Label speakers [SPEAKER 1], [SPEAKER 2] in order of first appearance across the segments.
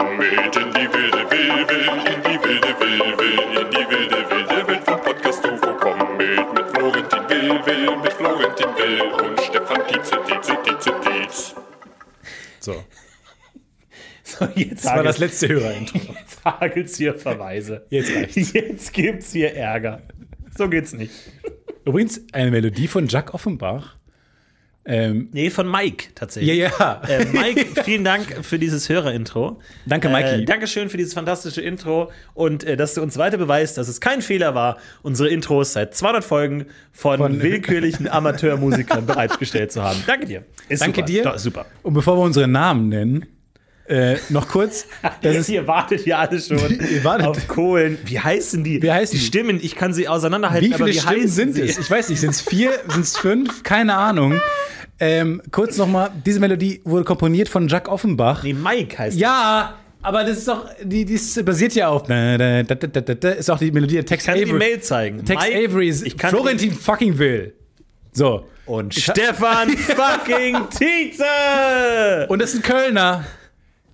[SPEAKER 1] Welt, in die wilde Wildwelt, in die wilde Wildwelt, in die wilde wilde Welt vom Podcast UFO komm mit. Mit Florentin Will, Will, mit Florentin Will und Stefan Tietze, Tietze, Tietze, Tietz.
[SPEAKER 2] So,
[SPEAKER 3] So, jetzt
[SPEAKER 2] das war
[SPEAKER 3] hagel-
[SPEAKER 2] das letzte Hörerintro.
[SPEAKER 3] Jetzt hagelt's hier Verweise.
[SPEAKER 2] Jetzt reicht's.
[SPEAKER 3] Jetzt gibt's hier Ärger. So geht's nicht.
[SPEAKER 2] Übrigens, eine Melodie von Jack Offenbach. Ähm,
[SPEAKER 3] Nee, von Mike tatsächlich.
[SPEAKER 2] ja, ja.
[SPEAKER 3] Äh, Mike, vielen Dank für dieses Hörer-Intro.
[SPEAKER 2] Danke, Mikey.
[SPEAKER 3] Äh, Dankeschön für dieses fantastische Intro und äh, dass du uns weiter beweist, dass es kein Fehler war, unsere Intros seit 200 Folgen von,
[SPEAKER 2] Von-
[SPEAKER 3] willkürlichen Amateurmusikern bereitgestellt zu haben. Danke dir. Ist
[SPEAKER 2] Danke
[SPEAKER 3] super.
[SPEAKER 2] dir.
[SPEAKER 3] Doch, super.
[SPEAKER 2] Und bevor wir unsere Namen nennen, äh, noch kurz, das ist
[SPEAKER 3] ihr wartet ja alle schon
[SPEAKER 2] Ihr wartet.
[SPEAKER 3] auf Kohlen. Wie heißen die?
[SPEAKER 2] Wie heißen
[SPEAKER 3] die
[SPEAKER 2] die?
[SPEAKER 3] Stimmen? Ich kann sie auseinanderhalten.
[SPEAKER 2] Wie viele
[SPEAKER 3] aber wie
[SPEAKER 2] Stimmen
[SPEAKER 3] heißen
[SPEAKER 2] sind
[SPEAKER 3] sie?
[SPEAKER 2] es? Ich weiß nicht, sind es vier, sind es fünf? Keine Ahnung. Ähm, kurz nochmal, diese Melodie wurde komponiert von Jack Offenbach.
[SPEAKER 3] Nee, Mike heißt
[SPEAKER 2] Ja, aber das ist doch, die, die ist- basiert ja auf. na, da, da, da, da, da, Ist auch die Melodie der Tex
[SPEAKER 3] Ich kann dir die
[SPEAKER 2] Avery.
[SPEAKER 3] Mail zeigen.
[SPEAKER 2] Tex
[SPEAKER 3] Mike-
[SPEAKER 2] Avery
[SPEAKER 3] ich
[SPEAKER 2] ist
[SPEAKER 3] kann
[SPEAKER 2] Florentin fucking Will. So.
[SPEAKER 3] und
[SPEAKER 2] Ich-
[SPEAKER 3] Stefan fucking Tietze!
[SPEAKER 2] Und das ist ein Kölner.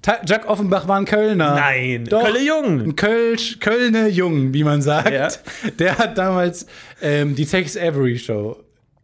[SPEAKER 2] Ta- Jack Offenbach war ein Kölner.
[SPEAKER 3] Nein,
[SPEAKER 2] Doch.
[SPEAKER 3] Kölle Jung.
[SPEAKER 2] Ein Kölsch, Kölner Jung, wie man sagt.
[SPEAKER 3] Ja.
[SPEAKER 2] Der hat damals ähm, die Tex Avery Show.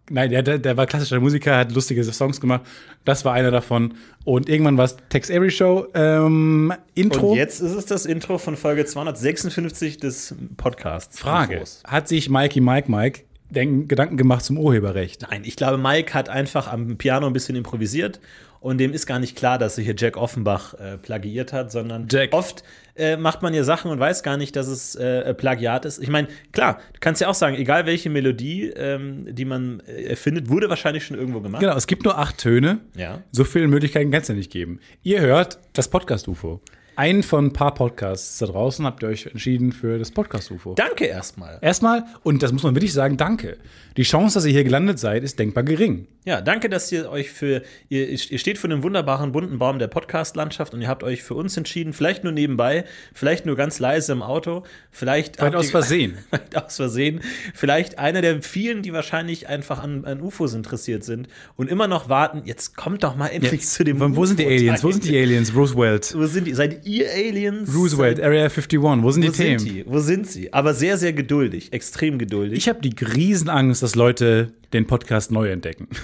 [SPEAKER 2] Nein, der, der, der war klassischer Musiker, hat lustige Songs gemacht. Das war einer davon. Und irgendwann war es Tex Avery Show ähm, Intro.
[SPEAKER 3] Und jetzt ist es das Intro von Folge 256 des Podcasts.
[SPEAKER 2] Frage:
[SPEAKER 3] Infos.
[SPEAKER 2] Hat sich Mikey Mike Mike denken, Gedanken gemacht zum Urheberrecht?
[SPEAKER 3] Nein, ich glaube, Mike hat einfach am Piano ein bisschen improvisiert und dem ist gar nicht klar, dass er hier Jack Offenbach äh, plagiiert hat, sondern
[SPEAKER 2] Jack.
[SPEAKER 3] oft äh, macht man ja Sachen und weiß gar nicht, dass es äh, Plagiat ist. Ich meine, klar, du kannst ja auch sagen, egal welche Melodie, ähm, die man äh, erfindet, wurde wahrscheinlich schon irgendwo gemacht.
[SPEAKER 2] Genau, es gibt nur acht Töne.
[SPEAKER 3] Ja.
[SPEAKER 2] So viele Möglichkeiten kann es ja nicht geben. Ihr hört das Podcast-UFO. Einen von ein paar Podcasts da draußen habt ihr euch entschieden für das Podcast-UFO.
[SPEAKER 3] Danke erstmal.
[SPEAKER 2] Erstmal, und das muss man wirklich sagen, danke. Die Chance, dass ihr hier gelandet seid, ist denkbar gering.
[SPEAKER 3] Ja, danke, dass ihr euch für, ihr, ihr steht für den wunderbaren bunten Baum der Podcast-Landschaft und ihr habt euch für uns entschieden, vielleicht nur nebenbei, vielleicht nur ganz leise im Auto, vielleicht, habt
[SPEAKER 2] Vielleicht aus
[SPEAKER 3] ihr-
[SPEAKER 2] Versehen.
[SPEAKER 3] vielleicht aus Versehen, vielleicht einer der vielen, die wahrscheinlich einfach an, an UFOs interessiert sind und immer noch warten, jetzt kommt doch mal endlich zu dem
[SPEAKER 2] Wo sind die
[SPEAKER 3] UFO-Teil.
[SPEAKER 2] Aliens? Wo sind die Aliens? Roosevelt.
[SPEAKER 3] Wo sind die? Seid ihr Aliens?
[SPEAKER 2] Roosevelt, Area 51. Wo sind
[SPEAKER 3] Wo
[SPEAKER 2] die Themen?
[SPEAKER 3] sind die? Wo sind sie? Aber sehr, sehr geduldig, extrem geduldig.
[SPEAKER 2] Ich habe die Riesenangst, dass Leute den Podcast neu entdecken.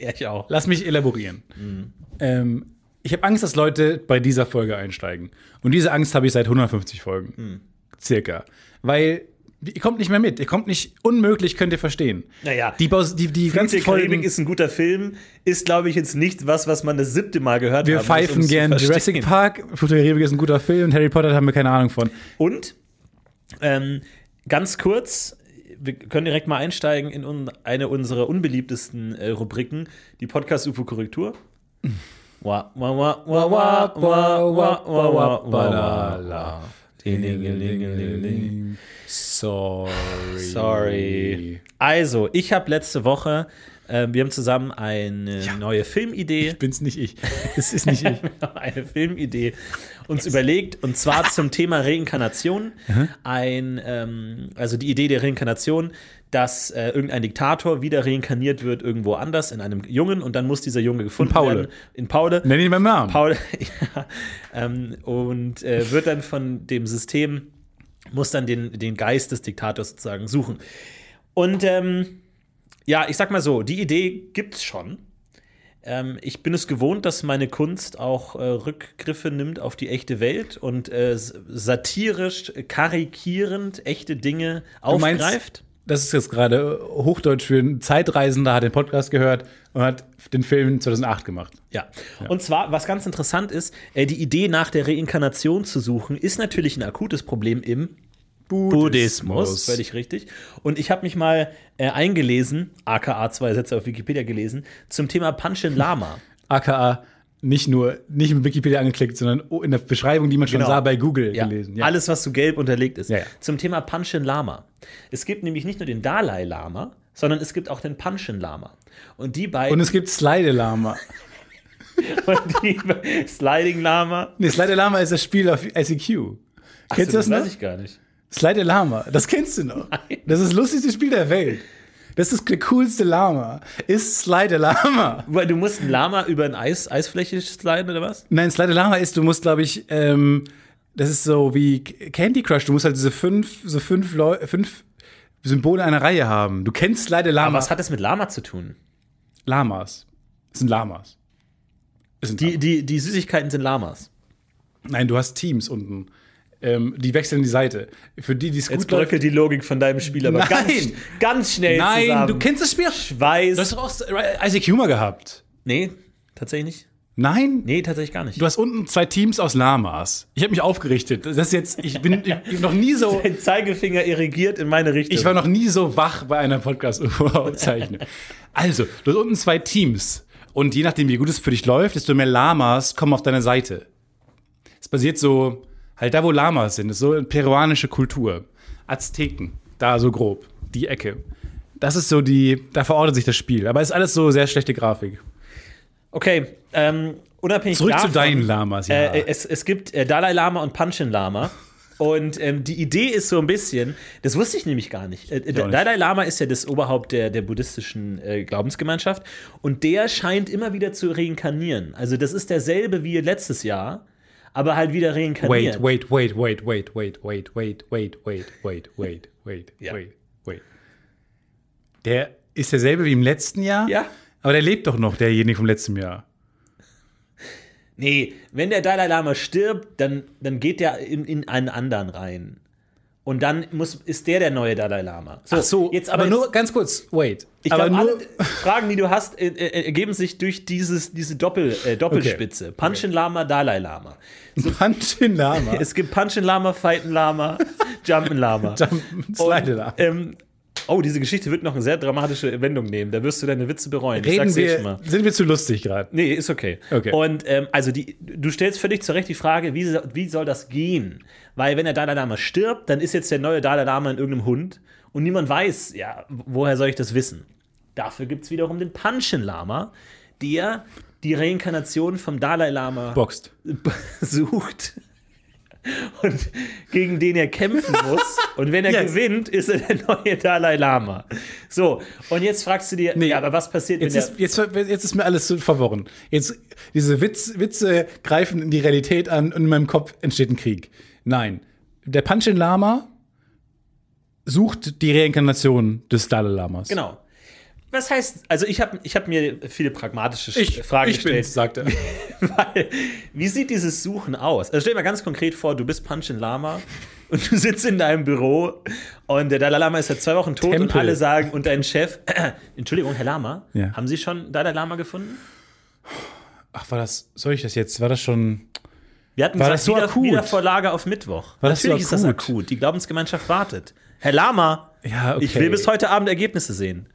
[SPEAKER 3] ja, ich auch.
[SPEAKER 2] Lass mich elaborieren. Ähm, ich habe Angst, dass Leute bei dieser Folge einsteigen. Und diese Angst habe ich seit 150 Folgen. Circa. Weil ihr kommt nicht mehr mit. Ihr kommt nicht unmöglich, könnt ihr verstehen.
[SPEAKER 3] Naja.
[SPEAKER 2] Die, Baus- die, die
[SPEAKER 3] Ganz
[SPEAKER 2] ganzen Folgen.
[SPEAKER 3] Karibik ist ein guter Film, ist, glaube ich, jetzt nicht was, was man das siebte Mal gehört
[SPEAKER 2] Wir
[SPEAKER 3] haben muss,
[SPEAKER 2] pfeifen
[SPEAKER 3] um's um zu
[SPEAKER 2] gern
[SPEAKER 3] verstehen.
[SPEAKER 2] Jurassic Park, Fluch der Karibik ist ein guter Film und Harry Potter haben wir keine Ahnung von.
[SPEAKER 3] Und ähm, ganz kurz, wir können direkt mal einsteigen in un eine unserer unbeliebtesten äh, Rubriken, die Podcast-UFO-Korrektur. Wa- wa- wa- wa- wa- wa- wa- wa- wa- wa- wa- Dingelingelingeling.
[SPEAKER 2] Sorry.
[SPEAKER 3] Sorry. Also, ich habe letzte Woche, äh, wir haben zusammen eine neue Filmidee.
[SPEAKER 2] Bin's nicht ich. Es ist nicht ich.
[SPEAKER 3] noch eine Filmidee uns überlegt, und zwar zum Thema Reinkarnation. Ein, ähm, also die Idee der Reinkarnation, dass äh, irgendein Diktator wieder reinkarniert wird irgendwo anders in einem Jungen und dann muss dieser Junge gefunden
[SPEAKER 2] Paule.
[SPEAKER 3] werden. In Paule.
[SPEAKER 2] Nenn ihn beim Namen.
[SPEAKER 3] Paul, ja, ähm, und äh, wird dann von dem System, muss dann den, den Geist des Diktators sozusagen suchen. Und ähm, ja, ich sag mal so, die Idee gibt's schon. Ähm, ich bin es gewohnt, dass meine Kunst auch äh, Rückgriffe nimmt auf die echte Welt und äh, s- satirisch, karikierend echte Dinge
[SPEAKER 2] Du meinst,
[SPEAKER 3] aufgreift.
[SPEAKER 2] Das ist jetzt gerade Hochdeutsch für einen Zeitreisender, hat den Podcast gehört und hat den Film 2008 gemacht.
[SPEAKER 3] Ja. Und zwar, was ganz interessant ist, äh, die Idee nach der Reinkarnation zu suchen, ist natürlich ein akutes Problem im Buddhismus. Völlig richtig. Und ich habe mich mal äh, eingelesen, aka zwei Sätze auf Wikipedia gelesen, zum Thema Panchen Lama.
[SPEAKER 2] AKA nicht nur, nicht in Wikipedia angeklickt, sondern oh, in der Beschreibung, die man schon
[SPEAKER 3] Genau.
[SPEAKER 2] sah bei Google
[SPEAKER 3] Ja.
[SPEAKER 2] gelesen.
[SPEAKER 3] Alles, was so gelb unterlegt ist.
[SPEAKER 2] Ja, ja.
[SPEAKER 3] Zum Thema Panchen Lama. Es gibt nämlich nicht nur den Dalai Lama, sondern es gibt auch den Panchen Lama. Und die
[SPEAKER 2] Und
[SPEAKER 3] beiden,
[SPEAKER 2] es gibt Slide Lama.
[SPEAKER 3] und die, Sliding Lama.
[SPEAKER 2] Nee, Slide Lama ist das Spiel auf SEQ. Kennst du das
[SPEAKER 3] weiß
[SPEAKER 2] noch?
[SPEAKER 3] ich gar nicht.
[SPEAKER 2] Slide Lama, das kennst du noch. Das ist das lustigste Spiel der Welt. Das ist der coolste Lama. Ist Slide Lama.
[SPEAKER 3] Weil du musst ein Lama über eine Eis, Eisfläche sliden oder was?
[SPEAKER 2] Nein, Slide Lama ist, du musst, glaube ich, ähm, das ist so wie K- Candy Crush. Du musst halt diese fünf, so fünf, Leu fünf Symbole einer Reihe haben. Du kennst Slide
[SPEAKER 3] Aber
[SPEAKER 2] Lama.
[SPEAKER 3] was hat das mit Lama zu tun?
[SPEAKER 2] Lamas. Es sind Lamas. Es sind
[SPEAKER 3] Die,
[SPEAKER 2] Lamas.
[SPEAKER 3] die, die Süßigkeiten sind Lamas.
[SPEAKER 2] Nein, du hast Teams unten. Ähm, die wechseln die Seite. Für die, die es
[SPEAKER 3] Jetzt
[SPEAKER 2] gut läuft-
[SPEAKER 3] bröckelt die Logik von deinem Spiel aber
[SPEAKER 2] Nein.
[SPEAKER 3] ganz, ganz schnell
[SPEAKER 2] Nein,
[SPEAKER 3] zusammen.
[SPEAKER 2] du kennst das Spiel.
[SPEAKER 3] Ich
[SPEAKER 2] Du hast
[SPEAKER 3] weiß.
[SPEAKER 2] doch auch Isaac Humor gehabt.
[SPEAKER 3] Nee, tatsächlich nicht.
[SPEAKER 2] Nein?
[SPEAKER 3] Nee, tatsächlich gar nicht.
[SPEAKER 2] Du hast unten zwei Teams aus Lamas. Ich habe mich aufgerichtet. Das ist jetzt, ich bin ich, noch nie so.
[SPEAKER 3] den Zeigefinger irrigiert in meine Richtung.
[SPEAKER 2] Ich war noch nie so wach bei einer Podcast-Aufzeichnung. Also, du hast unten zwei Teams. Und je nachdem, wie gut es für dich läuft, desto mehr Lamas kommen auf deine Seite. Es basiert so, halt da, wo Lamas sind, ist so peruanische Kultur. Azteken, da so grob, die Ecke. Das ist so die, da verortet sich das Spiel. Aber ist alles so sehr schlechte Grafik.
[SPEAKER 3] okay, ähm, unabhängig
[SPEAKER 2] Zurück
[SPEAKER 3] davon,
[SPEAKER 2] zu deinen Lamas, ja.
[SPEAKER 3] Äh, es, es gibt äh, Dalai Lama und Panchin Lama. Und ähm, die Idee ist so ein bisschen, das wusste ich nämlich gar nicht. Äh,
[SPEAKER 2] auch nicht.
[SPEAKER 3] Dalai Lama ist ja das Oberhaupt der, der buddhistischen äh, Glaubensgemeinschaft und der scheint immer wieder zu reinkarnieren. Also das ist derselbe wie letztes Jahr, aber halt wieder reinkarniert.
[SPEAKER 2] Wait, wait, wait, wait, wait, wait, wait, wait, wait, wait, wait, wait, wait,
[SPEAKER 3] Ja.
[SPEAKER 2] wait, wait. Der ist derselbe wie im letzten Jahr?
[SPEAKER 3] Ja.
[SPEAKER 2] Aber der lebt doch noch, derjenige vom letzten Jahr.
[SPEAKER 3] Nee, wenn der Dalai Lama stirbt, dann, dann geht der in, in einen anderen rein. Und dann muss, ist der der neue Dalai Lama. jetzt aber, nur. Jetzt,
[SPEAKER 2] ganz kurz, wait.
[SPEAKER 3] ich
[SPEAKER 2] aber
[SPEAKER 3] glaube,
[SPEAKER 2] nur,
[SPEAKER 3] alle Fragen, die du hast, äh, äh, ergeben sich durch dieses, diese Doppel, äh, Doppelspitze. Panchin Lama, Dalai Lama.
[SPEAKER 2] Panchin Lama.
[SPEAKER 3] Es gibt Panchin Lama, Fighten Lama, Jumpen Lama.
[SPEAKER 2] Jumpen- Slide Lama.
[SPEAKER 3] Ähm, oh, diese Geschichte wird noch eine sehr dramatische Wendung nehmen. Da wirst du deine Witze bereuen. ich
[SPEAKER 2] Reden
[SPEAKER 3] sag's dir jetzt schon
[SPEAKER 2] wir,
[SPEAKER 3] mal.
[SPEAKER 2] sind wir zu lustig gerade?
[SPEAKER 3] Nee, ist okay.
[SPEAKER 2] Okay.
[SPEAKER 3] Und ähm, also die, du stellst völlig zu Recht die Frage, wie, so- wie soll das gehen? Weil wenn der Dalai Lama stirbt, dann ist jetzt der neue Dalai Lama in irgendeinem Hund und niemand weiß, ja, woher soll ich das wissen? Dafür gibt es wiederum den Panchen Lama, der die Reinkarnation vom Dalai Lama
[SPEAKER 2] Boxt.
[SPEAKER 3] sucht und gegen den er kämpfen muss. Und wenn er
[SPEAKER 2] Yes.
[SPEAKER 3] gewinnt, ist er der neue Dalai Lama. So, und jetzt fragst du dir,
[SPEAKER 2] Nee.
[SPEAKER 3] ja, aber was passiert,
[SPEAKER 2] Jetzt
[SPEAKER 3] wenn
[SPEAKER 2] ist, jetzt, jetzt ist mir alles so verworren. Jetzt, diese Witz, Witze greifen in die Realität an und in meinem Kopf entsteht ein Krieg. Nein. Der Panchin Lama sucht die Reinkarnation des Dalai Lamas.
[SPEAKER 3] Genau. Was heißt, also ich habe ich hab mir viele pragmatische Sch-
[SPEAKER 2] Ich,
[SPEAKER 3] Fragen
[SPEAKER 2] ich
[SPEAKER 3] gestellt.
[SPEAKER 2] bin's, sagt er.
[SPEAKER 3] Weil, wie sieht dieses Suchen aus? Also stell dir mal ganz konkret vor, du bist Punchin Lama und du sitzt in deinem Büro und der Dalai Lama ist seit zwei Wochen tot und
[SPEAKER 2] Tempel.
[SPEAKER 3] alle sagen, und dein Chef, Entschuldigung, Herr Lama,
[SPEAKER 2] Ja.
[SPEAKER 3] haben Sie schon Dalai Lama gefunden?
[SPEAKER 2] Ach, war das, soll ich das jetzt? War das schon.
[SPEAKER 3] Wir hatten
[SPEAKER 2] War
[SPEAKER 3] gesagt,
[SPEAKER 2] das so
[SPEAKER 3] wieder,
[SPEAKER 2] akut?
[SPEAKER 3] Wiedervorlage auf Mittwoch.
[SPEAKER 2] War das so
[SPEAKER 3] Natürlich ist das
[SPEAKER 2] akut?
[SPEAKER 3] akut. Die Glaubensgemeinschaft wartet. Herr Lama,
[SPEAKER 2] Ja,
[SPEAKER 3] ich will bis heute Abend Ergebnisse sehen.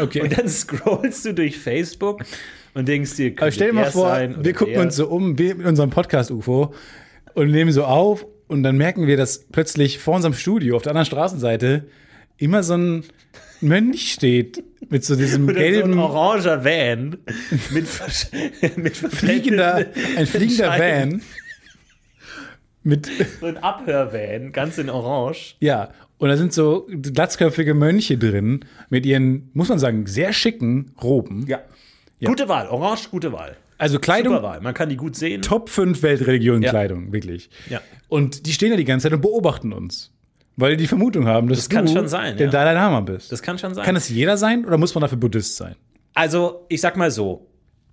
[SPEAKER 2] Okay.
[SPEAKER 3] Und dann scrollst du durch Facebook und denkst dir,
[SPEAKER 2] Aber stell dir mal vor, wir gucken uns so um, wir mit unserem Podcast-UFO und nehmen so auf und dann merken wir, dass plötzlich vor unserem Studio auf der anderen Straßenseite immer so ein Mönch steht mit so diesem
[SPEAKER 3] gelben so ein
[SPEAKER 2] gelben
[SPEAKER 3] oranger Van mit, versch- mit
[SPEAKER 2] fliegender, ein fliegender
[SPEAKER 3] Scheiben.
[SPEAKER 2] Van mit
[SPEAKER 3] so ein Abhörvan, ganz in orange.
[SPEAKER 2] ja und da sind so glatzköpfige Mönche drin mit ihren muss man sagen sehr schicken Roben.
[SPEAKER 3] Gute Wahl, orange, gute Wahl.
[SPEAKER 2] Also Kleidung
[SPEAKER 3] Super Wahl, man kann die gut sehen.
[SPEAKER 2] Top 5 Weltreligionen Kleidung wirklich.
[SPEAKER 3] Ja.
[SPEAKER 2] Und die stehen ja die ganze Zeit und beobachten uns, weil die die Vermutung haben, dass du
[SPEAKER 3] kann schon sein,
[SPEAKER 2] der
[SPEAKER 3] ja.
[SPEAKER 2] Dalai Lama bist.
[SPEAKER 3] Das kann schon sein.
[SPEAKER 2] kann es jeder sein oder muss man dafür Buddhist sein?
[SPEAKER 3] Also, ich sag mal so: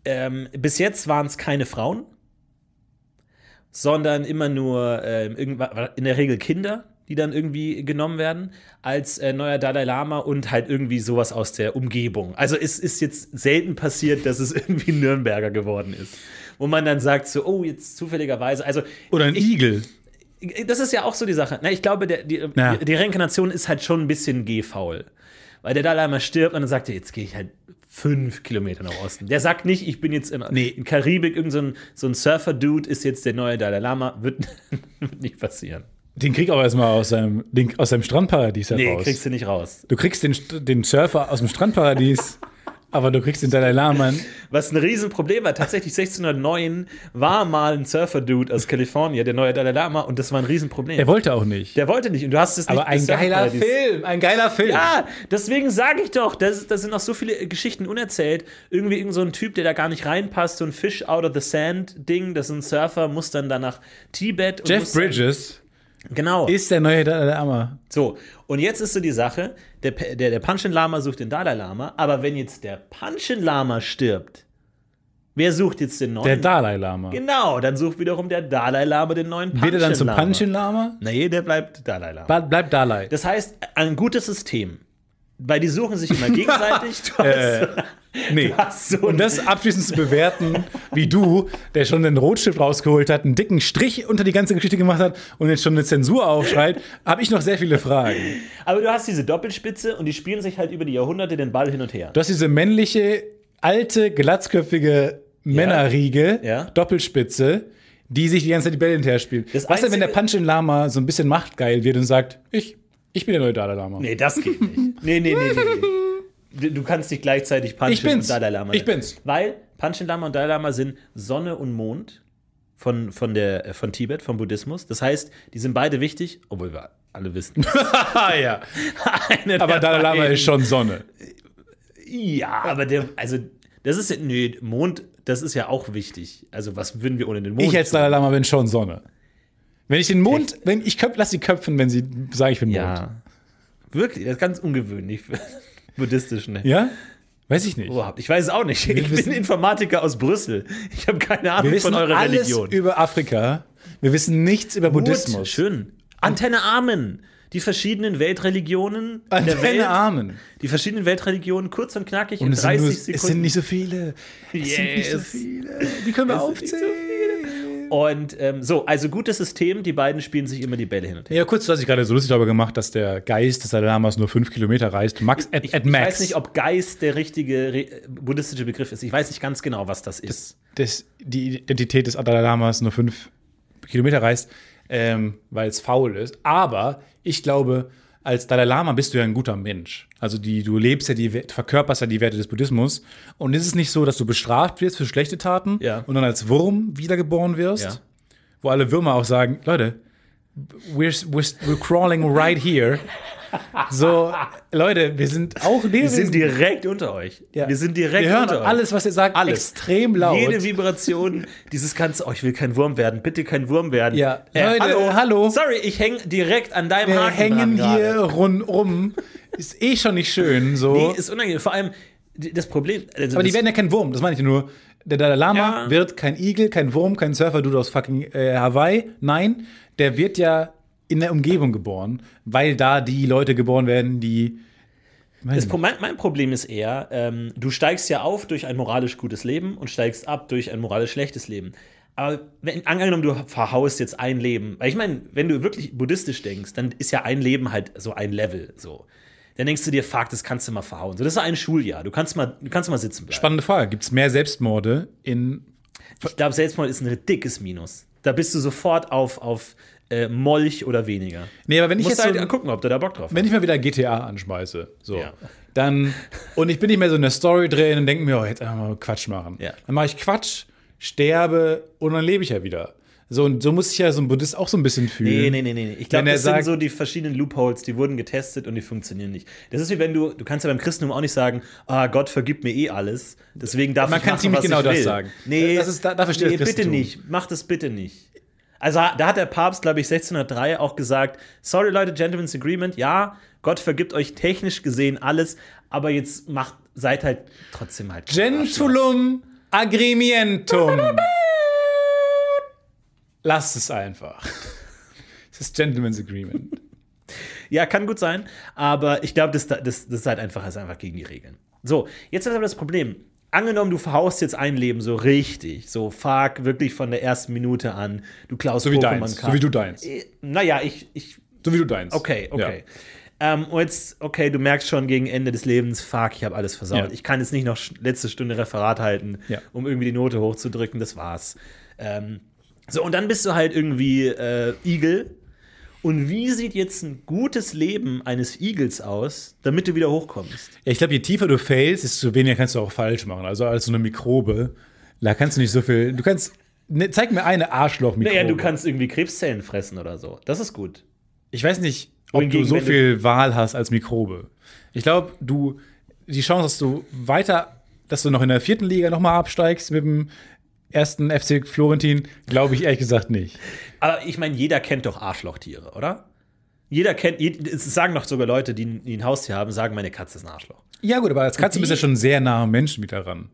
[SPEAKER 3] ähm, Bis jetzt waren es keine Frauen, sondern immer nur ähm, irgendwa- in der Regel Kinder, die dann irgendwie genommen werden, als äh, neuer Dalai Lama und halt irgendwie sowas aus der Umgebung. Also, es ist jetzt selten passiert, dass es irgendwie ein Nürnberger geworden ist. Wo man dann sagt, so, oh, jetzt zufälligerweise. Also,
[SPEAKER 2] Oder ein
[SPEAKER 3] ich,
[SPEAKER 2] Igel?
[SPEAKER 3] das ist ja auch so die Sache. Na, ich glaube, der, die,
[SPEAKER 2] Ja.
[SPEAKER 3] die Reinkarnation ist halt schon ein bisschen gehfaul. Weil der Dalai Lama stirbt und dann sagt er, jetzt gehe ich halt fünf Kilometer nach Osten. Der sagt nicht, ich bin jetzt in, in Karibik, irgend so ein, so ein Surfer-Dude ist jetzt der neue Dalai Lama. Wird, wird nicht passieren.
[SPEAKER 2] Den krieg aber erstmal aus seinem, den, aus seinem Strandparadies
[SPEAKER 3] Nee,
[SPEAKER 2] heraus.
[SPEAKER 3] kriegst du nicht raus.
[SPEAKER 2] du kriegst den, den Surfer aus dem Strandparadies Aber du kriegst den Dalai Lama.
[SPEAKER 3] Was ein Riesenproblem war. Tatsächlich 1609 war mal ein Surfer-Dude aus Kalifornien, der neue Dalai Lama, und das war ein Riesenproblem.
[SPEAKER 2] Der wollte auch nicht.
[SPEAKER 3] Der wollte nicht. Und du hast es nicht
[SPEAKER 2] Aber ein
[SPEAKER 3] bis Surfer
[SPEAKER 2] geiler
[SPEAKER 3] Paradies.
[SPEAKER 2] Film, ein geiler Film.
[SPEAKER 3] Ja, deswegen sage ich doch, da das sind noch so viele äh, Geschichten unerzählt. Irgendwie irgend so ein Typ, der da gar nicht reinpasst, so ein Fish out of the Sand Ding, das ist ein Surfer, muss dann da nach Tibet. Und
[SPEAKER 2] Jeff
[SPEAKER 3] muss
[SPEAKER 2] Bridges
[SPEAKER 3] Dann, genau.
[SPEAKER 2] ist der neue Dalai Lama.
[SPEAKER 3] so, und jetzt ist so die Sache, der, Pe- der, der Panchen Lama sucht den Dalai Lama, aber wenn jetzt der Panchen Lama stirbt, wer sucht jetzt den neuen?
[SPEAKER 2] Der Dalai Lama.
[SPEAKER 3] genau, dann sucht wiederum der Dalai Lama den neuen Panchen
[SPEAKER 2] Wird er dann zum
[SPEAKER 3] Lama.
[SPEAKER 2] Panchin Lama?
[SPEAKER 3] Nee, der bleibt Dalai Lama.
[SPEAKER 2] Bleib, bleib Dalai.
[SPEAKER 3] Das heißt, ein gutes System. Weil die suchen sich immer gegenseitig. Du
[SPEAKER 2] Äh,
[SPEAKER 3] hast-
[SPEAKER 2] nee.
[SPEAKER 3] hast so
[SPEAKER 2] Und das abschließend zu bewerten, wie du, der schon einen Rotstift rausgeholt hat, einen dicken Strich unter die ganze Geschichte gemacht hat und jetzt schon eine Zensur aufschreit, habe ich noch sehr viele Fragen.
[SPEAKER 3] Aber du hast diese Doppelspitze und die spielen sich halt über die Jahrhunderte den Ball hin und her.
[SPEAKER 2] Du hast diese männliche, alte, glatzköpfige Männerriege,
[SPEAKER 3] Ja.
[SPEAKER 2] Doppelspitze, die sich die ganze Zeit die Bälle hinterher spielt.
[SPEAKER 3] Das
[SPEAKER 2] Was denn, wenn der
[SPEAKER 3] einzige-
[SPEAKER 2] Punchin Lama so ein bisschen machtgeil wird und sagt, ich, ich bin der neue Dalai Lama.
[SPEAKER 3] Nee, das geht nicht. Nee, nee, nee, nee. nee. Du- Du kannst nicht gleichzeitig Panchen
[SPEAKER 2] Ich bin's.
[SPEAKER 3] und Dalai Lama.
[SPEAKER 2] Ich bin's.
[SPEAKER 3] Weil Panchen Lama und Dalai Lama sind Sonne und Mond von, von, der, äh, von Tibet, vom Buddhismus. Das heißt, die sind beide wichtig, obwohl wir alle wissen.
[SPEAKER 2] Ah ja,
[SPEAKER 3] einer
[SPEAKER 2] aber
[SPEAKER 3] der
[SPEAKER 2] Dalai Lama
[SPEAKER 3] beiden-
[SPEAKER 2] ist schon Sonne.
[SPEAKER 3] Ja, aber der, also, das ist ja, nee, Mond, das ist ja auch wichtig. Also, was würden wir ohne den Mond?
[SPEAKER 2] Ich als
[SPEAKER 3] tun?
[SPEAKER 2] Dalai Lama bin schon Sonne. Wenn ich den Mond, wenn ich köp, lass sie köpfen, wenn sie sagen, ich bin Mond.
[SPEAKER 3] Ja. Wirklich, das ist ganz ungewöhnlich für buddhistischen. ne?
[SPEAKER 2] Ja? Weiß ich nicht.
[SPEAKER 3] Überhaupt. Ich weiß es auch nicht. Ich
[SPEAKER 2] wissen-
[SPEAKER 3] bin Informatiker aus Brüssel. Ich habe keine
[SPEAKER 2] Wir
[SPEAKER 3] Ahnung
[SPEAKER 2] wissen
[SPEAKER 3] von eurer
[SPEAKER 2] alles
[SPEAKER 3] Religion.
[SPEAKER 2] über Afrika. Wir wissen nichts über
[SPEAKER 3] Gut,
[SPEAKER 2] Buddhismus.
[SPEAKER 3] schön. Antenne Amen. Die verschiedenen Weltreligionen der Welt.
[SPEAKER 2] Antenne Armen.
[SPEAKER 3] Die verschiedenen Weltreligionen kurz und knackig in
[SPEAKER 2] Und es sind,
[SPEAKER 3] 30
[SPEAKER 2] nur,
[SPEAKER 3] Sekunden.
[SPEAKER 2] es sind nicht so viele. Es sind nicht so
[SPEAKER 3] Yes.
[SPEAKER 2] viele. Die können wir aufzählen.
[SPEAKER 3] und ähm, so, also gutes System. Die beiden spielen sich immer die Bälle hin und her.
[SPEAKER 2] ja, kurz, du hast dich gerade so lustig darüber gemacht, dass der Geist des Dalai Lamas nur fünf Kilometer reist. Max, at,
[SPEAKER 3] Ich,
[SPEAKER 2] at
[SPEAKER 3] ich
[SPEAKER 2] max.
[SPEAKER 3] weiß nicht, ob Geist der richtige re äh, buddhistische Begriff ist. Ich weiß nicht ganz genau, was das ist.
[SPEAKER 2] das, die Identität des Dalai Lamas nur fünf Kilometer reist, ähm, weil es faul ist. Aber ich glaube, als Dalai Lama bist du ja ein guter Mensch. Also die, du lebst ja die, We- du verkörperst ja die Werte des Buddhismus. Und ist es nicht so, dass du bestraft wirst für schlechte Taten
[SPEAKER 3] Ja.
[SPEAKER 2] und dann als Wurm wiedergeboren wirst?
[SPEAKER 3] Ja.
[SPEAKER 2] Wo alle Würmer auch sagen, Leute, we're, we're, we're crawling right here. So, Leute, wir sind auch
[SPEAKER 3] Wir sind direkt unter euch.
[SPEAKER 2] Ja.
[SPEAKER 3] Wir sind direkt
[SPEAKER 2] Wir hören
[SPEAKER 3] unter euch.
[SPEAKER 2] alles, was ihr sagt,
[SPEAKER 3] Alles.
[SPEAKER 2] extrem laut.
[SPEAKER 3] Jede Vibration, dieses ganze, oh, ich will kein Wurm werden, bitte kein Wurm werden. Äh,
[SPEAKER 2] Ja. Leute, hallo.
[SPEAKER 3] Sorry, ich hänge direkt an deinem
[SPEAKER 2] Wir
[SPEAKER 3] Haken
[SPEAKER 2] Äh, hängen
[SPEAKER 3] dran
[SPEAKER 2] hier
[SPEAKER 3] gerade.
[SPEAKER 2] rund rum. Ist eh schon nicht schön. So.
[SPEAKER 3] Nee, ist unangenehm. Vor allem, d- das Problem. Also
[SPEAKER 2] Aber die
[SPEAKER 3] das,
[SPEAKER 2] werden ja kein Wurm, das meine ich nur. Der Dalai Lama
[SPEAKER 3] Ja.
[SPEAKER 2] wird kein Igel, kein Wurm, kein Surfer-Dude aus fucking äh, Hawaii. Nein, der wird ja in der Umgebung geboren, weil da die Leute geboren werden, die.
[SPEAKER 3] das Pro- mein, mein Problem ist eher, ähm, du steigst ja auf durch ein moralisch gutes Leben und steigst ab durch ein moralisch schlechtes Leben. Aber wenn, angenommen, du verhaust jetzt ein Leben, weil ich meine, wenn du wirklich buddhistisch denkst, dann ist ja ein Leben halt so ein Level. So. Dann denkst du dir, fuck, das kannst du mal verhauen. So, das ist ein Schuljahr. Du kannst mal, du kannst mal sitzen bleiben.
[SPEAKER 2] Spannende Frage. Gibt es mehr Selbstmorde in.
[SPEAKER 3] Ich glaube, Selbstmord ist ein dickes Minus. Da bist du sofort auf, auf äh, Molch oder weniger.
[SPEAKER 2] Nee, aber wenn ich
[SPEAKER 3] Musst
[SPEAKER 2] jetzt.
[SPEAKER 3] halt
[SPEAKER 2] so,
[SPEAKER 3] gucken, ob du da Bock drauf
[SPEAKER 2] wenn ich mal wieder GTA anschmeiße, so,
[SPEAKER 3] Ja.
[SPEAKER 2] dann und ich bin nicht mehr so in der Story drin und denke mir, oh, jetzt einfach mal Quatsch machen.
[SPEAKER 3] Ja.
[SPEAKER 2] Dann mache ich Quatsch, sterbe und dann lebe ich ja wieder. So und so muss ich ja so ein Buddhist auch so ein bisschen fühlen.
[SPEAKER 3] Nee, nee, nee, nee. nee. Ich glaube,
[SPEAKER 2] ne? Wenn er
[SPEAKER 3] das
[SPEAKER 2] sagt-
[SPEAKER 3] sind so die verschiedenen Loopholes, die wurden getestet und die funktionieren nicht. Das ist wie wenn du, du kannst ja beim Christentum auch nicht sagen, ah, Gott vergibt mir eh alles, deswegen darf
[SPEAKER 2] Man
[SPEAKER 3] ich
[SPEAKER 2] kann
[SPEAKER 3] machen,
[SPEAKER 2] ziemlich
[SPEAKER 3] was
[SPEAKER 2] genau
[SPEAKER 3] ich
[SPEAKER 2] das
[SPEAKER 3] will.
[SPEAKER 2] sagen.
[SPEAKER 3] Nee,
[SPEAKER 2] Das ist- da- dafür steht
[SPEAKER 3] nee
[SPEAKER 2] das
[SPEAKER 3] bitte
[SPEAKER 2] Christentum.
[SPEAKER 3] nicht. Mach das bitte nicht. Also da hat der Papst, glaube ich, 1603 auch gesagt, sorry Leute, Gentleman's Agreement, ja, Gott vergibt euch technisch gesehen alles, aber jetzt macht, seid halt trotzdem halt.
[SPEAKER 2] Gentulum aggrimientum. Lasst es einfach. Es ist Gentleman's Agreement.
[SPEAKER 3] Ja, kann gut sein, aber ich glaube, das, das, das ist halt einfach, das ist einfach gegen die Regeln. So, jetzt ist aber das Problem. Angenommen, du verhaust jetzt ein Leben so richtig, so fuck, wirklich von der ersten Minute an. Du klaust
[SPEAKER 2] So wie
[SPEAKER 3] Pokémon Äh,
[SPEAKER 2] deins, so wie du deins.
[SPEAKER 3] Naja, ich, ich,
[SPEAKER 2] So wie du deins.
[SPEAKER 3] okay, okay.
[SPEAKER 2] Ja.
[SPEAKER 3] Ähm, und jetzt, okay, du merkst schon gegen Ende des Lebens, fuck, ich habe alles versaut.
[SPEAKER 2] Ja.
[SPEAKER 3] Ich kann jetzt nicht noch sch- letzte Stunde Referat halten,
[SPEAKER 2] Ja.
[SPEAKER 3] um irgendwie die Note hochzudrücken, das war's. Ähm, so, und dann bist du halt irgendwie äh, Igel Und wie sieht jetzt ein gutes Leben eines Igels aus, damit du wieder hochkommst?
[SPEAKER 2] Ja, ich glaube, je tiefer du failst, desto weniger kannst du auch falsch machen. Also als so eine Mikrobe, da kannst du nicht so viel. Du kannst. Ne, zeig mir eine Arschloch-Mikrobe.
[SPEAKER 3] Naja, du kannst irgendwie Krebszellen fressen oder so. Das ist gut.
[SPEAKER 2] Ich weiß nicht, ob
[SPEAKER 3] Wohingegen,
[SPEAKER 2] du so
[SPEAKER 3] wenn du-
[SPEAKER 2] viel Wahl hast als Mikrobe. Ich glaube, du die Chance, dass du weiter, dass du noch in der vierten Liga noch mal absteigst mit dem ersten FC Florentin, glaube ich ehrlich gesagt nicht.
[SPEAKER 3] Aber ich meine, jeder kennt doch Arschlochtiere, oder? Jeder kennt, jed- es sagen noch sogar Leute, die, ein- die ein Haustier haben, sagen, meine Katze ist ein Arschloch.
[SPEAKER 2] Ja gut, aber als Katze
[SPEAKER 3] Die-
[SPEAKER 2] bist du ja schon sehr nah am Menschen wieder ran.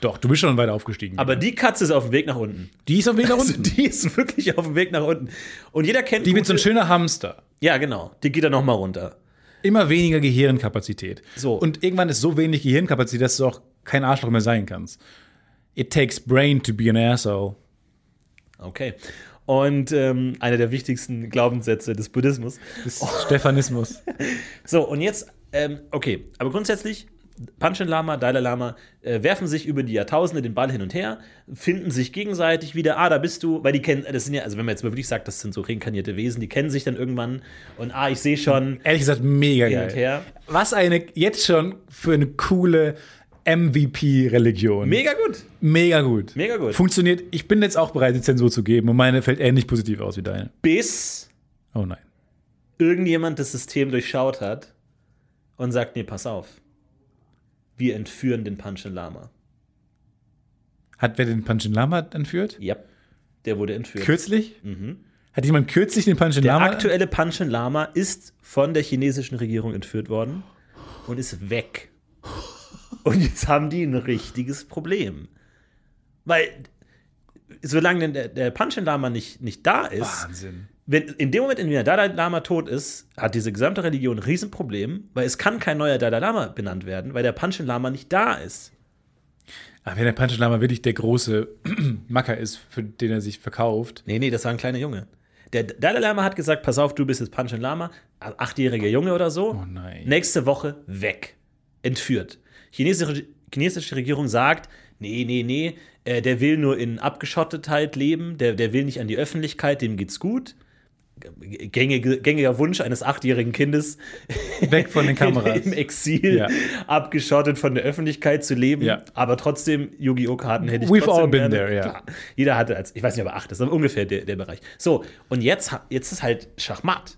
[SPEAKER 2] Doch, du bist schon weiter aufgestiegen.
[SPEAKER 3] Aber die Katze ist auf dem Weg nach unten.
[SPEAKER 2] die ist am Weg nach
[SPEAKER 3] Also
[SPEAKER 2] unten.
[SPEAKER 3] Mhm. die ist wirklich auf dem Weg nach unten. Und jeder kennt
[SPEAKER 2] Die wird so ein
[SPEAKER 3] gute-
[SPEAKER 2] schöner Hamster.
[SPEAKER 3] Ja, genau. Die geht dann noch mal runter.
[SPEAKER 2] Immer weniger Gehirnkapazität.
[SPEAKER 3] So.
[SPEAKER 2] Und irgendwann ist so wenig Gehirnkapazität, dass du auch kein Arschloch mehr sein kannst. It takes brain to be an asshole.
[SPEAKER 3] Okay. Und ähm, einer der wichtigsten Glaubenssätze des Buddhismus.
[SPEAKER 2] Das ist Stephanismus.
[SPEAKER 3] So, und jetzt, ähm, okay, aber grundsätzlich, Panchen Lama, Dalai Lama äh, werfen sich über die Jahrtausende den Ball hin und her, finden sich gegenseitig wieder, ah, da bist du, weil die kennen, das sind ja, also wenn man jetzt mal wirklich sagt, das sind so reinkarnierte Wesen, die kennen sich dann irgendwann und ah, ich sehe schon,
[SPEAKER 2] Ehrlich gesagt, mega
[SPEAKER 3] Hin und
[SPEAKER 2] geil.
[SPEAKER 3] her.
[SPEAKER 2] Was eine jetzt schon für eine coole MVP-Religion.
[SPEAKER 3] mega gut.
[SPEAKER 2] mega gut.
[SPEAKER 3] Mega gut.
[SPEAKER 2] Funktioniert. Ich bin jetzt auch bereit, die Zensur zu geben und meine fällt ähnlich positiv aus wie deine.
[SPEAKER 3] Bis
[SPEAKER 2] Oh nein.
[SPEAKER 3] irgendjemand das System durchschaut hat und sagt, nee, pass auf, wir entführen den Panchen Lama.
[SPEAKER 2] Hat wer den Panchen Lama entführt?
[SPEAKER 3] Ja, der wurde entführt.
[SPEAKER 2] Kürzlich? Hat jemand kürzlich den Panchen
[SPEAKER 3] Mhm. Der
[SPEAKER 2] Lama?
[SPEAKER 3] aktuelle Panchen Lama ist von der chinesischen Regierung entführt worden und ist weg. Und jetzt haben die ein richtiges Problem. Weil, solange denn der, der Panchen Lama nicht, nicht da ist,
[SPEAKER 2] Wahnsinn.
[SPEAKER 3] wenn, in dem Moment, in dem der Dalai Lama tot ist, hat diese gesamte Religion ein Riesenproblem, weil es kann kein neuer Dalai Lama benannt werden, weil der Panchen Lama nicht da ist.
[SPEAKER 2] Aber Ah, wenn der Panchen Lama wirklich der große Macker ist, für den er sich verkauft.
[SPEAKER 3] Nee, nee, das war ein kleiner Junge. Der Dalai Lama hat gesagt: Pass auf, du bist jetzt Panchen Lama, achtjähriger Junge oder so.
[SPEAKER 2] Oh nein.
[SPEAKER 3] Nächste Woche weg. Entführt. Chinesische, chinesische Regierung sagt: Nee, nee, nee, äh, der will nur in Abgeschottetheit leben, der, der will nicht an die Öffentlichkeit, dem geht's gut. Gängige, gängiger Wunsch eines achtjährigen Kindes
[SPEAKER 2] Weg von den Kameras.
[SPEAKER 3] im Exil,
[SPEAKER 2] Ja.
[SPEAKER 3] abgeschottet von der Öffentlichkeit zu leben,
[SPEAKER 2] Ja.
[SPEAKER 3] aber trotzdem Yu-Gi-Oh!-Karten hätte ich
[SPEAKER 2] We've
[SPEAKER 3] trotzdem
[SPEAKER 2] all been
[SPEAKER 3] gerne.
[SPEAKER 2] there, ja.
[SPEAKER 3] Klar. Jeder hatte als, ich weiß nicht, aber acht ist, aber ungefähr der, der Bereich. So, und jetzt, ha- jetzt ist halt Schachmatt.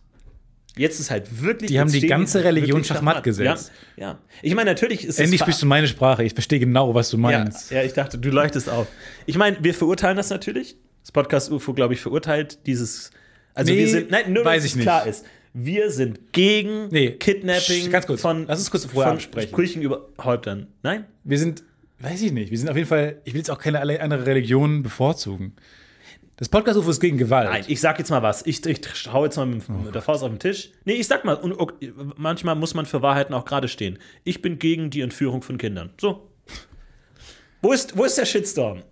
[SPEAKER 3] Jetzt ist halt wirklich.
[SPEAKER 2] Die
[SPEAKER 3] jetzt
[SPEAKER 2] haben die
[SPEAKER 3] stehen halt
[SPEAKER 2] ganze
[SPEAKER 3] wirklich
[SPEAKER 2] Religion Schachmatt gesetzt.
[SPEAKER 3] Ja, ja. Ich meine, natürlich ist
[SPEAKER 2] Endlich
[SPEAKER 3] es.
[SPEAKER 2] sprichst du meine Sprache. Ich verstehe genau, was du
[SPEAKER 3] ja,
[SPEAKER 2] meinst.
[SPEAKER 3] ja, ich dachte, du leuchtest auf. Ich meine, wir verurteilen das natürlich. Das Podcast UFO, glaube ich, verurteilt dieses. Also
[SPEAKER 2] Nee,
[SPEAKER 3] wir sind. Nein, nur
[SPEAKER 2] weiß
[SPEAKER 3] dass
[SPEAKER 2] ich
[SPEAKER 3] es
[SPEAKER 2] nicht.
[SPEAKER 3] klar ist. Wir sind gegen
[SPEAKER 2] Nee,
[SPEAKER 3] Kidnapping
[SPEAKER 2] sch- ganz kurz.
[SPEAKER 3] von.
[SPEAKER 2] Lass uns kurz vorher
[SPEAKER 3] von
[SPEAKER 2] absprechen.
[SPEAKER 3] Sprüchen über Häuptern. Nein?
[SPEAKER 2] Wir sind, weiß ich nicht, wir sind auf jeden Fall, ich will jetzt auch keine alle- andere Religion bevorzugen. Das Podcast-UFO ist gegen Gewalt.
[SPEAKER 3] Nein, ich sag jetzt mal was. Ich, ich hau jetzt mal mit, mit der Faust auf den Tisch. Nee, ich sag mal, und, okay, manchmal muss man für Wahrheiten auch gerade stehen. Ich bin gegen die Entführung von Kindern. So. Wo ist, wo ist der Shitstorm?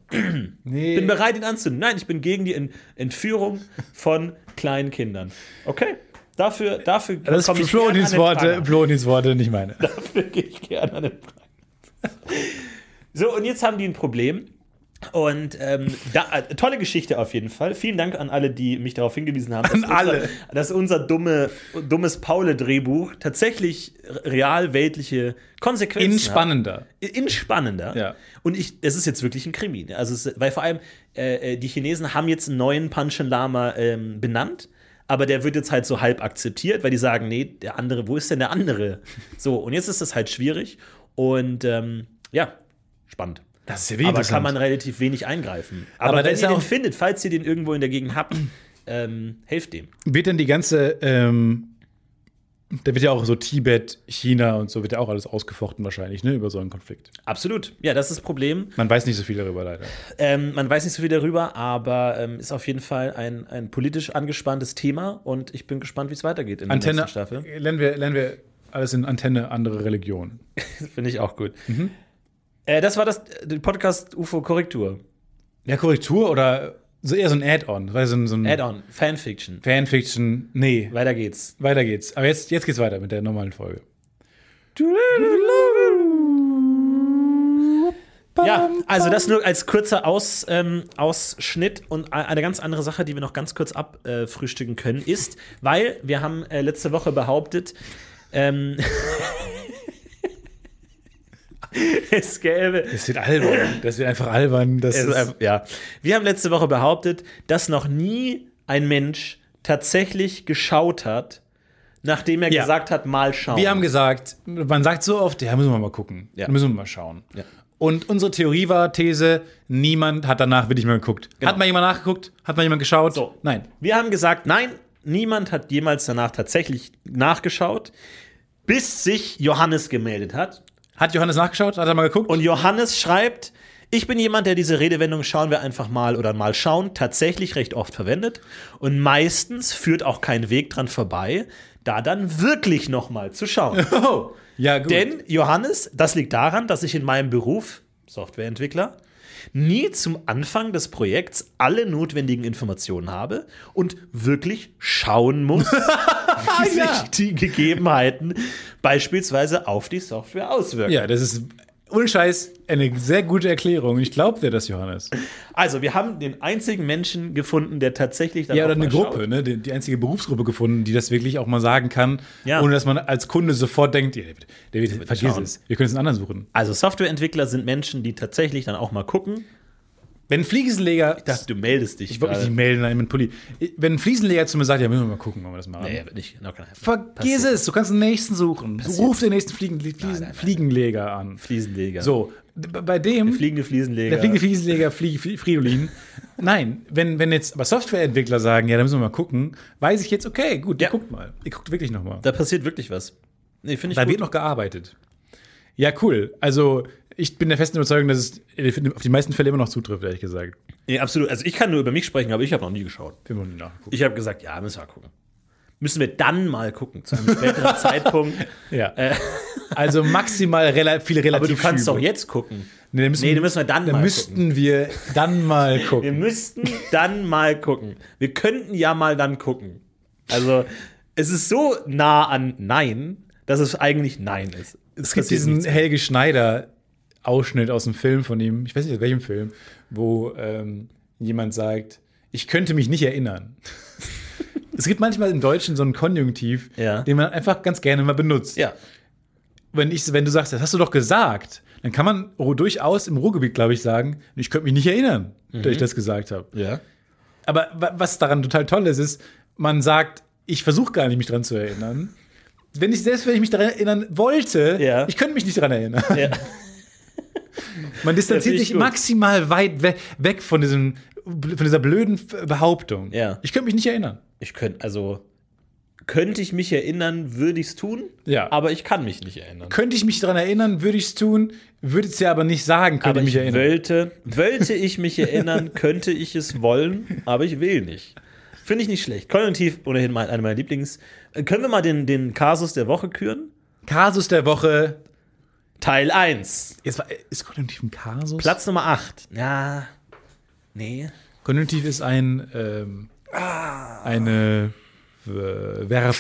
[SPEAKER 2] nee.
[SPEAKER 3] Ich bin bereit, ihn anzunehmen. Nein, ich bin gegen die Ent Entführung von kleinen Kindern. Okay. Dafür, dafür
[SPEAKER 2] das
[SPEAKER 3] komm
[SPEAKER 2] sind
[SPEAKER 3] ich gern an
[SPEAKER 2] Florentins
[SPEAKER 3] den
[SPEAKER 2] Worte,
[SPEAKER 3] Pranger.
[SPEAKER 2] Florentins Worte, nicht meine.
[SPEAKER 3] Dafür gehe ich gerne an den Pranger. So, und jetzt haben die ein Problem. Und ähm, da, äh, tolle Geschichte auf jeden Fall. Vielen Dank an alle, die mich darauf hingewiesen haben,
[SPEAKER 2] An alle.
[SPEAKER 3] Unser, dass unser dumme, dummes Paule-Drehbuch tatsächlich realweltliche Konsequenzen
[SPEAKER 2] In
[SPEAKER 3] hat
[SPEAKER 2] spannender.
[SPEAKER 3] in spannender.
[SPEAKER 2] Ja.
[SPEAKER 3] Und ich, es ist jetzt wirklich ein Krimi. ne? Also es, weil vor allem äh, äh, die Chinesen haben jetzt einen neuen Panchen Lama ähm, benannt, aber der wird jetzt halt so halb akzeptiert, weil die sagen, nee, der andere, wo ist denn der andere? So und jetzt ist das halt schwierig und ähm, ja, spannend.
[SPEAKER 2] Das ist ja wirklich
[SPEAKER 3] Aber kann
[SPEAKER 2] interessant.
[SPEAKER 3] man relativ wenig eingreifen. Aber,
[SPEAKER 2] Aber da
[SPEAKER 3] wenn
[SPEAKER 2] ist
[SPEAKER 3] ihr
[SPEAKER 2] ja
[SPEAKER 3] den
[SPEAKER 2] auch-
[SPEAKER 3] findet, falls ihr den irgendwo in der Gegend habt, ähm, helft dem.
[SPEAKER 2] wird denn die ganze, ähm, da wird ja auch so Tibet, China und so, wird ja auch alles ausgefochten wahrscheinlich, ne, über so einen Konflikt.
[SPEAKER 3] Absolut. Ja, das ist das Problem.
[SPEAKER 2] Man weiß nicht so viel darüber leider.
[SPEAKER 3] Ähm, man weiß nicht so viel darüber, aber ähm, ist auf jeden Fall ein, ein politisch angespanntes Thema und ich bin gespannt, wie es weitergeht in der
[SPEAKER 2] Antenne, äh,
[SPEAKER 3] nächsten Staffel.
[SPEAKER 2] lernen wir, lernen wir alles in Antenne, andere Religion.
[SPEAKER 3] Finde ich auch gut. Äh, das war das der Podcast UFO Korrektur.
[SPEAKER 2] Ja, Korrektur oder so eher so ein Add-on, weil so ein, so ein
[SPEAKER 3] Add-on, Fanfiction.
[SPEAKER 2] Fanfiction, nee,
[SPEAKER 3] Weiter geht's.
[SPEAKER 2] Weiter geht's. Aber jetzt, jetzt geht's weiter mit der normalen Folge.
[SPEAKER 3] Ja, also das nur als kurzer Aus, ähm, Ausschnitt und a- eine ganz andere Sache, die wir noch ganz kurz abfrühstücken äh, frühstücken können, ist, weil wir haben äh, letzte Woche behauptet, ähm, es gäbe
[SPEAKER 2] Das wird albern. Das wird einfach albern. Das
[SPEAKER 3] es
[SPEAKER 2] ist
[SPEAKER 3] ist
[SPEAKER 2] einfach
[SPEAKER 3] einfach- ja. Wir haben letzte Woche behauptet, dass noch nie ein Mensch tatsächlich geschaut hat, nachdem er
[SPEAKER 2] Ja.
[SPEAKER 3] gesagt hat, mal schauen.
[SPEAKER 2] wir haben gesagt, man sagt so oft, ja, müssen wir mal gucken.
[SPEAKER 3] Ja.
[SPEAKER 2] Müssen wir mal schauen.
[SPEAKER 3] Ja.
[SPEAKER 2] Und unsere Theorie war, These, niemand hat danach wirklich mehr geguckt. Hat mal jemand nachgeguckt? Hat mal jemand geschaut?
[SPEAKER 3] Genau. So.
[SPEAKER 2] Nein.
[SPEAKER 3] wir haben gesagt, nein, niemand hat jemals danach tatsächlich nachgeschaut, bis sich Johannes gemeldet hat.
[SPEAKER 2] Hat Johannes nachgeschaut? Hat er mal geguckt?
[SPEAKER 3] Und Johannes schreibt, ich bin jemand, der diese Redewendung schauen wir einfach mal oder mal schauen tatsächlich recht oft verwendet. Und meistens führt auch kein Weg dran vorbei, da dann wirklich noch mal zu schauen.
[SPEAKER 2] oh. Ja, gut.
[SPEAKER 3] Denn, Johannes, das liegt daran, dass ich in meinem Beruf, Softwareentwickler, nie zum Anfang des Projekts alle notwendigen Informationen habe und wirklich schauen muss, wie sich
[SPEAKER 2] Ja.
[SPEAKER 3] die Gegebenheiten beispielsweise auf die Software auswirken.
[SPEAKER 2] ja, das ist ohne Scheiß eine sehr gute Erklärung. Ich glaube dir das, Johannes.
[SPEAKER 3] Also, wir haben den einzigen Menschen gefunden, der tatsächlich dann
[SPEAKER 2] Ja,
[SPEAKER 3] auch
[SPEAKER 2] oder
[SPEAKER 3] mal
[SPEAKER 2] eine Gruppe,
[SPEAKER 3] schaut.
[SPEAKER 2] ne? die, die einzige Berufsgruppe gefunden, die das wirklich auch mal sagen kann,
[SPEAKER 3] Ja.
[SPEAKER 2] ohne dass man als Kunde sofort denkt, ja, David, David vergiss
[SPEAKER 3] schauen.
[SPEAKER 2] es, wir können uns einen anderen suchen.
[SPEAKER 3] Also, Softwareentwickler sind Menschen, die tatsächlich dann auch mal gucken.
[SPEAKER 2] Wenn ein Fliesenleger,
[SPEAKER 3] Dass du meldest dich.
[SPEAKER 2] ich wollte mich nicht melden an einem Pulli, wenn ein Fliesenleger zu mir sagt, ja, müssen wir mal gucken, ob wir das machen.
[SPEAKER 3] Nee, wird nicht. No, kann nicht.
[SPEAKER 2] Vergiss es, du kannst den nächsten suchen. Du rufst den nächsten Fliegen, Fliesen,
[SPEAKER 3] nein, nein.
[SPEAKER 2] Fliegenleger an.
[SPEAKER 3] Fliesenleger.
[SPEAKER 2] So, d- bei dem,
[SPEAKER 3] Fliegende Fliesenleger.
[SPEAKER 2] der fliegende Fliesenleger, Flie Flie- Fridolin. Nein, wenn, wenn jetzt aber Softwareentwickler sagen, ja, da müssen wir mal gucken, weiß ich jetzt, okay, gut,
[SPEAKER 3] Ja.
[SPEAKER 2] ihr guckt mal. Ihr guckt wirklich nochmal.
[SPEAKER 3] Da passiert wirklich was. Nee, finde ich
[SPEAKER 2] Da
[SPEAKER 3] gut.
[SPEAKER 2] wird noch gearbeitet. Ja, cool. Also, ich bin der festen Überzeugung, dass es äh, auf die meisten Fälle immer noch zutrifft, ehrlich gesagt.
[SPEAKER 3] nee, absolut. Also ich kann nur über mich sprechen, aber ich habe noch nie geschaut.
[SPEAKER 2] Wir wollen nachgucken.
[SPEAKER 3] Ich habe gesagt, ja, müssen wir gucken. Müssen wir dann mal gucken, zu einem späteren Zeitpunkt.
[SPEAKER 2] Ja. Also maximal rela viele relativ
[SPEAKER 3] Aber du kannst
[SPEAKER 2] Schübe.
[SPEAKER 3] doch jetzt gucken.
[SPEAKER 2] Nee, dann müssen,
[SPEAKER 3] Nee, dann müssen wir dann
[SPEAKER 2] dann
[SPEAKER 3] mal
[SPEAKER 2] müssten wir dann mal
[SPEAKER 3] Wir
[SPEAKER 2] gucken.
[SPEAKER 3] müssten dann mal gucken. Wir könnten ja mal dann gucken. Also, es ist so nah an Nein, dass es eigentlich Nein ist.
[SPEAKER 2] Es gibt diesen Helge Schneider Ausschnitt aus dem Film von ihm, ich weiß nicht aus welchem Film, wo ähm, jemand sagt, ich könnte mich nicht erinnern. es gibt manchmal im Deutschen so einen Konjunktiv,
[SPEAKER 3] Ja.
[SPEAKER 2] den man einfach ganz gerne mal benutzt.
[SPEAKER 3] Ja.
[SPEAKER 2] wenn, ich, wenn du sagst, das hast du doch gesagt, dann kann man ru- durchaus im Ruhrgebiet, glaube ich, sagen, ich könnte mich nicht erinnern, dass
[SPEAKER 3] Mhm.
[SPEAKER 2] ich das gesagt habe.
[SPEAKER 3] Ja.
[SPEAKER 2] Aber wa- was daran total toll ist, ist, man sagt, ich versuche gar nicht, mich daran zu erinnern. Wenn ich, selbst wenn ich mich daran erinnern wollte,
[SPEAKER 3] Ja.
[SPEAKER 2] ich könnte mich nicht daran erinnern.
[SPEAKER 3] ja.
[SPEAKER 2] Man distanziert
[SPEAKER 3] Ja, finde ich
[SPEAKER 2] sich
[SPEAKER 3] gut.
[SPEAKER 2] maximal weit we weg von, diesem, von dieser blöden F- Behauptung.
[SPEAKER 3] Ja.
[SPEAKER 2] Ich könnte mich nicht erinnern.
[SPEAKER 3] Ich könnte, also, könnte ich mich erinnern, würde ich es tun.
[SPEAKER 2] Ja.
[SPEAKER 3] Aber ich kann mich nicht erinnern.
[SPEAKER 2] Könnte ich mich daran erinnern, würde ich es tun, würde es ja aber nicht sagen, könnte
[SPEAKER 3] aber
[SPEAKER 2] ich mich
[SPEAKER 3] ich
[SPEAKER 2] erinnern.
[SPEAKER 3] Wollte, wollte ich mich erinnern, könnte ich es wollen, aber ich will nicht. Finde ich nicht schlecht. Konjunktiv ohnehin mein, einer meiner Lieblings. Äh, Können wir mal den, den Kasus der Woche küren?
[SPEAKER 2] Kasus der Woche.
[SPEAKER 3] Teil 1.
[SPEAKER 2] Jetzt war, ist Konjunktiv ein Kasus?
[SPEAKER 3] Platz Nummer 8. Ja. Nee.
[SPEAKER 2] Konjunktiv ist ein ähm, eine äh, Verb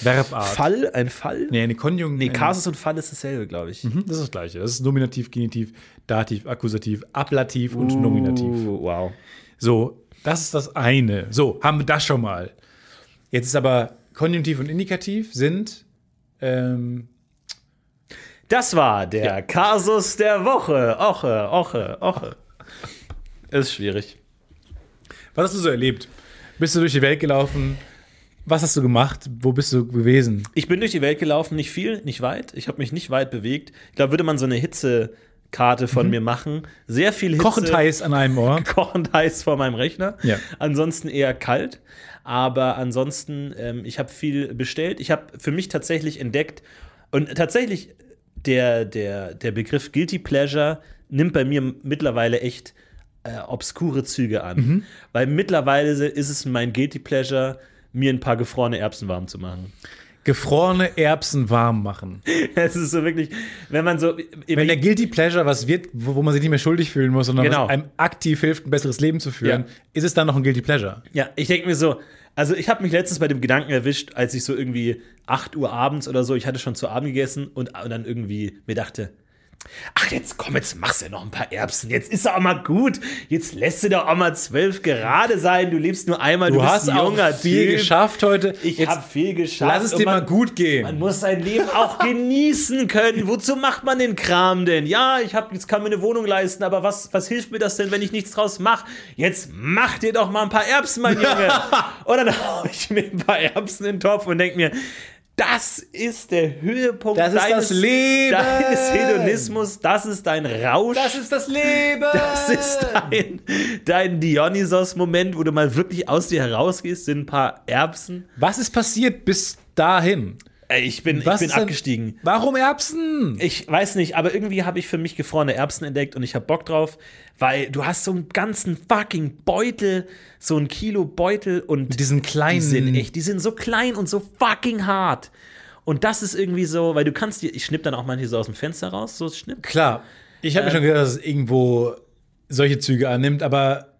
[SPEAKER 2] Verbart.
[SPEAKER 3] Fall? Ein Fall?
[SPEAKER 2] Nee, eine Konjung.
[SPEAKER 3] Nee,
[SPEAKER 2] ein-
[SPEAKER 3] Kasus und Fall ist dasselbe, glaube ich.
[SPEAKER 2] Mhm, Das ist das gleiche. Das ist Nominativ, Genitiv, Dativ, Akkusativ, Ablativ und Nominativ.
[SPEAKER 3] Uh, wow.
[SPEAKER 2] So, das ist das eine. So, haben wir das schon mal. Jetzt ist aber Konjunktiv und Indikativ sind ähm,
[SPEAKER 3] Das war der Kasus der Woche. Oche, oche, oche. Ist schwierig.
[SPEAKER 2] Was hast du so erlebt? Bist du durch die Welt gelaufen? Was hast du gemacht? Wo bist du gewesen?
[SPEAKER 3] Ich bin durch die Welt gelaufen, nicht viel, nicht weit. Ich habe mich nicht weit bewegt. Ich glaube, würde man so eine Hitzekarte von mir machen, sehr viel Hitze.
[SPEAKER 2] Kochend heiß an einem Ohr.
[SPEAKER 3] Kochend heiß vor meinem Rechner.
[SPEAKER 2] Ja.
[SPEAKER 3] Ansonsten eher kalt. Aber ansonsten, ähm, ich habe viel bestellt. Ich habe für mich tatsächlich entdeckt und tatsächlich der, der, der Begriff Guilty Pleasure nimmt bei mir mittlerweile echt äh, obskure Züge an. Weil mittlerweile ist es mein Guilty Pleasure, mir ein paar gefrorene Erbsen warm zu machen.
[SPEAKER 2] Gefrorene Erbsen warm machen.
[SPEAKER 3] Es ist so wirklich, wenn man so.
[SPEAKER 2] Wenn der Guilty Pleasure was wird, wo, wo man sich nicht mehr schuldig fühlen muss, sondern
[SPEAKER 3] Genau.
[SPEAKER 2] was einem aktiv hilft, ein besseres Leben zu führen,
[SPEAKER 3] Ja.
[SPEAKER 2] ist es dann noch ein Guilty Pleasure.
[SPEAKER 3] ja, ich denke mir so, also ich habe mich letztens bei dem Gedanken erwischt, als ich so irgendwie 8 Uhr abends oder so, ich hatte schon zu Abend gegessen und, und dann irgendwie mir dachte, Ach, jetzt komm, jetzt machst du noch ein paar Erbsen. Jetzt ist er auch mal gut. Jetzt lässt du doch auch mal zwölf gerade sein. Du lebst nur einmal.
[SPEAKER 2] Du, hast auch viel
[SPEAKER 3] Typ.
[SPEAKER 2] geschafft heute.
[SPEAKER 3] Ich
[SPEAKER 2] Jetzt
[SPEAKER 3] habe viel geschafft.
[SPEAKER 2] Lass es
[SPEAKER 3] und
[SPEAKER 2] dir
[SPEAKER 3] man-
[SPEAKER 2] mal gut gehen.
[SPEAKER 3] Man muss sein Leben auch genießen können. Wozu macht man den Kram denn? Ja, ich hab, jetzt kann mir eine Wohnung leisten, aber was, was hilft mir das denn, wenn ich nichts draus mache? Jetzt mach dir doch mal ein paar Erbsen, mein Junge. und dann hau ich mir ein paar Erbsen in den Topf und denk mir, das ist der Höhepunkt
[SPEAKER 2] Das ist das Leben.
[SPEAKER 3] deines Hedonismus. Das ist dein Rausch.
[SPEAKER 2] das ist das Leben.
[SPEAKER 3] Das ist dein, dein Dionysos-Moment, wo du mal wirklich aus dir herausgehst, sind ein paar Erbsen.
[SPEAKER 2] Was ist passiert bis dahin?
[SPEAKER 3] Ey, ich bin,
[SPEAKER 2] Was
[SPEAKER 3] ich
[SPEAKER 2] ist
[SPEAKER 3] bin
[SPEAKER 2] denn-
[SPEAKER 3] abgestiegen.
[SPEAKER 2] Warum Erbsen?
[SPEAKER 3] Ich weiß nicht, aber irgendwie habe ich für mich gefrorene Erbsen entdeckt und ich habe Bock drauf, weil du hast so einen ganzen fucking Beutel, so ein Kilo Beutel und
[SPEAKER 2] Diesen kleinen.
[SPEAKER 3] die sind echt, die sind so klein und so fucking hart. Und das ist irgendwie so, weil du kannst dir, ich schnipp dann auch manche so aus dem Fenster raus, so schnipp.
[SPEAKER 2] Klar. Ich habe mir schon gedacht, dass es irgendwo solche Züge annimmt, aber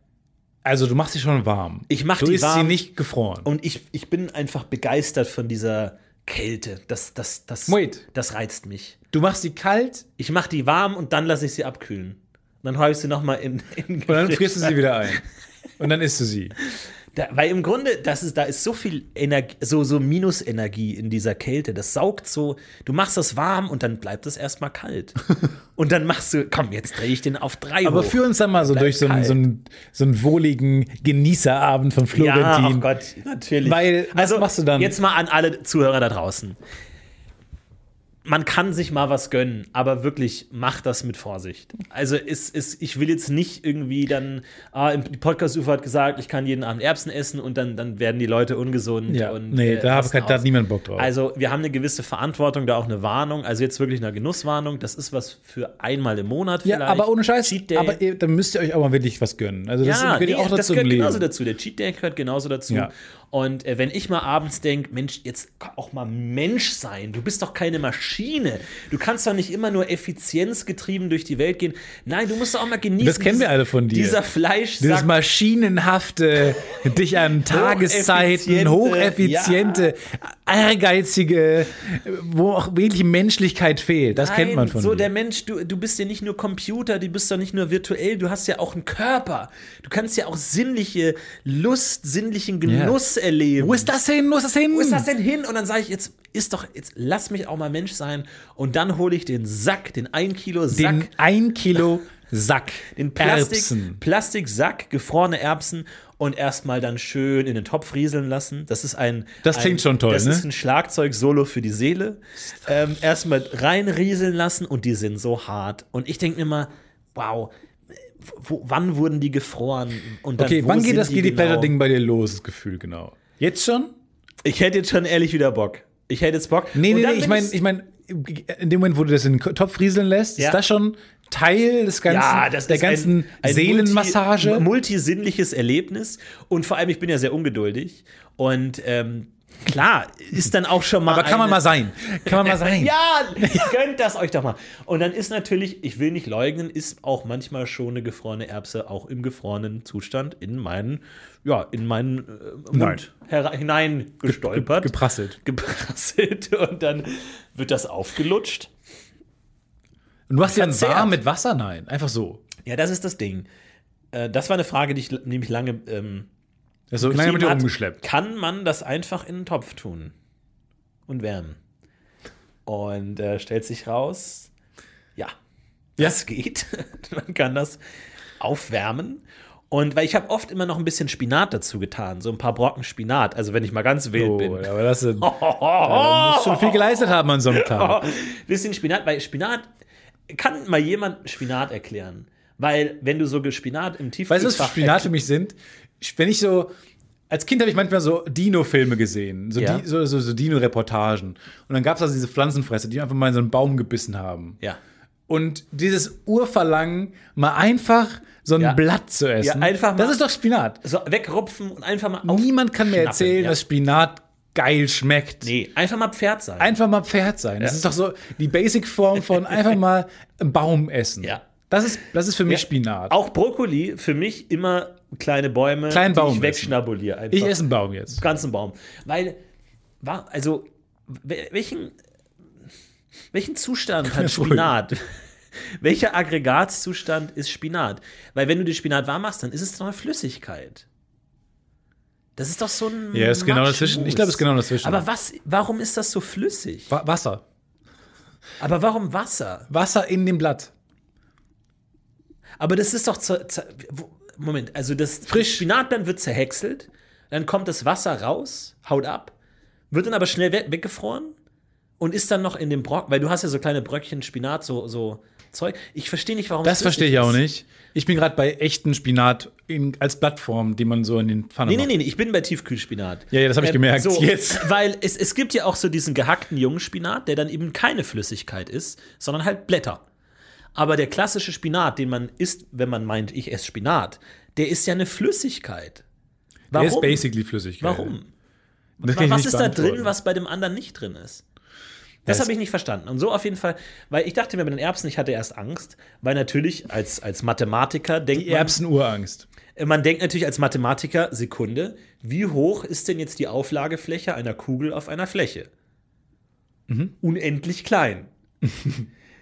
[SPEAKER 2] also du machst sie schon warm.
[SPEAKER 3] Ich mach
[SPEAKER 2] du
[SPEAKER 3] die
[SPEAKER 2] ist sie
[SPEAKER 3] warm.
[SPEAKER 2] nicht gefroren.
[SPEAKER 3] Und ich, ich bin einfach begeistert von dieser Kälte. Das, das, das,
[SPEAKER 2] Wait.
[SPEAKER 3] das reizt mich.
[SPEAKER 2] Du machst sie kalt
[SPEAKER 3] Ich mache die warm und dann lasse ich sie abkühlen. Und dann habe ich sie nochmal in, in
[SPEAKER 2] und dann
[SPEAKER 3] Gefrier-
[SPEAKER 2] frierst du sie wieder ein. Und dann isst du sie.
[SPEAKER 3] da, Weil im Grunde, das ist, da ist so viel Energie, so, so Minusenergie in dieser Kälte. Das saugt so, du machst das warm und dann bleibt es erstmal kalt. und dann machst du, komm, jetzt drehe ich den auf drei
[SPEAKER 2] Aber
[SPEAKER 3] hoch.
[SPEAKER 2] führ uns dann mal so durch so einen, so, einen, so einen wohligen Genießerabend von
[SPEAKER 3] Ja, oh
[SPEAKER 2] Florentin.
[SPEAKER 3] Gott, natürlich.
[SPEAKER 2] Weil, was
[SPEAKER 3] also,
[SPEAKER 2] machst du dann?
[SPEAKER 3] Jetzt mal an alle Zuhörer da draußen. Man kann sich mal was gönnen, aber wirklich macht das mit Vorsicht. Also ist, ist, ich will jetzt nicht irgendwie dann, ah, im Podcast-Ufer hat gesagt, ich kann jeden Abend Erbsen essen und dann, dann werden die Leute ungesund.
[SPEAKER 2] ja,
[SPEAKER 3] und,
[SPEAKER 2] nee,
[SPEAKER 3] äh,
[SPEAKER 2] da, hab,
[SPEAKER 3] rasten
[SPEAKER 2] da
[SPEAKER 3] aus.
[SPEAKER 2] hat niemand Bock drauf.
[SPEAKER 3] Also, wir haben eine gewisse Verantwortung, da auch eine Warnung. Also, jetzt wirklich eine Genusswarnung. Das ist was für einmal im Monat
[SPEAKER 2] ja,
[SPEAKER 3] vielleicht.
[SPEAKER 2] aber ohne Scheiß.
[SPEAKER 3] Cheat Day.
[SPEAKER 2] Aber ihr, dann müsst ihr euch auch mal wirklich was gönnen. Also das
[SPEAKER 3] Ja,
[SPEAKER 2] gehört
[SPEAKER 3] nee,
[SPEAKER 2] ja auch
[SPEAKER 3] das
[SPEAKER 2] dazu im
[SPEAKER 3] gehört
[SPEAKER 2] Leben.
[SPEAKER 3] genauso dazu. Der Cheat Day gehört genauso dazu.
[SPEAKER 2] Ja.
[SPEAKER 3] Und äh, wenn ich mal abends denke, Mensch, jetzt auch mal Mensch sein, du bist doch keine Maschine. Du kannst doch nicht immer nur effizienzgetrieben durch die Welt gehen. Nein, du musst doch auch mal genießen.
[SPEAKER 2] Das kennen wir
[SPEAKER 3] Dieses-
[SPEAKER 2] alle von dir.
[SPEAKER 3] Dieser Fleisch
[SPEAKER 2] Dieses maschinenhafte, dich an Tageszeiten, hocheffiziente,
[SPEAKER 3] Hocheffiziente,
[SPEAKER 2] ehrgeizige, wo auch wirklich Menschlichkeit fehlt. Das kennt
[SPEAKER 3] Nein,
[SPEAKER 2] man von
[SPEAKER 3] so der
[SPEAKER 2] dir.
[SPEAKER 3] Mensch, du, du bist ja nicht nur Computer, du bist doch nicht nur virtuell, du hast ja auch einen Körper. Du kannst ja auch sinnliche Lust, sinnlichen Genuss erleben.
[SPEAKER 2] Wo ist das hin? Wo ist das hin?
[SPEAKER 3] Wo ist das denn hin? Und dann sage ich, jetzt ist doch, jetzt lass mich auch mal Mensch sein. Und dann hole ich den Sack, den 1 Kilo Sack,
[SPEAKER 2] Den ein Kilo Sack
[SPEAKER 3] den Plastik,
[SPEAKER 2] Erbsen.
[SPEAKER 3] Plastiksack, gefrorene Erbsen und erstmal dann schön in den Topf rieseln lassen. Das ist ein.
[SPEAKER 2] Das
[SPEAKER 3] ein,
[SPEAKER 2] klingt schon toll,
[SPEAKER 3] Das
[SPEAKER 2] ne?
[SPEAKER 3] ist ein Schlagzeug-Solo für die Seele. Ähm, erstmal rein rieseln lassen und die sind so hart. Und ich denke mir mal, wow. Wo, wann wurden die gefroren? Und dann,
[SPEAKER 2] Okay,
[SPEAKER 3] wo
[SPEAKER 2] wann geht
[SPEAKER 3] sind
[SPEAKER 2] das Guilty Pleasure
[SPEAKER 3] genau?
[SPEAKER 2] Ding bei dir los, das Gefühl, genau? Jetzt schon?
[SPEAKER 3] Ich hätte jetzt schon ehrlich wieder Bock. Ich hätte jetzt Bock.
[SPEAKER 2] Nee,
[SPEAKER 3] Und
[SPEAKER 2] nee,
[SPEAKER 3] dann
[SPEAKER 2] nee, ich
[SPEAKER 3] bin
[SPEAKER 2] meine, ich mein, in dem Moment, wo du das in den Ko- Topf rieseln lässt,
[SPEAKER 3] Ja.
[SPEAKER 2] ist das schon Teil des ganzen,
[SPEAKER 3] Ja, das
[SPEAKER 2] der
[SPEAKER 3] ist
[SPEAKER 2] ganzen
[SPEAKER 3] ein, ein
[SPEAKER 2] Seelenmassage?
[SPEAKER 3] Multi, multisinnliches Erlebnis. Und vor allem, ich bin ja sehr ungeduldig. Und ähm, klar, ist dann auch schon mal.
[SPEAKER 2] Aber kann man
[SPEAKER 3] eine-
[SPEAKER 2] mal sein. Kann man mal sein.
[SPEAKER 3] Ja, gönnt das euch doch mal. Und dann ist natürlich, ich will nicht leugnen, ist auch manchmal schon eine gefrorene Erbse auch im gefrorenen Zustand in meinen, ja, in meinen äh,
[SPEAKER 2] Nein.
[SPEAKER 3] Mund hera- hineingestolpert.
[SPEAKER 2] Ge- ge- geprasselt.
[SPEAKER 3] Geprasselt. Und dann wird das aufgelutscht.
[SPEAKER 2] Und du machst dir dann
[SPEAKER 3] Verzehrt.
[SPEAKER 2] warm mit Wasser? Nein, einfach so.
[SPEAKER 3] Ja, das ist das Ding. Äh, Das war eine Frage, die ich l- nämlich lange ähm,
[SPEAKER 2] Also lange mit dir
[SPEAKER 3] hat,
[SPEAKER 2] rumgeschleppt.
[SPEAKER 3] Kann man das einfach in den Topf tun und wärmen? Und äh, stellt sich raus, ja, das geht. man kann das aufwärmen. Und weil ich habe oft immer noch ein bisschen Spinat dazu getan, so ein paar Brocken Spinat, also wenn ich mal ganz wild
[SPEAKER 2] Oh,
[SPEAKER 3] bin.
[SPEAKER 2] aber das ist,
[SPEAKER 3] Oh, oh,
[SPEAKER 2] da musst du schon viel geleistet haben an so einem Tag.
[SPEAKER 3] bisschen Spinat, weil Spinat kann mal jemand Spinat erklären, weil wenn du so ge- Spinat im
[SPEAKER 2] Weißt du,
[SPEAKER 3] Tiefkühlfach
[SPEAKER 2] was Spinat für mich sind? Ich- Wenn ich so. Als Kind habe ich manchmal so Dino-Filme gesehen, so,
[SPEAKER 3] Ja.
[SPEAKER 2] Di so, so, so Dino-Reportagen. Und dann gab es also diese Pflanzenfresser, die einfach mal in so einen Baum gebissen haben.
[SPEAKER 3] ja.
[SPEAKER 2] Und dieses Urverlangen, mal einfach so ein
[SPEAKER 3] Ja.
[SPEAKER 2] Blatt zu essen.
[SPEAKER 3] Ja, einfach mal-
[SPEAKER 2] das ist doch Spinat.
[SPEAKER 3] So wegrupfen und einfach mal auf.
[SPEAKER 2] Niemand kann mir
[SPEAKER 3] Schnappen,
[SPEAKER 2] erzählen,
[SPEAKER 3] ja.
[SPEAKER 2] dass Spinat geil schmeckt.
[SPEAKER 3] Nee, einfach mal Pferd sein.
[SPEAKER 2] Einfach mal Pferd sein. Das ist doch so die Basic-Form von einfach mal einen Baum essen.
[SPEAKER 3] Ja.
[SPEAKER 2] Das ist, das ist für mich
[SPEAKER 3] Ja.
[SPEAKER 2] Spinat.
[SPEAKER 3] Auch Brokkoli, für mich immer kleine Bäume,
[SPEAKER 2] Kleinen Baum
[SPEAKER 3] die ich
[SPEAKER 2] essen.
[SPEAKER 3] wegschnabuliere. Einfach.
[SPEAKER 2] ich esse einen Baum jetzt.
[SPEAKER 3] ganzen Baum. Weil, war, also, wel- welchen, welchen Zustand hat
[SPEAKER 2] ruhig.
[SPEAKER 3] Spinat? Welcher Aggregatzustand ist Spinat? Weil wenn du den Spinat warm machst, dann ist es doch eine Flüssigkeit. Das ist doch so ein.
[SPEAKER 2] Ja, ist genau
[SPEAKER 3] Matschmus.
[SPEAKER 2] dazwischen. Ich glaube, es ist genau dazwischen.
[SPEAKER 3] Aber was, warum ist das so flüssig?
[SPEAKER 2] Wa Wasser.
[SPEAKER 3] Aber warum Wasser?
[SPEAKER 2] Wasser in dem Blatt.
[SPEAKER 3] Aber das ist doch. Zer, zer, wo- Moment, also das Frisch. Spinat dann wird zerhäckselt, dann kommt das Wasser raus, haut ab, wird dann aber schnell we weggefroren und ist dann noch in dem Brocken, weil du hast ja so kleine Bröckchen Spinat, so, so Zeug. Ich verstehe nicht, warum
[SPEAKER 2] Das
[SPEAKER 3] es
[SPEAKER 2] verstehe
[SPEAKER 3] flüssig
[SPEAKER 2] ich auch
[SPEAKER 3] ist.
[SPEAKER 2] nicht. Ich bin gerade bei echten Spinat in, als Blattform, die man so in den Pfannen
[SPEAKER 3] Nee, nee, nee, nee, ich bin bei Tiefkühlspinat.
[SPEAKER 2] Genau.
[SPEAKER 3] Ähm,
[SPEAKER 2] Ja, ja, das habe ich gemerkt. Jetzt.
[SPEAKER 3] Weil es, es gibt ja auch so diesen gehackten jungen Spinat, der dann eben keine Flüssigkeit ist, sondern halt Blätter. Aber der klassische Spinat, den man isst, wenn man meint, ich esse Spinat, der ist ja eine Flüssigkeit.
[SPEAKER 2] Der
[SPEAKER 3] Warum?
[SPEAKER 2] ist basically Flüssigkeit.
[SPEAKER 3] Warum?
[SPEAKER 2] Das kann ich
[SPEAKER 3] was
[SPEAKER 2] nicht
[SPEAKER 3] ist da
[SPEAKER 2] beantworten.
[SPEAKER 3] drin, was bei dem anderen nicht drin ist? Das
[SPEAKER 2] Das-
[SPEAKER 3] habe ich nicht verstanden. Und so auf jeden Fall, weil ich dachte mir bei den Erbsen, ich hatte erst Angst, weil natürlich als, als Mathematiker denkt
[SPEAKER 2] Die
[SPEAKER 3] man,
[SPEAKER 2] Erbsenurangst.
[SPEAKER 3] man denkt natürlich als Mathematiker, Sekunde, wie hoch ist denn jetzt die Auflagefläche einer Kugel auf einer Fläche?
[SPEAKER 2] Mhm.
[SPEAKER 3] Unendlich klein.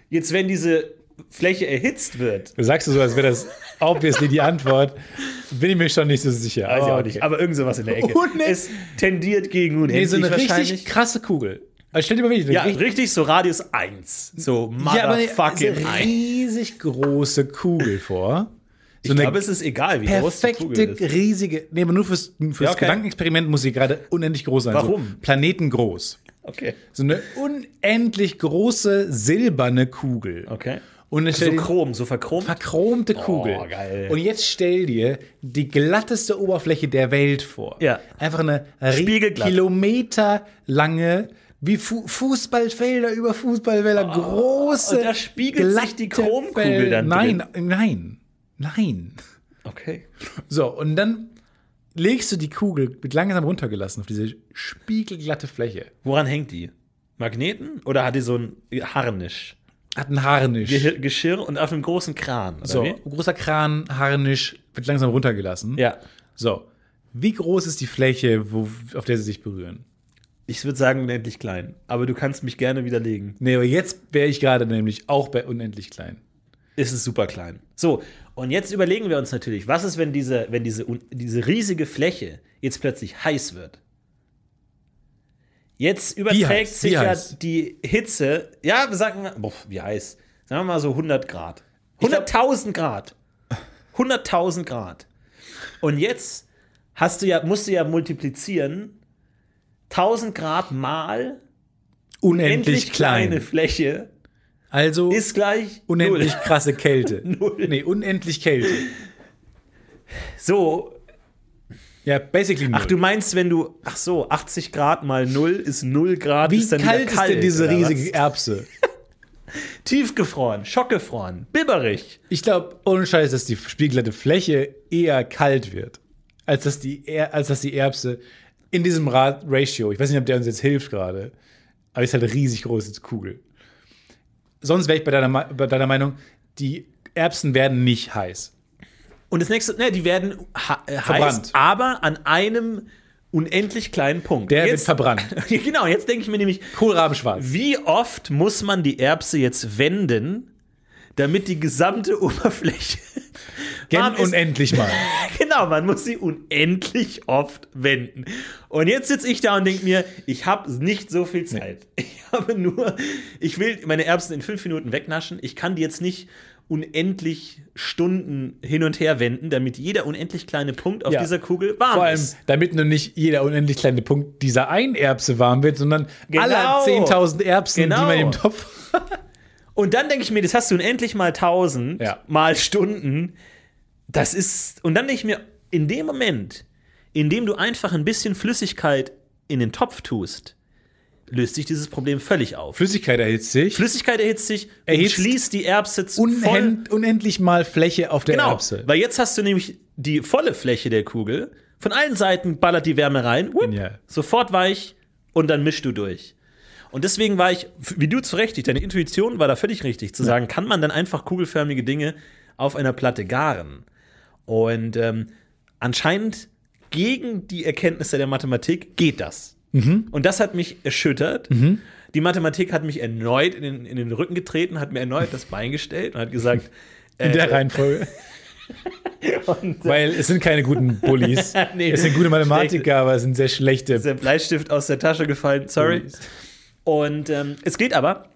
[SPEAKER 3] jetzt, wenn diese Fläche erhitzt wird,
[SPEAKER 2] Du sagst du so, als wäre das obviously die Antwort. Bin ich mir schon nicht so sicher.
[SPEAKER 3] weiß ich
[SPEAKER 2] Aber
[SPEAKER 3] auch
[SPEAKER 2] Oh, okay.
[SPEAKER 3] nicht, aber irgend sowas in der Ecke.
[SPEAKER 2] Unend-
[SPEAKER 3] es tendiert gegen unendlich
[SPEAKER 2] Nee, so eine richtig
[SPEAKER 3] wahrscheinlich.
[SPEAKER 2] krasse Kugel. Also stell dir mal wirklich
[SPEAKER 3] ja,
[SPEAKER 2] eine
[SPEAKER 3] richtig, so Radius 1. So
[SPEAKER 2] so
[SPEAKER 3] motherfucking
[SPEAKER 2] eine
[SPEAKER 3] 1.
[SPEAKER 2] riesig große Kugel vor. So
[SPEAKER 3] Ich
[SPEAKER 2] eine
[SPEAKER 3] glaube, es ist egal, wie groß die Kugel
[SPEAKER 2] perfekte,
[SPEAKER 3] ist.
[SPEAKER 2] riesige. Nee, aber nur fürs, fürs
[SPEAKER 3] Ja, okay.
[SPEAKER 2] Gedankenexperiment muss sie gerade unendlich groß sein. So
[SPEAKER 3] Warum?
[SPEAKER 2] planetengroß.
[SPEAKER 3] Okay.
[SPEAKER 2] So eine unendlich große silberne Kugel.
[SPEAKER 3] Okay.
[SPEAKER 2] Und dann stell
[SPEAKER 3] So
[SPEAKER 2] dir
[SPEAKER 3] chrom, so verchromt.
[SPEAKER 2] Also verchromte Kugel.
[SPEAKER 3] Oh, geil.
[SPEAKER 2] Und jetzt stell dir die glatteste Oberfläche der Welt vor.
[SPEAKER 3] Ja.
[SPEAKER 2] Einfach eine ri-
[SPEAKER 3] Spiegelglatt.
[SPEAKER 2] kilometerlange, wie Fu Fußballfelder über Fußballfelder, große.
[SPEAKER 3] Oh, und da spiegelt sich die
[SPEAKER 2] glatte
[SPEAKER 3] Chromkugel
[SPEAKER 2] Fel-
[SPEAKER 3] dann
[SPEAKER 2] Nein, nein, nein.
[SPEAKER 3] Okay.
[SPEAKER 2] So, und dann legst du die Kugel mit langsam runtergelassen auf diese spiegelglatte Fläche.
[SPEAKER 3] Woran hängt die? Magneten oder hat die so ein Harnisch?
[SPEAKER 2] Hat ein Harnisch.
[SPEAKER 3] Ge Geschirr und auf einem großen Kran. Oder
[SPEAKER 2] so,
[SPEAKER 3] wie?
[SPEAKER 2] großer Kran, Harnisch, wird langsam runtergelassen.
[SPEAKER 3] Ja.
[SPEAKER 2] So, wie groß ist die Fläche, wo, auf der sie sich berühren?
[SPEAKER 3] Ich würde sagen, unendlich klein. Aber du kannst mich gerne widerlegen.
[SPEAKER 2] Nee, aber jetzt wäre ich gerade nämlich auch bei unendlich klein.
[SPEAKER 3] Es ist super klein. So, und jetzt überlegen wir uns natürlich, was ist, wenn diese, wenn diese, un- diese riesige Fläche jetzt plötzlich heiß wird? Jetzt überträgt
[SPEAKER 2] heiß?
[SPEAKER 3] sich
[SPEAKER 2] Wie
[SPEAKER 3] ja
[SPEAKER 2] heiß?
[SPEAKER 3] die Hitze. Ja, wir sagen mal, boah, wie heiß? Sagen wir mal so 100 Grad. 100.000 Grad. 100.000 Grad. Und jetzt hast du ja, musst du ja multiplizieren 1000 Grad mal
[SPEAKER 2] Unendlich
[SPEAKER 3] endlich
[SPEAKER 2] klein.
[SPEAKER 3] kleine Fläche
[SPEAKER 2] Also
[SPEAKER 3] ist gleich
[SPEAKER 2] unendlich
[SPEAKER 3] null.
[SPEAKER 2] krasse Kälte.
[SPEAKER 3] Null.
[SPEAKER 2] Nee, unendlich Kälte.
[SPEAKER 3] So,
[SPEAKER 2] Ja, basically null.
[SPEAKER 3] Ach, du meinst, wenn du, ach so, 80 Grad mal 0 ist 0 Grad,
[SPEAKER 2] wie
[SPEAKER 3] ist dann wieder
[SPEAKER 2] kalt, ist denn diese
[SPEAKER 3] oder
[SPEAKER 2] riesige Erbse?
[SPEAKER 3] Was? Tiefgefroren, schockgefroren, bibberig.
[SPEAKER 2] Ich glaube, ohne Scheiß, dass die spiegelglatte Fläche eher kalt wird, als dass die, Er- als dass die Erbse in diesem Ra- Ratio, ich weiß nicht, ob der uns jetzt hilft gerade, aber ist halt eine riesig große Kugel. Sonst wäre ich bei deiner, Ma- bei deiner Meinung, die Erbsen werden nicht heiß.
[SPEAKER 3] Und das nächste, ne, die werden ha äh, heiß,
[SPEAKER 2] Verbrannt.
[SPEAKER 3] aber an einem unendlich kleinen Punkt.
[SPEAKER 2] Der wird
[SPEAKER 3] jetzt,
[SPEAKER 2] verbrannt.
[SPEAKER 3] genau, jetzt denke ich mir nämlich,
[SPEAKER 2] Kohlrabenschwarz.
[SPEAKER 3] wie oft muss man die Erbse jetzt wenden, damit die gesamte Oberfläche warm
[SPEAKER 2] Gen
[SPEAKER 3] ist?
[SPEAKER 2] unendlich mal.
[SPEAKER 3] Genau, man muss sie unendlich oft wenden. Und jetzt sitze ich da und denke mir, ich habe nicht so viel Zeit. Ich habe nur, ich will meine Erbsen in fünf Minuten wegnaschen. Ich kann die jetzt nicht unendlich Stunden hin und her wenden, damit jeder unendlich kleine Punkt auf
[SPEAKER 2] Ja.
[SPEAKER 3] dieser Kugel warm
[SPEAKER 2] Vor allem,
[SPEAKER 3] ist.
[SPEAKER 2] damit nur nicht jeder unendlich kleine Punkt dieser einen Erbse warm wird, sondern
[SPEAKER 3] Genau.
[SPEAKER 2] alle 10.000 Erbsen, die
[SPEAKER 3] Genau.
[SPEAKER 2] man im Topf
[SPEAKER 3] Und dann denke ich mir, das hast du unendlich mal 1000
[SPEAKER 2] Ja.
[SPEAKER 3] mal Stunden. Das ist. Und dann denke ich mir, in dem Moment, in dem du einfach ein bisschen Flüssigkeit in den Topf tust, löst sich dieses Problem völlig auf.
[SPEAKER 2] Flüssigkeit erhitzt sich.
[SPEAKER 3] Flüssigkeit erhitzt sich,
[SPEAKER 2] Erhitzt
[SPEAKER 3] schließt die Erbse zu- voll.
[SPEAKER 2] Unhend, unendlich mal Fläche auf der
[SPEAKER 3] Genau,
[SPEAKER 2] Erbse.
[SPEAKER 3] weil jetzt hast du nämlich die volle Fläche der Kugel. Von allen Seiten ballert die Wärme rein. Whip,
[SPEAKER 2] Genial.
[SPEAKER 3] Sofort weich und dann mischst du durch. Und deswegen war ich, f- wie du zu Recht, deine Intuition war da völlig richtig, zu sagen, kann man dann einfach kugelförmige Dinge auf einer Platte garen? Und ähm, anscheinend
[SPEAKER 2] Mhm.
[SPEAKER 3] gegen die Erkenntnisse der Mathematik geht das. Und das hat mich erschüttert. Die Mathematik hat mich erneut in den, in den Rücken getreten, hat mir erneut das Bein gestellt und hat gesagt,
[SPEAKER 2] In
[SPEAKER 3] Äh,
[SPEAKER 2] der Reihenfolge. Weil es sind keine guten Bullies.
[SPEAKER 3] Nee.
[SPEAKER 2] es sind gute Mathematiker,
[SPEAKER 3] Schlechte.
[SPEAKER 2] aber es sind sehr schlechte.
[SPEAKER 3] ist der Bleistift aus der Tasche gefallen, sorry. Und ähm, es geht aber.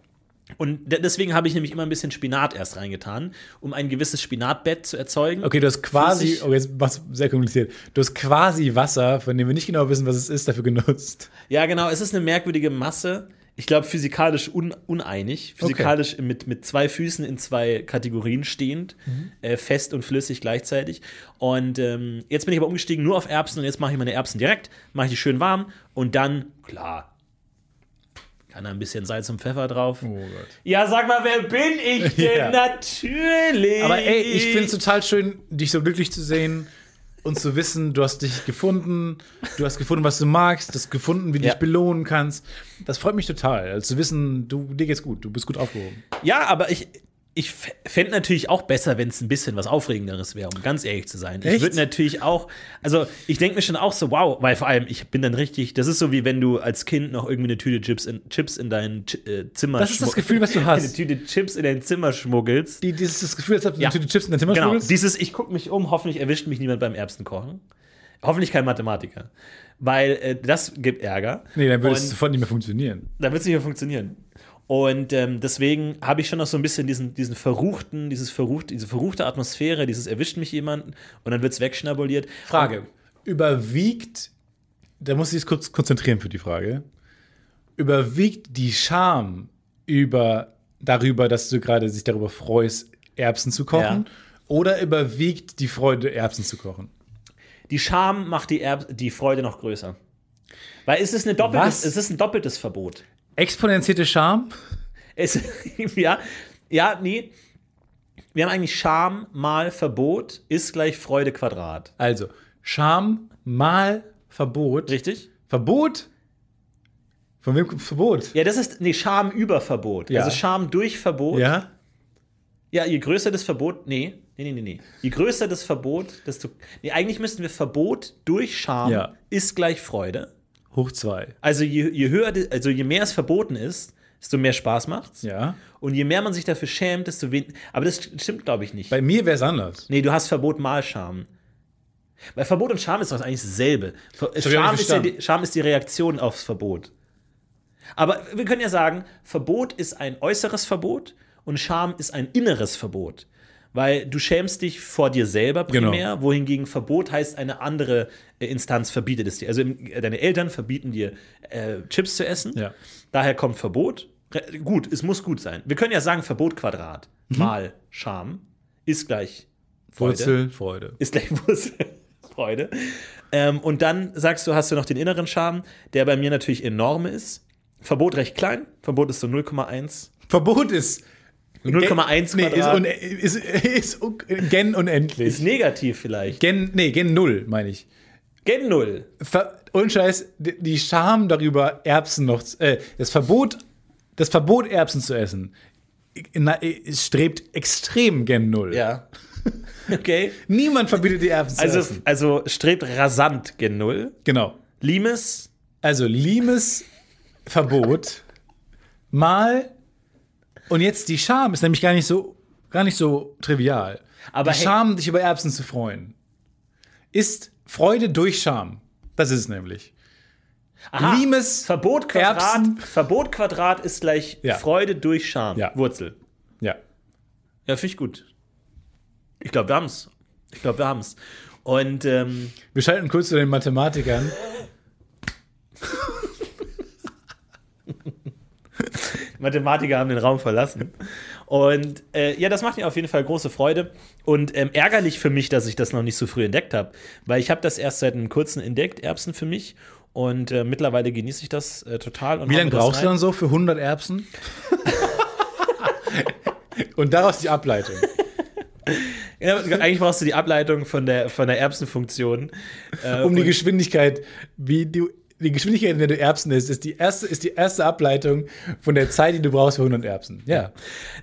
[SPEAKER 3] Und de- deswegen habe ich nämlich immer ein bisschen Spinat erst reingetan, um ein gewisses Spinatbett zu erzeugen.
[SPEAKER 2] okay, du hast quasi,
[SPEAKER 3] Flüssig.
[SPEAKER 2] oh, jetzt was sehr kompliziert. Du hast quasi Wasser, von dem wir nicht genau wissen, was es ist, dafür genutzt.
[SPEAKER 3] Ja, genau, es ist eine merkwürdige Masse. Ich glaube, physikalisch un uneinig, physikalisch mit, mit zwei Füßen in zwei Kategorien stehend, äh, fest und flüssig gleichzeitig. Und ähm, jetzt bin ich aber umgestiegen nur auf Erbsen und jetzt mache ich meine Erbsen direkt, mache ich die schön warm und dann, klar, kann da ein bisschen Salz und Pfeffer drauf.
[SPEAKER 2] Oh. Gott.
[SPEAKER 3] Ja, sag mal, wer bin ich denn?
[SPEAKER 2] Ja.
[SPEAKER 3] Natürlich.
[SPEAKER 2] Aber ey, ich finde es total schön, dich so glücklich zu sehen und zu wissen, du hast dich gefunden, du hast gefunden, was du magst, du hast gefunden, wie du
[SPEAKER 3] Ja.
[SPEAKER 2] dich belohnen kannst. Das freut mich total, also zu wissen, du, dir geht's gut, du bist gut aufgehoben.
[SPEAKER 3] Ja, aber ich. Ich fände natürlich auch besser, wenn es ein bisschen was Aufregenderes wäre, um ganz ehrlich zu sein. Ich
[SPEAKER 2] Echt?
[SPEAKER 3] würde natürlich auch, also ich denke mir schon auch so, wow, weil vor allem ich bin dann richtig, das ist so wie wenn du als Kind noch irgendwie eine Tüte Chips in, Chips in dein Ch- äh, Zimmer
[SPEAKER 2] Das ist das
[SPEAKER 3] schmuggelst.
[SPEAKER 2] Gefühl, was du
[SPEAKER 3] Eine
[SPEAKER 2] hast.
[SPEAKER 3] Tüte Chips in dein Zimmer schmuggelst.
[SPEAKER 2] Die, dieses das Gefühl, als ob du
[SPEAKER 3] Ja.
[SPEAKER 2] die Chips in dein Zimmer
[SPEAKER 3] Genau,
[SPEAKER 2] schmuggelst.
[SPEAKER 3] dieses, ich gucke mich um, hoffentlich erwischt mich niemand beim Erbsenkochen. Hoffentlich kein Mathematiker. Weil äh, das gibt Ärger.
[SPEAKER 2] Nee, dann würde
[SPEAKER 3] Und-
[SPEAKER 2] es sofort nicht mehr funktionieren.
[SPEAKER 3] dann wird es nicht mehr funktionieren. Und ähm, deswegen habe ich schon noch so ein bisschen diesen, diesen verruchten, dieses verrucht, diese verruchte Atmosphäre, dieses erwischt mich jemanden und dann wird es wegschnabuliert.
[SPEAKER 2] Frage. Überwiegt, da muss ich es kurz konzentrieren für die Frage, überwiegt die Scham über, darüber, dass du gerade sich darüber freust, Erbsen zu kochen? Oder überwiegt die Freude, Erbsen zu kochen?
[SPEAKER 3] Die Scham macht die, Erb die Freude noch größer. Weil es ist, eine doppeltes,
[SPEAKER 2] Was?
[SPEAKER 3] es ist ein doppeltes Verbot.
[SPEAKER 2] Exponentierte Scham?
[SPEAKER 3] Es, ja, ja, nee. Wir haben eigentlich Scham mal Verbot ist gleich Freude Quadrat.
[SPEAKER 2] Also, Scham mal Verbot.
[SPEAKER 3] Richtig?
[SPEAKER 2] Verbot? Von wem kommt Verbot?
[SPEAKER 3] Ja, das ist, nee, Scham über Verbot.
[SPEAKER 2] Ja.
[SPEAKER 3] Also Scham durch Verbot.
[SPEAKER 2] Ja?
[SPEAKER 3] Ja, je größer das Verbot, nee, nee, nee, nee, nee. Je größer das Verbot, desto. Nee, eigentlich müssten wir Verbot durch Scham
[SPEAKER 2] Ja.
[SPEAKER 3] ist gleich Freude.
[SPEAKER 2] Hoch zwei.
[SPEAKER 3] Also je, je höher, die- also je mehr es verboten ist, desto mehr Spaß macht's.
[SPEAKER 2] Ja?
[SPEAKER 3] Und je mehr man sich dafür schämt, desto weniger. Aber das st- stimmt, glaube ich, nicht.
[SPEAKER 2] Bei mir wäre es anders.
[SPEAKER 3] nee, du hast Verbot mal Scham. Weil Verbot und Scham ist doch eigentlich dasselbe. Ver-
[SPEAKER 2] hab ich auch
[SPEAKER 3] Scham
[SPEAKER 2] nicht
[SPEAKER 3] ist, ja
[SPEAKER 2] verstanden.
[SPEAKER 3] die, Scham ist die Reaktion aufs Verbot. Aber wir können ja sagen, Verbot ist ein äußeres Verbot und Scham ist ein inneres Verbot. Weil du schämst dich vor dir selber
[SPEAKER 2] Genau.
[SPEAKER 3] primär, wohingegen Verbot heißt, eine andere äh, Instanz verbietet es dir. Also im- äh, deine Eltern verbieten dir, äh, Chips zu essen.
[SPEAKER 2] Ja.
[SPEAKER 3] Daher kommt Verbot. Re gut, es muss gut sein. Wir können ja sagen, Verbot Quadrat
[SPEAKER 2] Mhm.
[SPEAKER 3] mal Scham ist gleich Freude
[SPEAKER 2] Wurzel, Freude.
[SPEAKER 3] ist gleich Wurzel. Freude. Ähm, und dann sagst du, hast du noch den inneren Charme, der bei mir natürlich enorm ist. Verbot recht klein. Verbot ist so 0,1.
[SPEAKER 2] Verbot ist
[SPEAKER 3] 0,1
[SPEAKER 2] Nee, ist,
[SPEAKER 3] Quadrat.
[SPEAKER 2] un ist, ist un gen unendlich.
[SPEAKER 3] Ist negativ vielleicht.
[SPEAKER 2] gen, nee, gen null, meine ich.
[SPEAKER 3] Gen 0.
[SPEAKER 2] Ver und Scheiß, d- die Scham darüber, Erbsen noch, z- äh, das Verbot, das Verbot, Erbsen zu essen, i- na, i- es strebt extrem gen null.
[SPEAKER 3] Ja. Okay.
[SPEAKER 2] Niemand verbietet die Erbsen zu
[SPEAKER 3] Also,
[SPEAKER 2] essen.
[SPEAKER 3] also strebt rasant Gen 0.
[SPEAKER 2] Genau.
[SPEAKER 3] Limes.
[SPEAKER 2] Also Limes Verbot mal und jetzt die Scham ist nämlich gar nicht so gar nicht so trivial.
[SPEAKER 3] Aber
[SPEAKER 2] die
[SPEAKER 3] hey-
[SPEAKER 2] Scham, dich über Erbsen zu freuen, ist Freude durch Scham. Das ist es nämlich.
[SPEAKER 3] Aha.
[SPEAKER 2] Limes
[SPEAKER 3] Verbot Quadrat.
[SPEAKER 2] Erbsen.
[SPEAKER 3] Verbot Quadrat ist gleich
[SPEAKER 2] Ja.
[SPEAKER 3] Freude durch Scham.
[SPEAKER 2] Ja.
[SPEAKER 3] Wurzel.
[SPEAKER 2] Ja.
[SPEAKER 3] Ja, finde ich gut. Ich glaube, wir haben's. Ich glaube, wir haben's. Und ähm,
[SPEAKER 2] Wir schalten kurz zu den Mathematikern.
[SPEAKER 3] Mathematiker haben den Raum verlassen. Und äh, ja, das macht mir auf jeden Fall große Freude. Und ähm, ärgerlich für mich, dass ich das noch nicht so früh entdeckt habe. Weil ich habe das erst seit einem kurzen entdeckt, Erbsen für mich. Und äh, mittlerweile genieße ich das äh, total. Und
[SPEAKER 2] Wie
[SPEAKER 3] hau
[SPEAKER 2] lange
[SPEAKER 3] mir das
[SPEAKER 2] brauchst du
[SPEAKER 3] rein.
[SPEAKER 2] dann so für 100 Erbsen? und daraus die Ableitung.
[SPEAKER 3] Ja, eigentlich brauchst du die Ableitung von der, von der Erbsenfunktion. Äh,
[SPEAKER 2] Um die
[SPEAKER 3] und-
[SPEAKER 2] Geschwindigkeit, wie du die Geschwindigkeit, in der du Erbsen isst, ist die erste ist die erste Ableitung von der Zeit, die du brauchst für 100 Erbsen. Ja.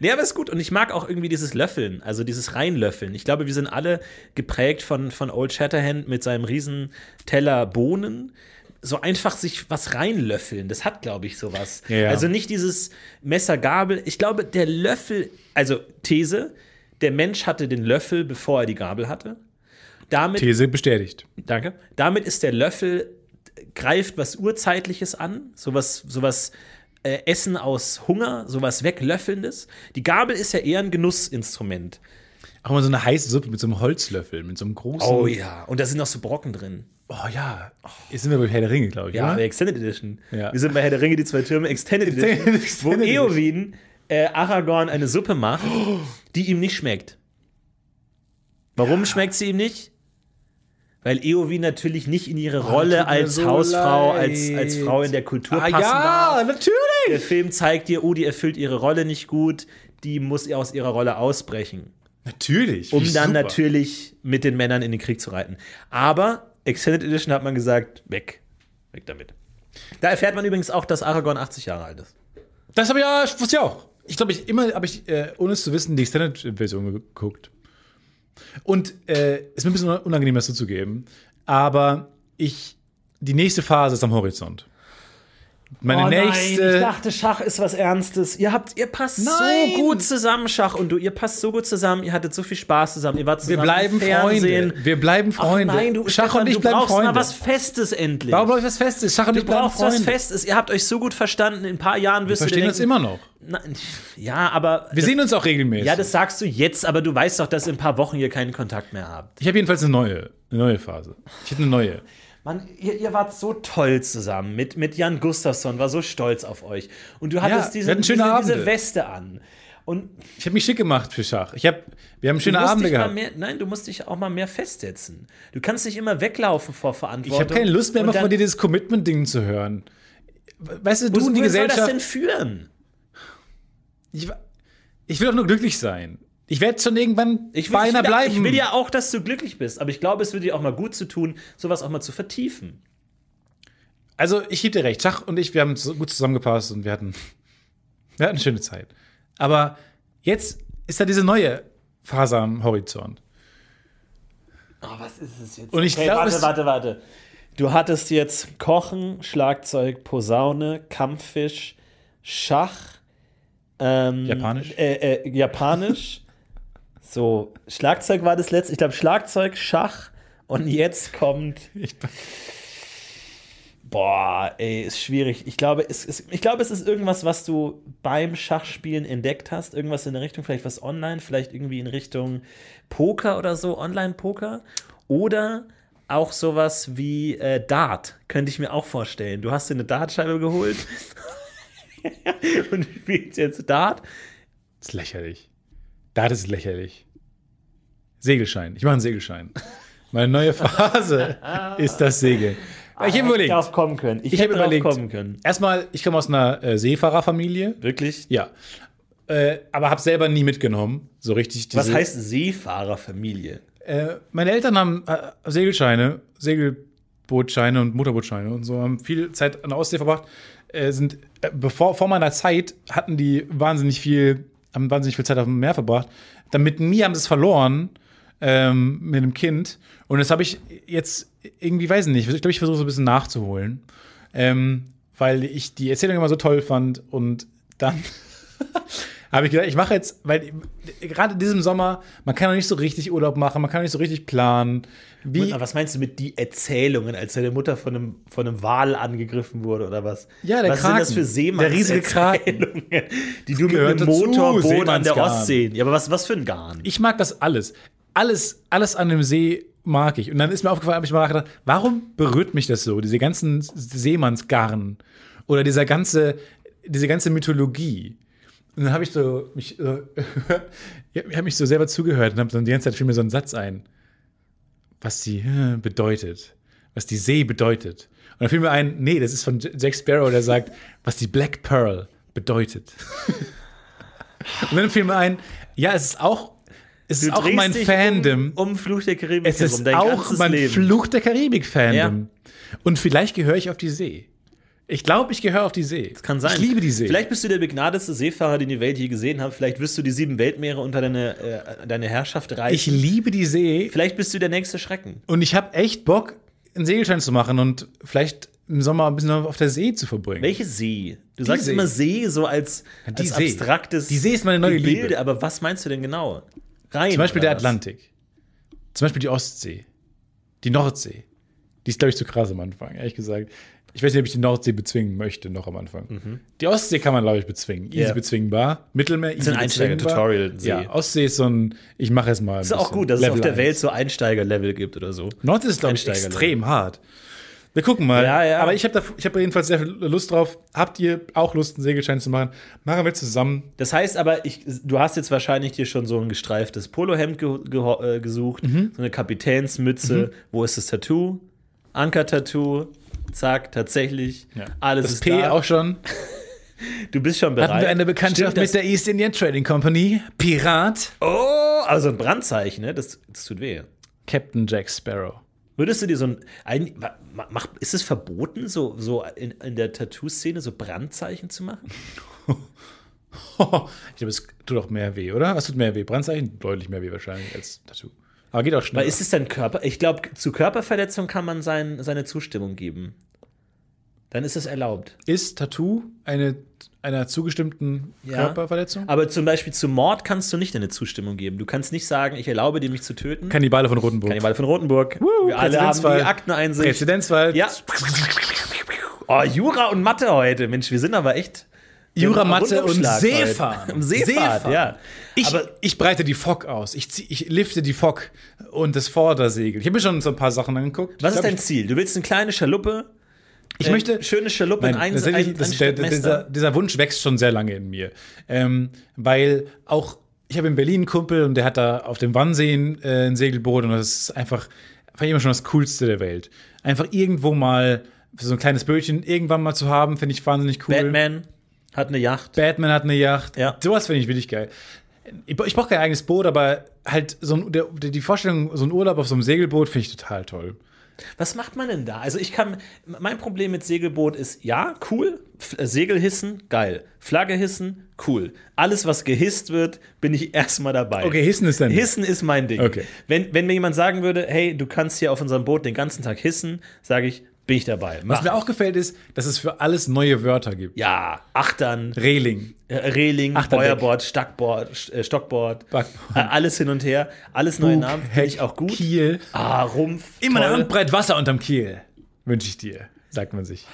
[SPEAKER 3] Nee, aber ist gut. Und ich mag auch irgendwie dieses Löffeln, also dieses Reinlöffeln. Ich glaube, wir sind alle geprägt von, von Old Shatterhand mit seinem riesen Teller Bohnen. so einfach sich was reinlöffeln. Das hat, glaube ich, sowas.
[SPEAKER 2] Ja, ja.
[SPEAKER 3] Also nicht dieses Messer, Gabel. Ich glaube, der Löffel, also These, der Mensch hatte den Löffel, bevor er die Gabel hatte. Damit
[SPEAKER 2] These bestätigt.
[SPEAKER 3] Danke. Damit ist der Löffel, greift was Urzeitliches an, sowas, sowas äh, Essen aus Hunger, sowas Weglöffelndes. Die Gabel ist ja eher ein Genussinstrument.
[SPEAKER 2] Auch mal so eine heiße Suppe mit so einem Holzlöffel, mit so einem großen.
[SPEAKER 3] Oh, ja. Und da sind noch so Brocken drin.
[SPEAKER 2] Oh ja. Jetzt sind wir bei Herr der Ringe, glaube ich.
[SPEAKER 3] Ja,
[SPEAKER 2] oder?
[SPEAKER 3] der Extended Edition.
[SPEAKER 2] Ja.
[SPEAKER 3] Wir sind bei Herr der Ringe, die zwei Türme, Extended
[SPEAKER 2] Extended-
[SPEAKER 3] Edition,
[SPEAKER 2] Extended
[SPEAKER 3] wo
[SPEAKER 2] Edition. Oh.
[SPEAKER 3] Eowyn äh, Aragorn eine Suppe macht, die ihm nicht schmeckt. Warum schmeckt sie ihm nicht? Weil Eowyn natürlich nicht in ihre
[SPEAKER 2] Oh, tut
[SPEAKER 3] Rolle
[SPEAKER 2] mir
[SPEAKER 3] als
[SPEAKER 2] so
[SPEAKER 3] Hausfrau,
[SPEAKER 2] leid.
[SPEAKER 3] als, als Frau in der Kultur
[SPEAKER 2] Ah
[SPEAKER 3] passen darf.
[SPEAKER 2] ja, natürlich.
[SPEAKER 3] Der Film zeigt dir, oh, die erfüllt ihre Rolle nicht gut, die muss ihr aus ihrer Rolle ausbrechen
[SPEAKER 2] Natürlich.
[SPEAKER 3] um
[SPEAKER 2] Wie
[SPEAKER 3] dann
[SPEAKER 2] super.
[SPEAKER 3] natürlich mit den Männern in den Krieg zu reiten. Aber Extended Edition hat man gesagt, weg, weg damit. Da erfährt man übrigens auch, dass Aragorn 80 Jahre alt ist.
[SPEAKER 2] Das habe ich ja, ich wusste ja auch. Ich glaube, ich immer habe ich, äh, ohne es zu wissen, die Extended-Version geguckt. Und äh, ist mir ein bisschen unangenehm, das zuzugeben. Aber ich, die nächste Phase ist am Horizont. Meine nächste.
[SPEAKER 3] Oh ich dachte, Schach ist was Ernstes. Ihr habt, ihr passt
[SPEAKER 2] Nein!
[SPEAKER 3] so gut zusammen, Schach und du. Ihr passt so gut zusammen. Ihr hattet so viel Spaß zusammen. Ihr wart
[SPEAKER 2] wir
[SPEAKER 3] zusammen
[SPEAKER 2] bleiben
[SPEAKER 3] im Fernsehen.
[SPEAKER 2] Freunde. Wir bleiben
[SPEAKER 3] Ach
[SPEAKER 2] Freunde.
[SPEAKER 3] nein, du,
[SPEAKER 2] Schach
[SPEAKER 3] Stefan,
[SPEAKER 2] und ich
[SPEAKER 3] du
[SPEAKER 2] bleiben
[SPEAKER 3] brauchst
[SPEAKER 2] Freunde.
[SPEAKER 3] mal was Festes endlich.
[SPEAKER 2] Warum brauche ich was Festes? Schach und
[SPEAKER 3] du
[SPEAKER 2] ich bleiben
[SPEAKER 3] brauchst was
[SPEAKER 2] Freunde.
[SPEAKER 3] Festes. Ihr habt euch so gut verstanden. In ein paar Jahren
[SPEAKER 2] Wir
[SPEAKER 3] wirst
[SPEAKER 2] verstehen
[SPEAKER 3] du
[SPEAKER 2] uns
[SPEAKER 3] denken,
[SPEAKER 2] immer noch.
[SPEAKER 3] Nein, ja, aber
[SPEAKER 2] Wir sehen uns auch regelmäßig.
[SPEAKER 3] Ja, das sagst du jetzt, aber du weißt doch, dass in ein paar Wochen ihr keinen Kontakt mehr habt.
[SPEAKER 2] ich habe jedenfalls eine neue, eine neue Phase. Ich habe eine neue.
[SPEAKER 3] Mann, ihr, ihr wart so toll zusammen mit, mit Jan Gustafsson, war so stolz auf euch. Und du hattest
[SPEAKER 2] wir
[SPEAKER 3] diesen,
[SPEAKER 2] hatten schöne
[SPEAKER 3] diese, diese
[SPEAKER 2] Abende.
[SPEAKER 3] Weste an. Und du
[SPEAKER 2] Ich habe mich schick gemacht für Schach. Ich hab, wir haben schöne
[SPEAKER 3] musst
[SPEAKER 2] Abende
[SPEAKER 3] dich
[SPEAKER 2] gehabt.
[SPEAKER 3] mal Mehr, nein, du musst dich auch mal mehr festsetzen. Du kannst nicht immer weglaufen vor Verantwortung.
[SPEAKER 2] Ich habe keine Lust mehr,
[SPEAKER 3] Und
[SPEAKER 2] immer von
[SPEAKER 3] dann-
[SPEAKER 2] dir dieses Commitment-Ding zu hören. Weißt du, du
[SPEAKER 3] Wo-
[SPEAKER 2] und die
[SPEAKER 3] wohin soll das
[SPEAKER 2] Gesellschaft.
[SPEAKER 3] denn führen?
[SPEAKER 2] Ich, ich will doch nur glücklich sein. Ich werde schon irgendwann
[SPEAKER 3] Ich will,
[SPEAKER 2] bei einer
[SPEAKER 3] ich, will-
[SPEAKER 2] bleiben.
[SPEAKER 3] ich will ja auch, dass du glücklich bist, aber ich glaube, es würde dir auch mal gut zu tun, sowas auch mal zu vertiefen.
[SPEAKER 2] also, ich gebe dir recht. Schach und ich, wir haben so gut zusammengepasst und wir hatten, wir hatten eine schöne Zeit. Aber jetzt ist da diese neue Phase am Horizont.
[SPEAKER 3] Ah, was ist es jetzt?
[SPEAKER 2] Und ich
[SPEAKER 3] okay,
[SPEAKER 2] glaub,
[SPEAKER 3] warte,
[SPEAKER 2] es-
[SPEAKER 3] warte, warte. Du hattest jetzt Kochen, Schlagzeug, Posaune, Kampffisch, Schach, ähm,
[SPEAKER 2] Japanisch.
[SPEAKER 3] Äh, äh, Japanisch. so, Schlagzeug war das letzte. Ich glaube, Schlagzeug, Schach und jetzt kommt.
[SPEAKER 2] Ich,
[SPEAKER 3] Boah, ey, ist schwierig. Ich glaube, es ist, ich glaube, es ist irgendwas, was du beim Schachspielen entdeckt hast. Irgendwas in der Richtung, vielleicht was online, vielleicht irgendwie in Richtung Poker oder so, Online-Poker. Oder auch sowas wie äh, Dart, könnte ich mir auch vorstellen. Du hast dir eine Dartscheibe geholt und spielst jetzt Dart.
[SPEAKER 2] das ist lächerlich. Das ist lächerlich. Segelschein. Ich mache einen Segelschein. Meine neue Phase ist das Segeln. Ich habe überlegt.
[SPEAKER 3] drauf kommen können.
[SPEAKER 2] Ich habe
[SPEAKER 3] hätte drauf
[SPEAKER 2] überlegt.
[SPEAKER 3] kommen können.
[SPEAKER 2] Erstmal, ich komme aus einer äh, Seefahrerfamilie.
[SPEAKER 3] Wirklich?
[SPEAKER 2] Ja. Äh, aber habe selber nie mitgenommen, so richtig.
[SPEAKER 3] Was
[SPEAKER 2] diese-
[SPEAKER 3] heißt Seefahrerfamilie?
[SPEAKER 2] Äh, meine Eltern haben äh, Segelscheine, Segelbootscheine und Motorbootscheine und so, haben viel Zeit an der Ostsee verbracht. Äh, sind, äh, bevor, vor meiner Zeit hatten die wahnsinnig viel, haben wahnsinnig viel Zeit auf dem Meer verbracht. Dann mit mir haben sie es verloren, ähm, mit einem Kind. Und das habe ich jetzt irgendwie, weiß ich nicht, ich glaube, ich versuche so ein bisschen nachzuholen. Ähm, weil ich die Erzählung immer so toll fand und dann habe ich gedacht, ich mache jetzt, weil gerade in diesem Sommer, man kann noch nicht so richtig Urlaub machen, man kann nicht so richtig planen. Wie,
[SPEAKER 3] Aber was meinst du mit die Erzählungen, als seine Mutter von einem, von einem Wal angegriffen wurde oder was?
[SPEAKER 2] Ja, der
[SPEAKER 3] was
[SPEAKER 2] Kraken.
[SPEAKER 3] sind das für Seemanns
[SPEAKER 2] Der riesige Kraken.
[SPEAKER 3] Erzählungen, die du mit
[SPEAKER 2] gehört
[SPEAKER 3] einem
[SPEAKER 2] dazu,
[SPEAKER 3] Motorboot an der
[SPEAKER 2] Seemannsgarn.
[SPEAKER 3] Ostsee. Ja, aber was, was für ein Garn?
[SPEAKER 2] ich mag das alles. Alles, alles an dem See mag ich. Und dann ist mir aufgefallen, habe ich mal gedacht, warum berührt mich das so, diese ganzen Seemannsgarn oder dieser ganze, diese ganze Mythologie? Und dann habe ich so mich, so, ich habe mich so selber zugehört und habe dann die ganze Zeit fiel mir so ein Satz ein, was die äh, bedeutet, was die See bedeutet. Und dann fiel mir ein, nee, das ist von J- Jack Sparrow, der sagt, was die Black Pearl bedeutet. und dann fiel mir ein, ja, es ist auch, es ist
[SPEAKER 3] Du
[SPEAKER 2] auch
[SPEAKER 3] drehst
[SPEAKER 2] mein
[SPEAKER 3] dich
[SPEAKER 2] Fandom.
[SPEAKER 3] Um, um Fluch der Karibik
[SPEAKER 2] Es
[SPEAKER 3] herum,
[SPEAKER 2] ist
[SPEAKER 3] dein
[SPEAKER 2] auch
[SPEAKER 3] ganzes
[SPEAKER 2] mein
[SPEAKER 3] Leben.
[SPEAKER 2] Fluch der Karibik-Fandom. Und vielleicht gehöre ich auf die See. Ich glaube, ich gehöre auf die See. Das
[SPEAKER 3] Kann sein.
[SPEAKER 2] Ich liebe die See.
[SPEAKER 3] Vielleicht bist du der begnadeste Seefahrer, den die Welt je gesehen hat. Vielleicht wirst du die sieben Weltmeere unter deine, äh, deine Herrschaft
[SPEAKER 2] ich
[SPEAKER 3] reichen.
[SPEAKER 2] liebe die See
[SPEAKER 3] Vielleicht bist du der nächste Schrecken.
[SPEAKER 2] und ich habe echt Bock, einen Segelschein zu machen. Und vielleicht im Sommer ein bisschen auf der See zu verbringen.
[SPEAKER 3] Welche See? Du sagst
[SPEAKER 2] See.
[SPEAKER 3] immer See so als,
[SPEAKER 2] die
[SPEAKER 3] als
[SPEAKER 2] See.
[SPEAKER 3] abstraktes
[SPEAKER 2] Die See ist meine neue
[SPEAKER 3] Gebilde,
[SPEAKER 2] Liebe.
[SPEAKER 3] aber was meinst du denn genau? Rhein,
[SPEAKER 2] Zum Beispiel
[SPEAKER 3] oder
[SPEAKER 2] der
[SPEAKER 3] was?
[SPEAKER 2] Atlantik. Zum Beispiel die Ostsee. Die Nordsee. Die ist, glaube ich, zu krass am Anfang, ehrlich gesagt. Ich weiß nicht, ob ich die Nordsee bezwingen möchte, noch am Anfang. Die Ostsee kann man, glaube ich, bezwingen. Easy
[SPEAKER 3] Mhm. Ja.
[SPEAKER 2] bezwingbar. Mittelmeer, easy
[SPEAKER 3] ein
[SPEAKER 2] bezwingbar.
[SPEAKER 3] Einsteiger-Tutorial-See.
[SPEAKER 2] Ja, Ostsee ist so ein, ich mache es mal.
[SPEAKER 3] Ist auch gut, dass es auf der Welt so Einsteigerlevel gibt oder so.
[SPEAKER 2] Nordsee ist, glaube ich,
[SPEAKER 3] Einsteigerlevel.
[SPEAKER 2] extrem hart. Wir gucken mal.
[SPEAKER 3] Ja, ja.
[SPEAKER 2] Aber ich habe da, ich hab da jedenfalls sehr viel Lust drauf. Habt ihr auch Lust, einen Segelschein zu machen? Machen wir zusammen.
[SPEAKER 3] Das heißt aber, ich, du hast jetzt wahrscheinlich dir schon so ein gestreiftes Polohemd ge geho- äh, gesucht,
[SPEAKER 2] Mhm.
[SPEAKER 3] so eine Kapitänsmütze. Wo ist das Tattoo? Anker-Tattoo. Zack, tatsächlich. Alles
[SPEAKER 2] das
[SPEAKER 3] ist
[SPEAKER 2] P
[SPEAKER 3] da.
[SPEAKER 2] auch schon.
[SPEAKER 3] Du bist schon bereit.
[SPEAKER 2] Hatten wir eine Bekanntschaft
[SPEAKER 3] Stimmt,
[SPEAKER 2] mit der East Indian Trading Company? Pirat?
[SPEAKER 3] das- Oh, aber so ein Brandzeichen, ne? Das, das tut weh.
[SPEAKER 2] Captain Jack Sparrow.
[SPEAKER 3] Würdest du dir so ein. ein ma- ma- mach, ist es verboten, so, so in, in der Tattoo-Szene so Brandzeichen zu machen?
[SPEAKER 2] ich glaube, es tut auch mehr weh, oder? Was tut mehr weh? Brandzeichen? Deutlich mehr weh wahrscheinlich als Tattoo. Aber geht auch schneller.
[SPEAKER 3] Weil ist es dann Körper? Ich glaube, zu Körperverletzung kann man sein, seine Zustimmung geben. Dann ist es erlaubt.
[SPEAKER 2] Ist Tattoo eine, einer zugestimmten
[SPEAKER 3] Ja.
[SPEAKER 2] Körperverletzung?
[SPEAKER 3] Aber zum Beispiel zu Mord kannst du nicht deine Zustimmung geben. Du kannst nicht sagen, ich erlaube dir, mich zu töten.
[SPEAKER 2] Kannibale von Rotenburg.
[SPEAKER 3] Kannibale von Rotenburg. Wir alle haben die
[SPEAKER 2] Präzedenzfall.
[SPEAKER 3] Akteneinsicht.
[SPEAKER 2] Präzedenzfall.
[SPEAKER 3] Ja. Oh, Jura und Mathe heute. Mensch, wir sind aber echt.
[SPEAKER 2] Jura,
[SPEAKER 3] im
[SPEAKER 2] Mathe und
[SPEAKER 3] Rundumschlag heute.
[SPEAKER 2] Seefahren.
[SPEAKER 3] Um Seefahrt,
[SPEAKER 2] Seefahren.
[SPEAKER 3] ja.
[SPEAKER 2] Ich,
[SPEAKER 3] aber
[SPEAKER 2] ich breite die Fock aus. Ich, zieh, ich lifte die Fock und das Vordersegel. Ich habe mir schon so ein paar Sachen angeguckt.
[SPEAKER 3] was
[SPEAKER 2] ich
[SPEAKER 3] ist
[SPEAKER 2] glaub,
[SPEAKER 3] dein Ziel? Du willst eine kleine Schaluppe?
[SPEAKER 2] Ich, ich
[SPEAKER 3] äh,
[SPEAKER 2] möchte.
[SPEAKER 3] Schöne Schaluppe
[SPEAKER 2] Nein,
[SPEAKER 3] in ein, ein,
[SPEAKER 2] tatsächlich,
[SPEAKER 3] ein
[SPEAKER 2] das, der,
[SPEAKER 3] Stück
[SPEAKER 2] der,
[SPEAKER 3] Messer.
[SPEAKER 2] dieser, dieser Wunsch wächst schon sehr lange in mir. Ähm, weil auch, ich habe in Berlin einen Kumpel und der hat da auf dem Wannsee ein, äh, ein Segelboot und das ist einfach, fand ich immer schon das Coolste der Welt. Einfach irgendwo mal so ein kleines Bötchen irgendwann mal zu haben, finde ich wahnsinnig cool.
[SPEAKER 3] Batman hat eine Yacht.
[SPEAKER 2] Batman hat eine Yacht.
[SPEAKER 3] Ja.
[SPEAKER 2] Sowas finde ich wirklich geil. Ich, bra- ich brauche kein eigenes Boot, aber halt so ein, der, die Vorstellung, so ein Urlaub auf so einem Segelboot finde ich total toll.
[SPEAKER 3] Was macht man denn da? Also ich kann, mein Problem mit Segelboot ist, ja, cool, F äh, Segelhissen, geil, Flagge hissen, cool. Alles, was gehisst wird, bin ich erstmal dabei.
[SPEAKER 2] Okay, Hissen ist dann.
[SPEAKER 3] Hissen ist mein Ding.
[SPEAKER 2] Okay.
[SPEAKER 3] Wenn, wenn mir jemand sagen würde, hey, du kannst hier auf unserem Boot den ganzen Tag hissen, sage ich, bin ich dabei.
[SPEAKER 2] Was
[SPEAKER 3] Mach.
[SPEAKER 2] mir auch gefällt ist, dass es für alles neue Wörter gibt.
[SPEAKER 3] Ja, Achtern,
[SPEAKER 2] Reling.
[SPEAKER 3] äh, Reling,
[SPEAKER 2] Achterdeck.
[SPEAKER 3] Beuerboard, Stackboard, Sch- äh, Stockboard,
[SPEAKER 2] Backboard.
[SPEAKER 3] äh, alles hin und her, alles neue
[SPEAKER 2] Bug,
[SPEAKER 3] Namen, finde
[SPEAKER 2] Heck,
[SPEAKER 3] ich auch gut.
[SPEAKER 2] Kiel.
[SPEAKER 3] Ah, Rumpf.
[SPEAKER 2] Immer eine
[SPEAKER 3] toll.
[SPEAKER 2] Handbreit Wasser unterm Kiel. Wünsche ich dir, sagt man sich.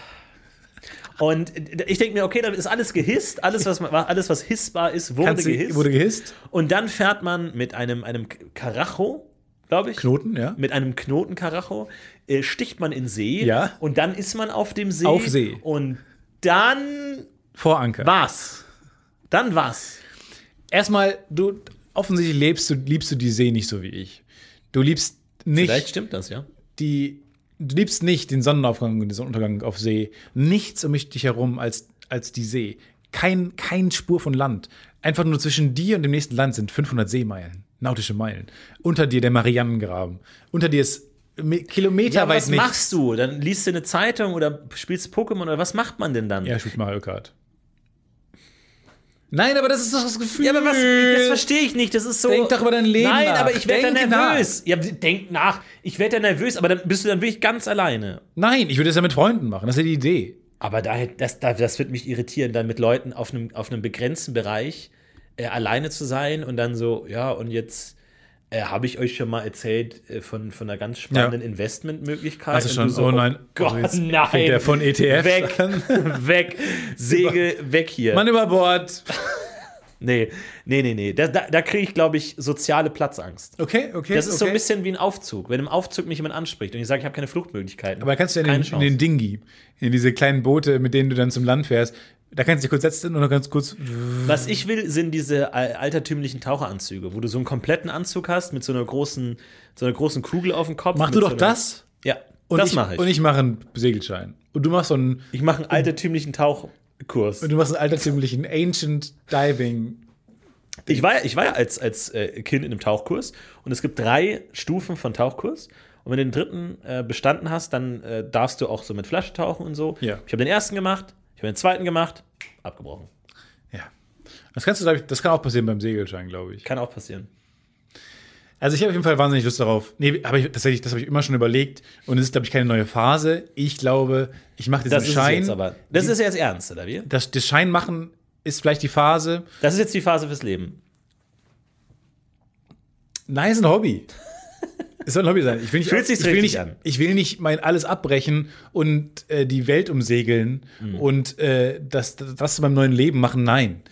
[SPEAKER 3] Und äh, ich denke mir, okay, dann ist alles gehisst, alles, was, man- alles, was hissbar ist, wurde
[SPEAKER 2] Kannst du-
[SPEAKER 3] gehisst.
[SPEAKER 2] Wurde gehisst.
[SPEAKER 3] und dann fährt man mit einem, einem Karacho, glaube ich.
[SPEAKER 2] Knoten, ja.
[SPEAKER 3] Mit einem Knotenkaracho äh, sticht man in See
[SPEAKER 2] Ja.
[SPEAKER 3] und dann ist man auf dem See.
[SPEAKER 2] Auf See.
[SPEAKER 3] Und dann
[SPEAKER 2] Vor Anker.
[SPEAKER 3] war's. Dann war's.
[SPEAKER 2] Erstmal, du offensichtlich lebst du, liebst du die See nicht so wie ich. Du liebst nicht
[SPEAKER 3] Vielleicht stimmt das, ja.
[SPEAKER 2] die, du liebst nicht den Sonnenaufgang und den Sonnenuntergang auf See. Nichts um dich herum als, als die See. Kein, kein Spur von Land. Einfach nur zwischen dir und dem nächsten Land sind 500 Seemeilen, nautische Meilen. Unter dir der Marianengraben. Unter dir ist me-
[SPEAKER 3] Ja,
[SPEAKER 2] kilometerweit
[SPEAKER 3] was
[SPEAKER 2] nichts.
[SPEAKER 3] machst du? Dann liest du eine Zeitung oder spielst Pokémon oder was macht man denn dann?
[SPEAKER 2] Ja, spielt Mario Kart. Nein, aber das ist doch das Gefühl.
[SPEAKER 3] Ja, aber was? Das verstehe ich nicht. Das ist so.
[SPEAKER 2] Denk doch über dein Leben
[SPEAKER 3] Nein,
[SPEAKER 2] nach.
[SPEAKER 3] aber ich werde
[SPEAKER 2] Denk
[SPEAKER 3] dann nervös. Ja, denk nach. Ich werde dann nervös, aber dann bist du dann wirklich ganz alleine.
[SPEAKER 2] Nein, ich würde es ja mit Freunden machen. Das ist ja die Idee.
[SPEAKER 3] Aber da, das, da- das wird mich irritieren, dann mit Leuten auf einem, auf einem begrenzten Bereich äh, alleine zu sein und dann so, ja, und jetzt äh, habe ich euch schon mal erzählt äh, von, von einer ganz spannenden Investmentmöglichkeit.
[SPEAKER 2] Also
[SPEAKER 3] Und
[SPEAKER 2] schon,
[SPEAKER 3] du so,
[SPEAKER 2] oh nein.
[SPEAKER 3] Gott,
[SPEAKER 2] Also jetzt
[SPEAKER 3] nein.
[SPEAKER 2] fängt der von ETFs
[SPEAKER 3] Weg,
[SPEAKER 2] an.
[SPEAKER 3] weg. Segel, weg hier.
[SPEAKER 2] Mann über Bord.
[SPEAKER 3] Nee, nee, nee, nee. Da, da, da kriege ich, glaube ich, soziale Platzangst.
[SPEAKER 2] Okay, okay.
[SPEAKER 3] Das ist
[SPEAKER 2] okay.
[SPEAKER 3] so ein bisschen wie ein Aufzug. Wenn im Aufzug mich jemand anspricht und ich sage, ich habe keine Fluchtmöglichkeiten.
[SPEAKER 2] Aber da kannst du ja
[SPEAKER 3] keine
[SPEAKER 2] in den, in
[SPEAKER 3] Chance.
[SPEAKER 2] den Dingi, in diese kleinen Boote, mit denen du dann zum Land fährst, da kannst du dich kurz setzen und noch ganz kurz. Mhm.
[SPEAKER 3] Was ich will, sind diese al- altertümlichen Taucheranzüge, wo du so einen kompletten Anzug hast mit so einer großen, so einer großen Kugel auf dem Kopf.
[SPEAKER 2] Mach
[SPEAKER 3] mit
[SPEAKER 2] du
[SPEAKER 3] so
[SPEAKER 2] doch
[SPEAKER 3] einer-
[SPEAKER 2] das.
[SPEAKER 3] Ja,
[SPEAKER 2] Und
[SPEAKER 3] das
[SPEAKER 2] ich,
[SPEAKER 3] mache ich.
[SPEAKER 2] Und
[SPEAKER 3] ich.
[SPEAKER 2] ich mache einen Segelschein. Und du machst so einen,
[SPEAKER 3] mache einen altertümlichen Tauchkurs.
[SPEAKER 2] und du machst einen altertümlichen Ancient Diving.
[SPEAKER 3] Ich war, ja- ich war ja als, als äh, Kind in einem Tauchkurs und es gibt drei Stufen von Tauchkurs. Und wenn du den dritten äh, bestanden hast, dann äh, darfst du auch so mit Flasche tauchen und so.
[SPEAKER 2] Ja.
[SPEAKER 3] Ich habe den ersten gemacht, ich habe den zweiten gemacht, abgebrochen.
[SPEAKER 2] Ja. Das kannst du, glaub ich, das kann auch passieren beim Segelschein, glaube ich.
[SPEAKER 3] Kann auch passieren.
[SPEAKER 2] Also ich habe auf jeden Fall wahnsinnig Lust darauf. Nee, aber ich, tatsächlich, das habe ich immer schon überlegt. Und es ist, glaube ich, keine neue Phase. Ich glaube, ich mache diesen
[SPEAKER 3] Das ist es
[SPEAKER 2] Schein.
[SPEAKER 3] jetzt aber. Das ist jetzt ernst, oder wie?
[SPEAKER 2] das, das Schein machen ist vielleicht die Phase.
[SPEAKER 3] Das ist jetzt die Phase fürs Leben.
[SPEAKER 2] Nein, ist ein Hobby. Es soll ein Hobby sein. Ich will nicht,
[SPEAKER 3] Fühlt sich's
[SPEAKER 2] ich will
[SPEAKER 3] richtig
[SPEAKER 2] nicht,
[SPEAKER 3] an.
[SPEAKER 2] Ich will nicht mein alles abbrechen und äh, die Welt umsegeln
[SPEAKER 3] Hm.
[SPEAKER 2] und äh, das, das zu meinem neuen Leben machen. Nein.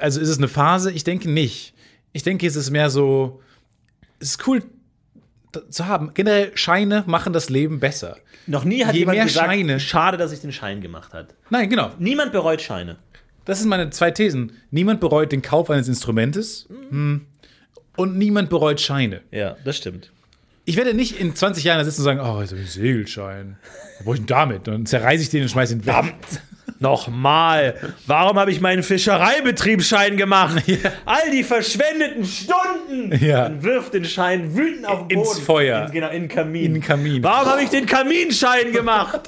[SPEAKER 2] Also ist es eine Phase? Ich denke nicht. Ich denke, es ist mehr so, es ist cool t- zu haben. Generell Scheine machen das Leben besser.
[SPEAKER 3] Noch nie hat
[SPEAKER 2] Je
[SPEAKER 3] jemand
[SPEAKER 2] mehr
[SPEAKER 3] gesagt,
[SPEAKER 2] Scheine-
[SPEAKER 3] schade, dass ich den Schein gemacht hat.
[SPEAKER 2] Nein, genau.
[SPEAKER 3] Niemand bereut Scheine.
[SPEAKER 2] Das sind meine zwei Thesen. Niemand bereut den Kauf eines Instrumentes hm. und niemand bereut Scheine.
[SPEAKER 3] Ja, das stimmt.
[SPEAKER 2] Ich werde nicht in 20 Jahren da sitzen und sagen, oh, jetzt habe ich einen Segelschein. Was brauche ich denn damit? Dann zerreiße ich den und schmeiße ihn weg.
[SPEAKER 3] Nochmal, warum habe ich meinen Fischereibetriebsschein gemacht? All die verschwendeten Stunden
[SPEAKER 2] Ja.
[SPEAKER 3] und wirft den Schein wütend auf den
[SPEAKER 2] Ins
[SPEAKER 3] Boden.
[SPEAKER 2] Feuer.
[SPEAKER 3] In, genau, in den Kamin.
[SPEAKER 2] In den Kamin.
[SPEAKER 3] Warum habe ich den Kaminschein gemacht?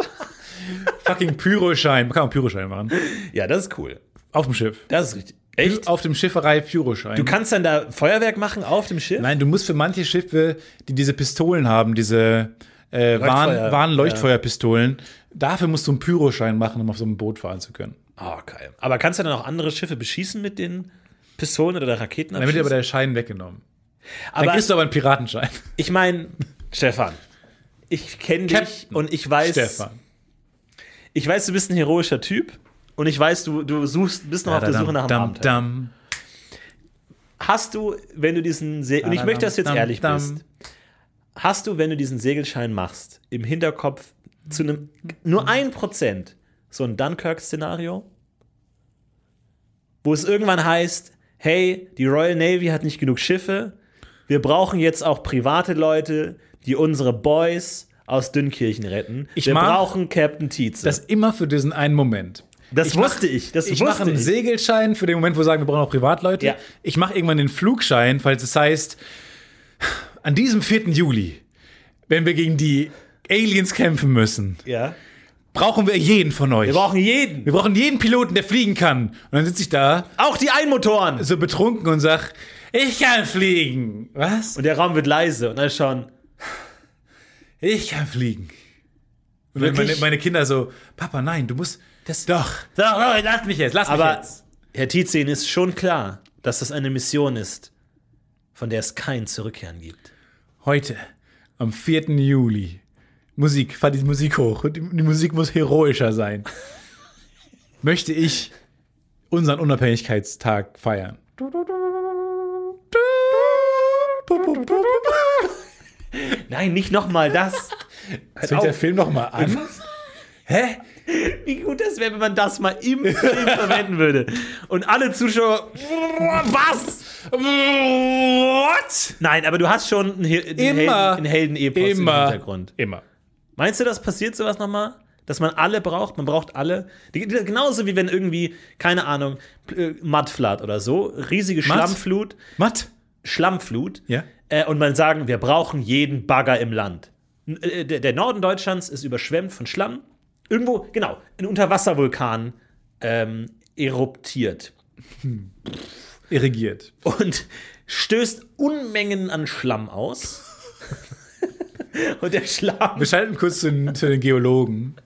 [SPEAKER 2] Fucking Pyroschein. Man kann auch Pyroschein machen.
[SPEAKER 3] ja, das ist cool.
[SPEAKER 2] Auf dem Schiff.
[SPEAKER 3] Das ist richtig. Echt?
[SPEAKER 2] Auf dem Schifferei Pyroschein.
[SPEAKER 3] Du kannst dann da Feuerwerk machen auf dem Schiff?
[SPEAKER 2] Nein, du musst für manche Schiffe, die diese Pistolen haben, diese äh,
[SPEAKER 3] Leuchtfeuer.
[SPEAKER 2] Warn- Warnleuchtfeuerpistolen, dafür musst du einen Pyroschein machen, um auf so einem Boot fahren zu können.
[SPEAKER 3] Oh, geil. Aber kannst du dann auch andere Schiffe beschießen mit den Pistolen oder Raketen?
[SPEAKER 2] Dann wird dir aber der Schein weggenommen. Dann
[SPEAKER 3] aber
[SPEAKER 2] kriegst du aber einen Piratenschein.
[SPEAKER 3] ich meine, Stefan, ich kenne dich
[SPEAKER 2] Captain
[SPEAKER 3] und ich weiß,
[SPEAKER 2] Stefan.
[SPEAKER 3] ich weiß, du bist ein heroischer Typ und ich weiß, du, du suchst, bist noch auf der Suche nach einem
[SPEAKER 2] Dam,
[SPEAKER 3] Abenteuer.
[SPEAKER 2] dam.
[SPEAKER 3] Hast du, wenn du diesen Se und ich möchte, dass du jetzt
[SPEAKER 2] Dam,
[SPEAKER 3] ehrlich
[SPEAKER 2] dam.
[SPEAKER 3] bist, hast du, wenn du diesen Segelschein machst, im Hinterkopf zu einem nur ein Prozent so ein Dunkirk-Szenario, wo es irgendwann heißt, hey, die Royal Navy hat nicht genug Schiffe, wir brauchen jetzt auch private Leute, die unsere Boys aus Dünnkirchen retten.
[SPEAKER 2] Ich
[SPEAKER 3] wir
[SPEAKER 2] mag-
[SPEAKER 3] brauchen Captain Tietze.
[SPEAKER 2] Das immer für diesen einen Moment.
[SPEAKER 3] Das
[SPEAKER 2] Ich mach-
[SPEAKER 3] wusste ich. Das
[SPEAKER 2] ich mache
[SPEAKER 3] wusste
[SPEAKER 2] einen
[SPEAKER 3] ich.
[SPEAKER 2] Segelschein für den Moment, wo wir sagen, wir brauchen auch Privatleute.
[SPEAKER 3] Ja.
[SPEAKER 2] Ich mache irgendwann den Flugschein, falls es heißt, an diesem 4. Juli, wenn wir gegen die Aliens kämpfen müssen,
[SPEAKER 3] ja.
[SPEAKER 2] brauchen wir jeden von euch.
[SPEAKER 3] Wir brauchen jeden.
[SPEAKER 2] wir brauchen jeden Piloten, der fliegen kann. Und dann sitze ich da,
[SPEAKER 3] Auch die Einmotoren.
[SPEAKER 2] so betrunken und sag, ich kann fliegen. Was?
[SPEAKER 3] Und der Raum wird leise und alle schauen.
[SPEAKER 2] Ich kann fliegen. Und dann
[SPEAKER 3] Wirklich?
[SPEAKER 2] meine, meine Kinder so, Papa, nein, du musst. Das doch. Doch, doch, lass mich jetzt, lass
[SPEAKER 3] Aber Herr Tietze, Ihnen ist schon klar, dass das eine Mission ist, von der es kein Zurückkehren gibt.
[SPEAKER 2] Heute, am 4. Juli. Musik, fahr die Musik hoch. Die, die Musik muss heroischer sein. Möchte ich unseren Unabhängigkeitstag feiern.
[SPEAKER 3] Nein, nicht nochmal das.
[SPEAKER 2] Jetzt fängt der
[SPEAKER 3] auf.
[SPEAKER 2] Film nochmal an. Hä?
[SPEAKER 3] Wie gut das wäre, wenn man das mal im Film verwenden würde. Und alle Zuschauer. Was?
[SPEAKER 2] What?
[SPEAKER 3] Nein, aber du hast schon einen, He einen Helden,
[SPEAKER 2] Immer.
[SPEAKER 3] einen Heldenepos im
[SPEAKER 2] Immer.
[SPEAKER 3] Hintergrund.
[SPEAKER 2] Immer.
[SPEAKER 3] Meinst du, das passiert sowas nochmal? Dass man alle braucht? Man braucht alle. Die- die- Genauso wie wenn irgendwie, keine Ahnung, äh, Mudflat oder so, riesige
[SPEAKER 2] Mud?
[SPEAKER 3] Schlammflut,
[SPEAKER 2] Matt?
[SPEAKER 3] Schlammflut,
[SPEAKER 2] Ja?
[SPEAKER 3] äh, und man sagen, wir brauchen jeden Bagger im Land. N- äh, Der der Norden Deutschlands ist überschwemmt von Schlamm. Irgendwo, genau, ein Unterwasservulkan ähm, eruptiert
[SPEAKER 2] Irrigiert.
[SPEAKER 3] und stößt Unmengen an Schlamm aus. und der Schlamm
[SPEAKER 2] Wir schalten kurz zu, den- zu den Geologen.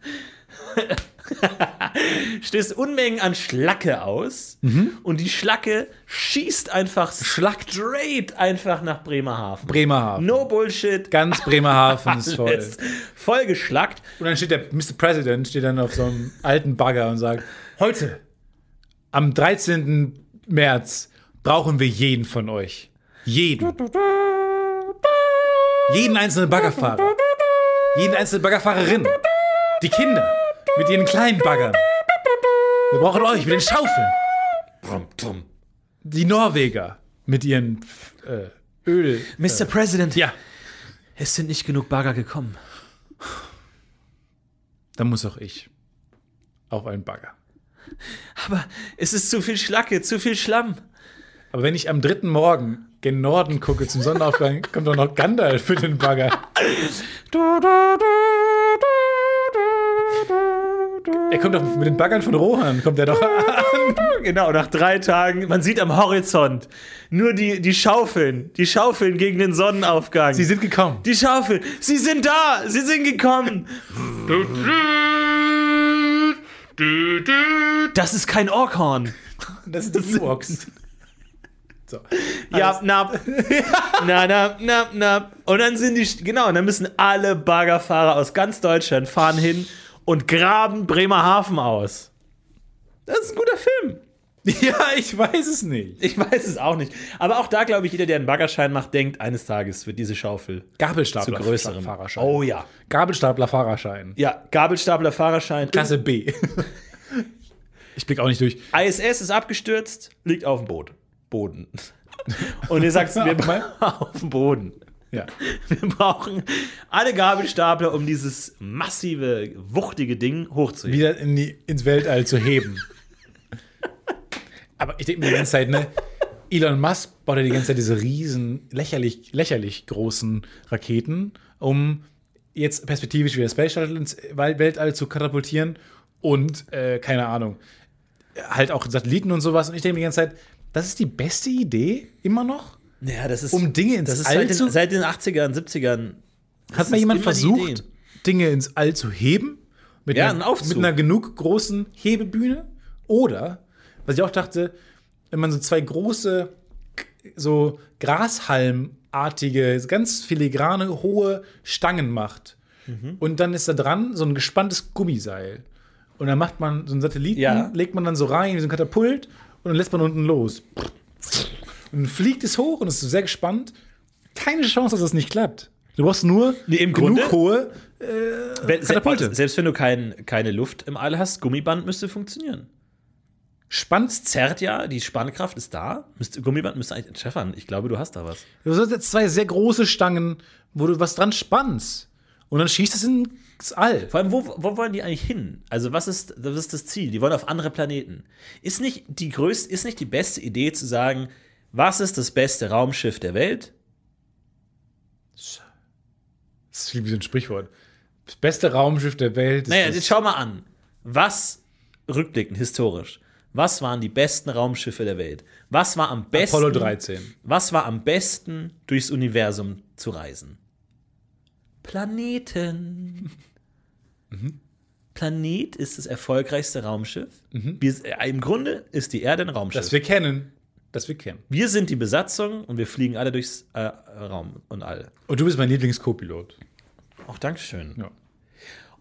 [SPEAKER 3] stößt Unmengen an Schlacke aus
[SPEAKER 2] Mhm.
[SPEAKER 3] und die Schlacke schießt einfach straight einfach nach Bremerhaven.
[SPEAKER 2] Bremerhaven.
[SPEAKER 3] No Bullshit.
[SPEAKER 2] Ganz Bremerhaven ist voll.
[SPEAKER 3] Alles vollgeschlackt.
[SPEAKER 2] Und dann steht der Mr. President steht dann auf so einem alten Bagger und sagt: Heute, am 13. März, brauchen wir jeden von euch. Jeden. Jeden einzelnen Baggerfahrer. Jeden einzelnen Baggerfahrerin. Die Kinder mit ihren kleinen Baggern. Wir brauchen euch mit den Schaufeln.
[SPEAKER 3] Brumm, brumm.
[SPEAKER 2] Die Norweger mit ihren äh, Öl.
[SPEAKER 3] Mr. President,
[SPEAKER 2] Ja,
[SPEAKER 3] es sind nicht genug Bagger gekommen.
[SPEAKER 2] dann muss auch ich auf einen Bagger.
[SPEAKER 3] Aber es ist zu viel Schlacke, zu viel Schlamm.
[SPEAKER 2] Aber wenn ich am dritten Morgen gen Norden gucke zum Sonnenaufgang, kommt doch noch Gandalf für den Bagger. Er kommt doch mit den Baggern von Rohan, kommt er doch an.
[SPEAKER 3] Genau, nach drei Tagen, man sieht am Horizont nur die, die Schaufeln, die Schaufeln gegen den Sonnenaufgang.
[SPEAKER 2] Sie sind gekommen.
[SPEAKER 3] die Schaufeln, sie sind da, sie sind gekommen. Das ist kein Orkhorn.
[SPEAKER 2] Das sind die Ewoks. So.
[SPEAKER 3] Ja, nap. na, na, na, na. Und dann sind die, genau, und dann müssen alle Baggerfahrer aus ganz Deutschland fahren hin und graben Bremerhaven aus. Das ist ein guter Film.
[SPEAKER 2] Ja, ich weiß es nicht.
[SPEAKER 3] Ich weiß es auch nicht. Aber auch da glaube ich, jeder, der einen Baggerschein macht, denkt, eines Tages wird diese Schaufel zu
[SPEAKER 2] Gabelstapler.
[SPEAKER 3] größerem.
[SPEAKER 2] Fahrerschein.
[SPEAKER 3] Oh ja.
[SPEAKER 2] Gabelstapler Fahrerschein.
[SPEAKER 3] Ja, Gabelstapler Fahrerschein.
[SPEAKER 2] Klasse B. ich blick auch nicht durch.
[SPEAKER 3] ISS ist abgestürzt, liegt auf dem Boden. Boden. Und ihr sagt, wir
[SPEAKER 2] Auf meinem-
[SPEAKER 3] auf dem Boden.
[SPEAKER 2] Ja.
[SPEAKER 3] Wir brauchen alle Gabelstapler, um dieses massive, wuchtige Ding hochzuheben.
[SPEAKER 2] Wieder in die, ins Weltall zu heben. Aber ich denke mir die ganze Zeit, ne? Elon Musk baut ja die ganze Zeit diese riesen, lächerlich, lächerlich großen Raketen, um jetzt perspektivisch wieder Space Shuttle ins Wel- Weltall zu katapultieren und, äh, keine Ahnung, halt auch Satelliten und sowas. Und ich denke mir die ganze Zeit, das ist die beste Idee, immer noch?
[SPEAKER 3] Ja, das ist,
[SPEAKER 2] Um Dinge ins
[SPEAKER 3] das ist
[SPEAKER 2] All
[SPEAKER 3] seit, den,
[SPEAKER 2] zu-
[SPEAKER 3] seit den 80ern, 70ern.
[SPEAKER 2] Hat mal
[SPEAKER 3] ist
[SPEAKER 2] jemand
[SPEAKER 3] immer die
[SPEAKER 2] versucht,
[SPEAKER 3] Idee.
[SPEAKER 2] Dinge ins All zu heben? Mit,
[SPEAKER 3] Ja, einen
[SPEAKER 2] einer,
[SPEAKER 3] Aufzug.
[SPEAKER 2] mit einer genug großen Hebebühne? Oder, was ich auch dachte, wenn man so zwei große, so Grashalmartige, ganz filigrane, hohe Stangen macht.
[SPEAKER 3] Mhm.
[SPEAKER 2] Und dann ist da dran so ein gespanntes Gummiseil. Und dann macht man so einen Satelliten,
[SPEAKER 3] Ja.
[SPEAKER 2] legt man dann so rein, wie so ein Katapult, und dann lässt man unten los. Und dann fliegt es hoch und ist so sehr gespannt. Keine Chance, dass das nicht klappt. Du brauchst nur
[SPEAKER 3] Nee, im
[SPEAKER 2] genug
[SPEAKER 3] Grunde-
[SPEAKER 2] hohe.
[SPEAKER 3] Wenn, se-
[SPEAKER 2] Äh, Katapulte.
[SPEAKER 3] selbst wenn du kein, keine Luft im All hast, Gummiband müsste funktionieren.
[SPEAKER 2] Spannst.
[SPEAKER 3] Zerrt ja, die Spannkraft ist da. Müsste, Gummiband müsste eigentlich entscheffern. Ich glaube, du hast da was.
[SPEAKER 2] Du hast jetzt zwei sehr große Stangen, wo du was dran spannst. Und dann schießt es ins All.
[SPEAKER 3] Vor allem, wo, wo wollen die eigentlich hin? Also, was ist, was ist das Ziel? Die wollen auf andere Planeten. Ist nicht die größte, ist nicht die beste Idee zu sagen, was ist das beste Raumschiff der Welt?
[SPEAKER 2] Das ist wie so ein Sprichwort. Das beste Raumschiff der Welt. ist
[SPEAKER 3] Naja,
[SPEAKER 2] das-
[SPEAKER 3] jetzt schau mal an. Was, rückblickend, historisch, was waren die besten Raumschiffe der Welt? Was war am besten.
[SPEAKER 2] Apollo 13.
[SPEAKER 3] Was war am besten, durchs Universum zu reisen? Planeten.
[SPEAKER 2] Mhm.
[SPEAKER 3] Planet ist das erfolgreichste Raumschiff.
[SPEAKER 2] Mhm.
[SPEAKER 3] Wir, äh, Im Grunde ist die Erde ein Raumschiff.
[SPEAKER 2] Das wir kennen. Das wir kennen.
[SPEAKER 3] Wir sind die Besatzung und wir fliegen alle durchs äh, Raum und all.
[SPEAKER 2] Und du bist mein Lieblings-Co-Pilot.
[SPEAKER 3] Auch Dankeschön.
[SPEAKER 2] Ja.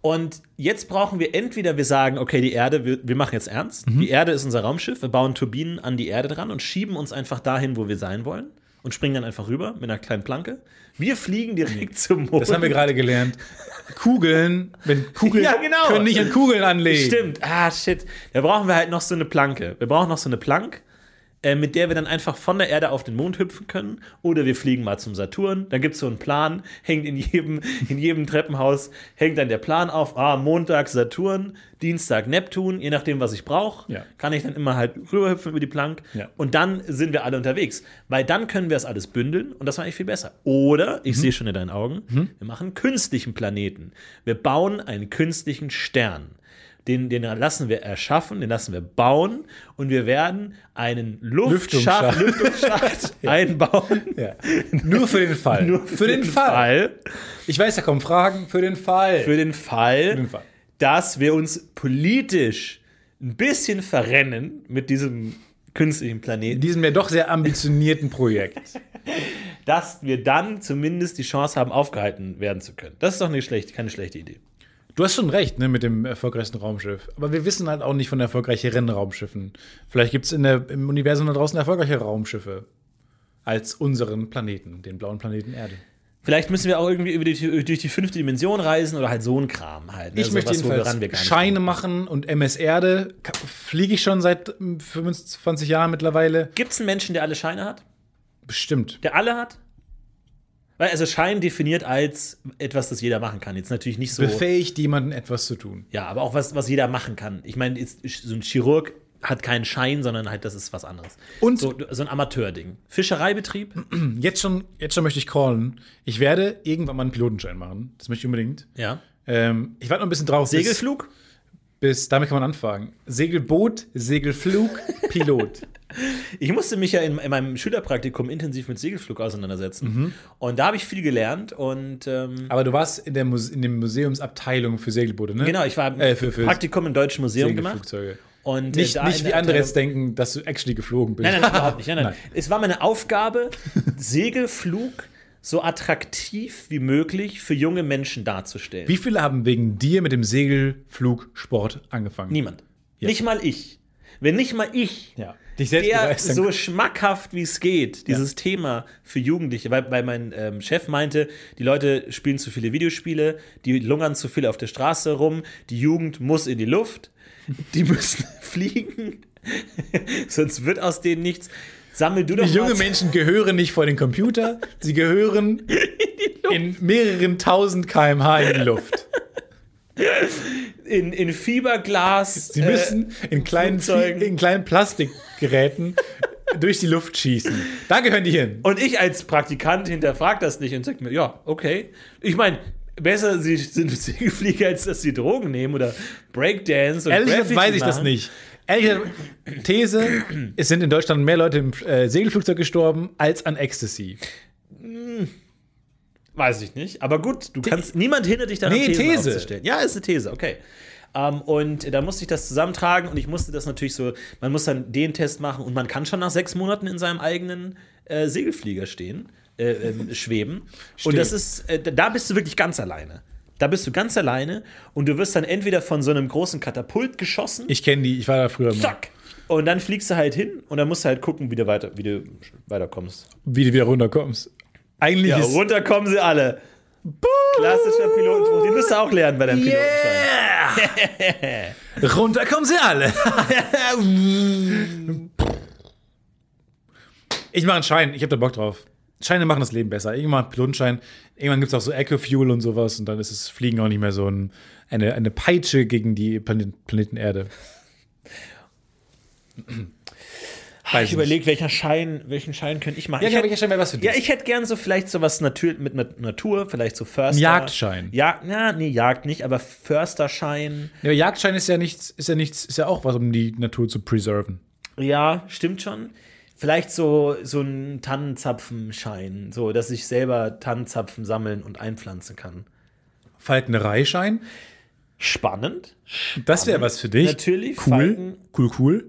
[SPEAKER 3] Und jetzt brauchen wir entweder, wir sagen, okay, die Erde, wir, wir machen jetzt ernst.
[SPEAKER 2] Mhm.
[SPEAKER 3] Die Erde ist unser Raumschiff. Wir bauen Turbinen an die Erde dran und schieben uns einfach dahin, wo wir sein wollen. Und springen dann einfach rüber mit einer kleinen Planke. Wir fliegen direkt zum Mond.
[SPEAKER 2] Das haben wir gerade gelernt. Kugeln, wenn Kugeln
[SPEAKER 3] Ja, genau.
[SPEAKER 2] können nicht an Kugeln anlegen.
[SPEAKER 3] Stimmt. Ah, shit. Da brauchen wir halt noch so eine Planke. Wir brauchen noch so eine Plank, äh, mit der wir dann einfach von der Erde auf den Mond hüpfen können. Oder wir fliegen mal zum Saturn. Dann gibt es so einen Plan, hängt in jedem, in jedem Treppenhaus, hängt dann der Plan auf. Ah, Montag Saturn, Dienstag Neptun, je nachdem, was ich brauche.
[SPEAKER 2] Ja.
[SPEAKER 3] Kann ich dann immer halt rüberhüpfen über die Plank.
[SPEAKER 2] Ja.
[SPEAKER 3] Und dann sind wir alle unterwegs. Weil dann können wir das alles bündeln und das war eigentlich viel besser. Oder,
[SPEAKER 2] Mhm.
[SPEAKER 3] ich sehe schon in deinen Augen, wir machen einen künstlichen Planeten. Wir bauen einen künstlichen Stern. Den, den lassen wir erschaffen, den lassen wir bauen und wir werden einen
[SPEAKER 2] Lüftungsschacht.
[SPEAKER 3] Luftschacht, Lüftungsschacht einbauen.
[SPEAKER 2] Ja. Nur für den Fall.
[SPEAKER 3] Nur
[SPEAKER 2] für den Fall. Ich weiß, da kommen Fragen. Für den Fall.
[SPEAKER 3] Für den Fall,
[SPEAKER 2] den Fall.
[SPEAKER 3] dass wir uns politisch ein bisschen verrennen mit diesem künstlichen Planeten.
[SPEAKER 2] in diesem ja doch sehr ambitionierten Projekt.
[SPEAKER 3] dass wir dann zumindest die Chance haben, aufgehalten werden zu können. Das ist doch nicht schlecht, keine schlechte Idee.
[SPEAKER 2] Du hast schon recht, ne, mit dem erfolgreichsten Raumschiff. Aber wir wissen halt auch nicht von erfolgreicheren Raumschiffen. Vielleicht gibt es im Universum da draußen erfolgreiche Raumschiffe als unseren Planeten, den blauen Planeten Erde.
[SPEAKER 3] Vielleicht müssen wir auch irgendwie über die, durch die fünfte Dimension reisen oder halt so ein Kram halt. ne?
[SPEAKER 2] Ich
[SPEAKER 3] So
[SPEAKER 2] möchte
[SPEAKER 3] was, wo
[SPEAKER 2] jedenfalls
[SPEAKER 3] woran wir gar nicht
[SPEAKER 2] Scheine
[SPEAKER 3] kommen.
[SPEAKER 2] machen und MS Erde. Ka- Fliege ich schon seit mm, 25 Jahren mittlerweile?
[SPEAKER 3] Gibt es einen Menschen, der alle Scheine hat?
[SPEAKER 2] Bestimmt.
[SPEAKER 3] Der alle hat? Weil also Schein definiert als etwas, das jeder machen kann. Jetzt natürlich nicht so.
[SPEAKER 2] Befähigt jemanden etwas zu tun.
[SPEAKER 3] Ja, aber auch was, was jeder machen kann. Ich meine, jetzt so ein Chirurg hat keinen Schein, sondern halt das ist was anderes.
[SPEAKER 2] Und-
[SPEAKER 3] so, so ein Amateurding. Fischereibetrieb?
[SPEAKER 2] Jetzt schon, jetzt schon möchte ich callen. Ich werde irgendwann mal einen Pilotenschein machen. Das möchte ich unbedingt.
[SPEAKER 3] Ja.
[SPEAKER 2] Ähm, ich warte noch ein bisschen drauf. bis-
[SPEAKER 3] Segelflug?
[SPEAKER 2] bis, damit kann man anfangen. Segelboot, Segelflug, Pilot.
[SPEAKER 3] Ich musste mich ja in, in meinem Schülerpraktikum intensiv mit Segelflug auseinandersetzen.
[SPEAKER 2] Mhm.
[SPEAKER 3] Und da habe ich viel gelernt. Und ähm,
[SPEAKER 2] Aber du warst in der Muse in der Museumsabteilung für Segelboote, ne?
[SPEAKER 3] genau, ich war
[SPEAKER 2] äh, für, für
[SPEAKER 3] Praktikum im Deutschen Museum gemacht.
[SPEAKER 2] Segelflugzeuge.
[SPEAKER 3] Und, äh,
[SPEAKER 2] Nicht,
[SPEAKER 3] da in
[SPEAKER 2] nicht wie
[SPEAKER 3] der
[SPEAKER 2] andere
[SPEAKER 3] Abteilung-
[SPEAKER 2] jetzt denken, dass du actually geflogen bist.
[SPEAKER 3] Nein, nein, überhaupt nicht. Nein, nein.
[SPEAKER 2] Nein.
[SPEAKER 3] Es war meine Aufgabe, Segelflug so attraktiv wie möglich für junge Menschen darzustellen.
[SPEAKER 2] Wie viele haben wegen dir mit dem Segelflugsport angefangen?
[SPEAKER 3] Niemand. Nicht mal ich. Wenn nicht mal ich,
[SPEAKER 2] Ja. Dich selbst
[SPEAKER 3] der
[SPEAKER 2] begeistern
[SPEAKER 3] so schmackhaft wie es geht, dieses Thema für Jugendliche, weil, weil mein ähm, Chef meinte, die Leute spielen zu viele Videospiele, die lungern zu viel auf der Straße rum, die Jugend muss in die Luft, die müssen fliegen, sonst wird aus denen nichts. Sammel du doch
[SPEAKER 2] Die junge
[SPEAKER 3] mal
[SPEAKER 2] Menschen gehören nicht vor den Computer, sie gehören in mehreren tausend kmh in die Luft.
[SPEAKER 3] in, äh, in Fieberglas.
[SPEAKER 2] Sie müssen in, kleinen,
[SPEAKER 3] Flugzeugen.
[SPEAKER 2] Flie- in kleinen Plastikgeräten durch die Luft schießen. Da gehören die hin.
[SPEAKER 3] Und ich als Praktikant hinterfrag das nicht und sag mir, ja, okay. Ich meine, besser sie sind Segelflieger, als dass sie Drogen nehmen oder Breakdance oder
[SPEAKER 2] Ehrlich gesagt
[SPEAKER 3] Graffiti
[SPEAKER 2] weiß ich das
[SPEAKER 3] machen.
[SPEAKER 2] nicht. Ehrlich gesagt, These, es sind in Deutschland mehr Leute im äh, Segelflugzeug gestorben als an Ecstasy.
[SPEAKER 3] Weiß ich nicht. Aber gut, du kannst. Niemand hindert dich daran,
[SPEAKER 2] Nee,
[SPEAKER 3] Thesen
[SPEAKER 2] These.
[SPEAKER 3] aufzustellen. Ja, ist eine These, okay. Ähm, und da musste ich das zusammentragen und ich musste das natürlich so, man muss dann den Test machen und man kann schon nach sechs Monaten in seinem eigenen äh, Segelflieger stehen, äh, ähm, schweben. Und das ist, äh, da bist du wirklich ganz alleine. Da bist du ganz alleine und du wirst dann entweder von so einem großen Katapult geschossen
[SPEAKER 2] Ich kenne die, ich war da früher mal.
[SPEAKER 3] Zack. Und dann fliegst du halt hin und dann musst du halt gucken, wie du, weiter, wie du weiterkommst.
[SPEAKER 2] Wie du wieder runterkommst. Eigentlich
[SPEAKER 3] Ja,
[SPEAKER 2] ist
[SPEAKER 3] runter kommen sie alle. Klassischer Pilotenspruch. Den müsst ihr auch lernen bei deinem Pilotenschein.
[SPEAKER 2] Yeah! Runter kommen sie alle. ich mache einen Schein, ich habe da Bock drauf. Scheine machen das Leben besser. Irgendwann Pilotenschein, irgendwann gibt es auch so Eco-Fuel und sowas und dann ist es Fliegen auch nicht mehr so ein, eine, eine Peitsche gegen die Planeten, Planeten Erde. Weiß
[SPEAKER 3] Ich überlege, welcher Schein, welchen Schein könnte ich machen.
[SPEAKER 2] Ja, genau,
[SPEAKER 3] ich
[SPEAKER 2] ich habe
[SPEAKER 3] hätte,
[SPEAKER 2] ja schon mal was für dich.
[SPEAKER 3] ja, ich hätte gern so vielleicht sowas natür mit Nat- Natur, vielleicht so Förster.
[SPEAKER 2] Jagdschein.
[SPEAKER 3] Jagd, na, nee, Jagd nicht, aber Försterschein.
[SPEAKER 2] Ja, aber Jagdschein ist ja nichts, ist ja nichts, ist ja auch was, um die Natur zu preserven.
[SPEAKER 3] Ja, stimmt schon. Vielleicht so, so ein Tannenzapfenschein, so dass ich selber Tannenzapfen sammeln und einpflanzen kann.
[SPEAKER 2] Falknereischein,
[SPEAKER 3] Spannend.
[SPEAKER 2] das wäre was für dich.
[SPEAKER 3] Natürlich,
[SPEAKER 2] Cool,
[SPEAKER 3] Falken-
[SPEAKER 2] cool, cool.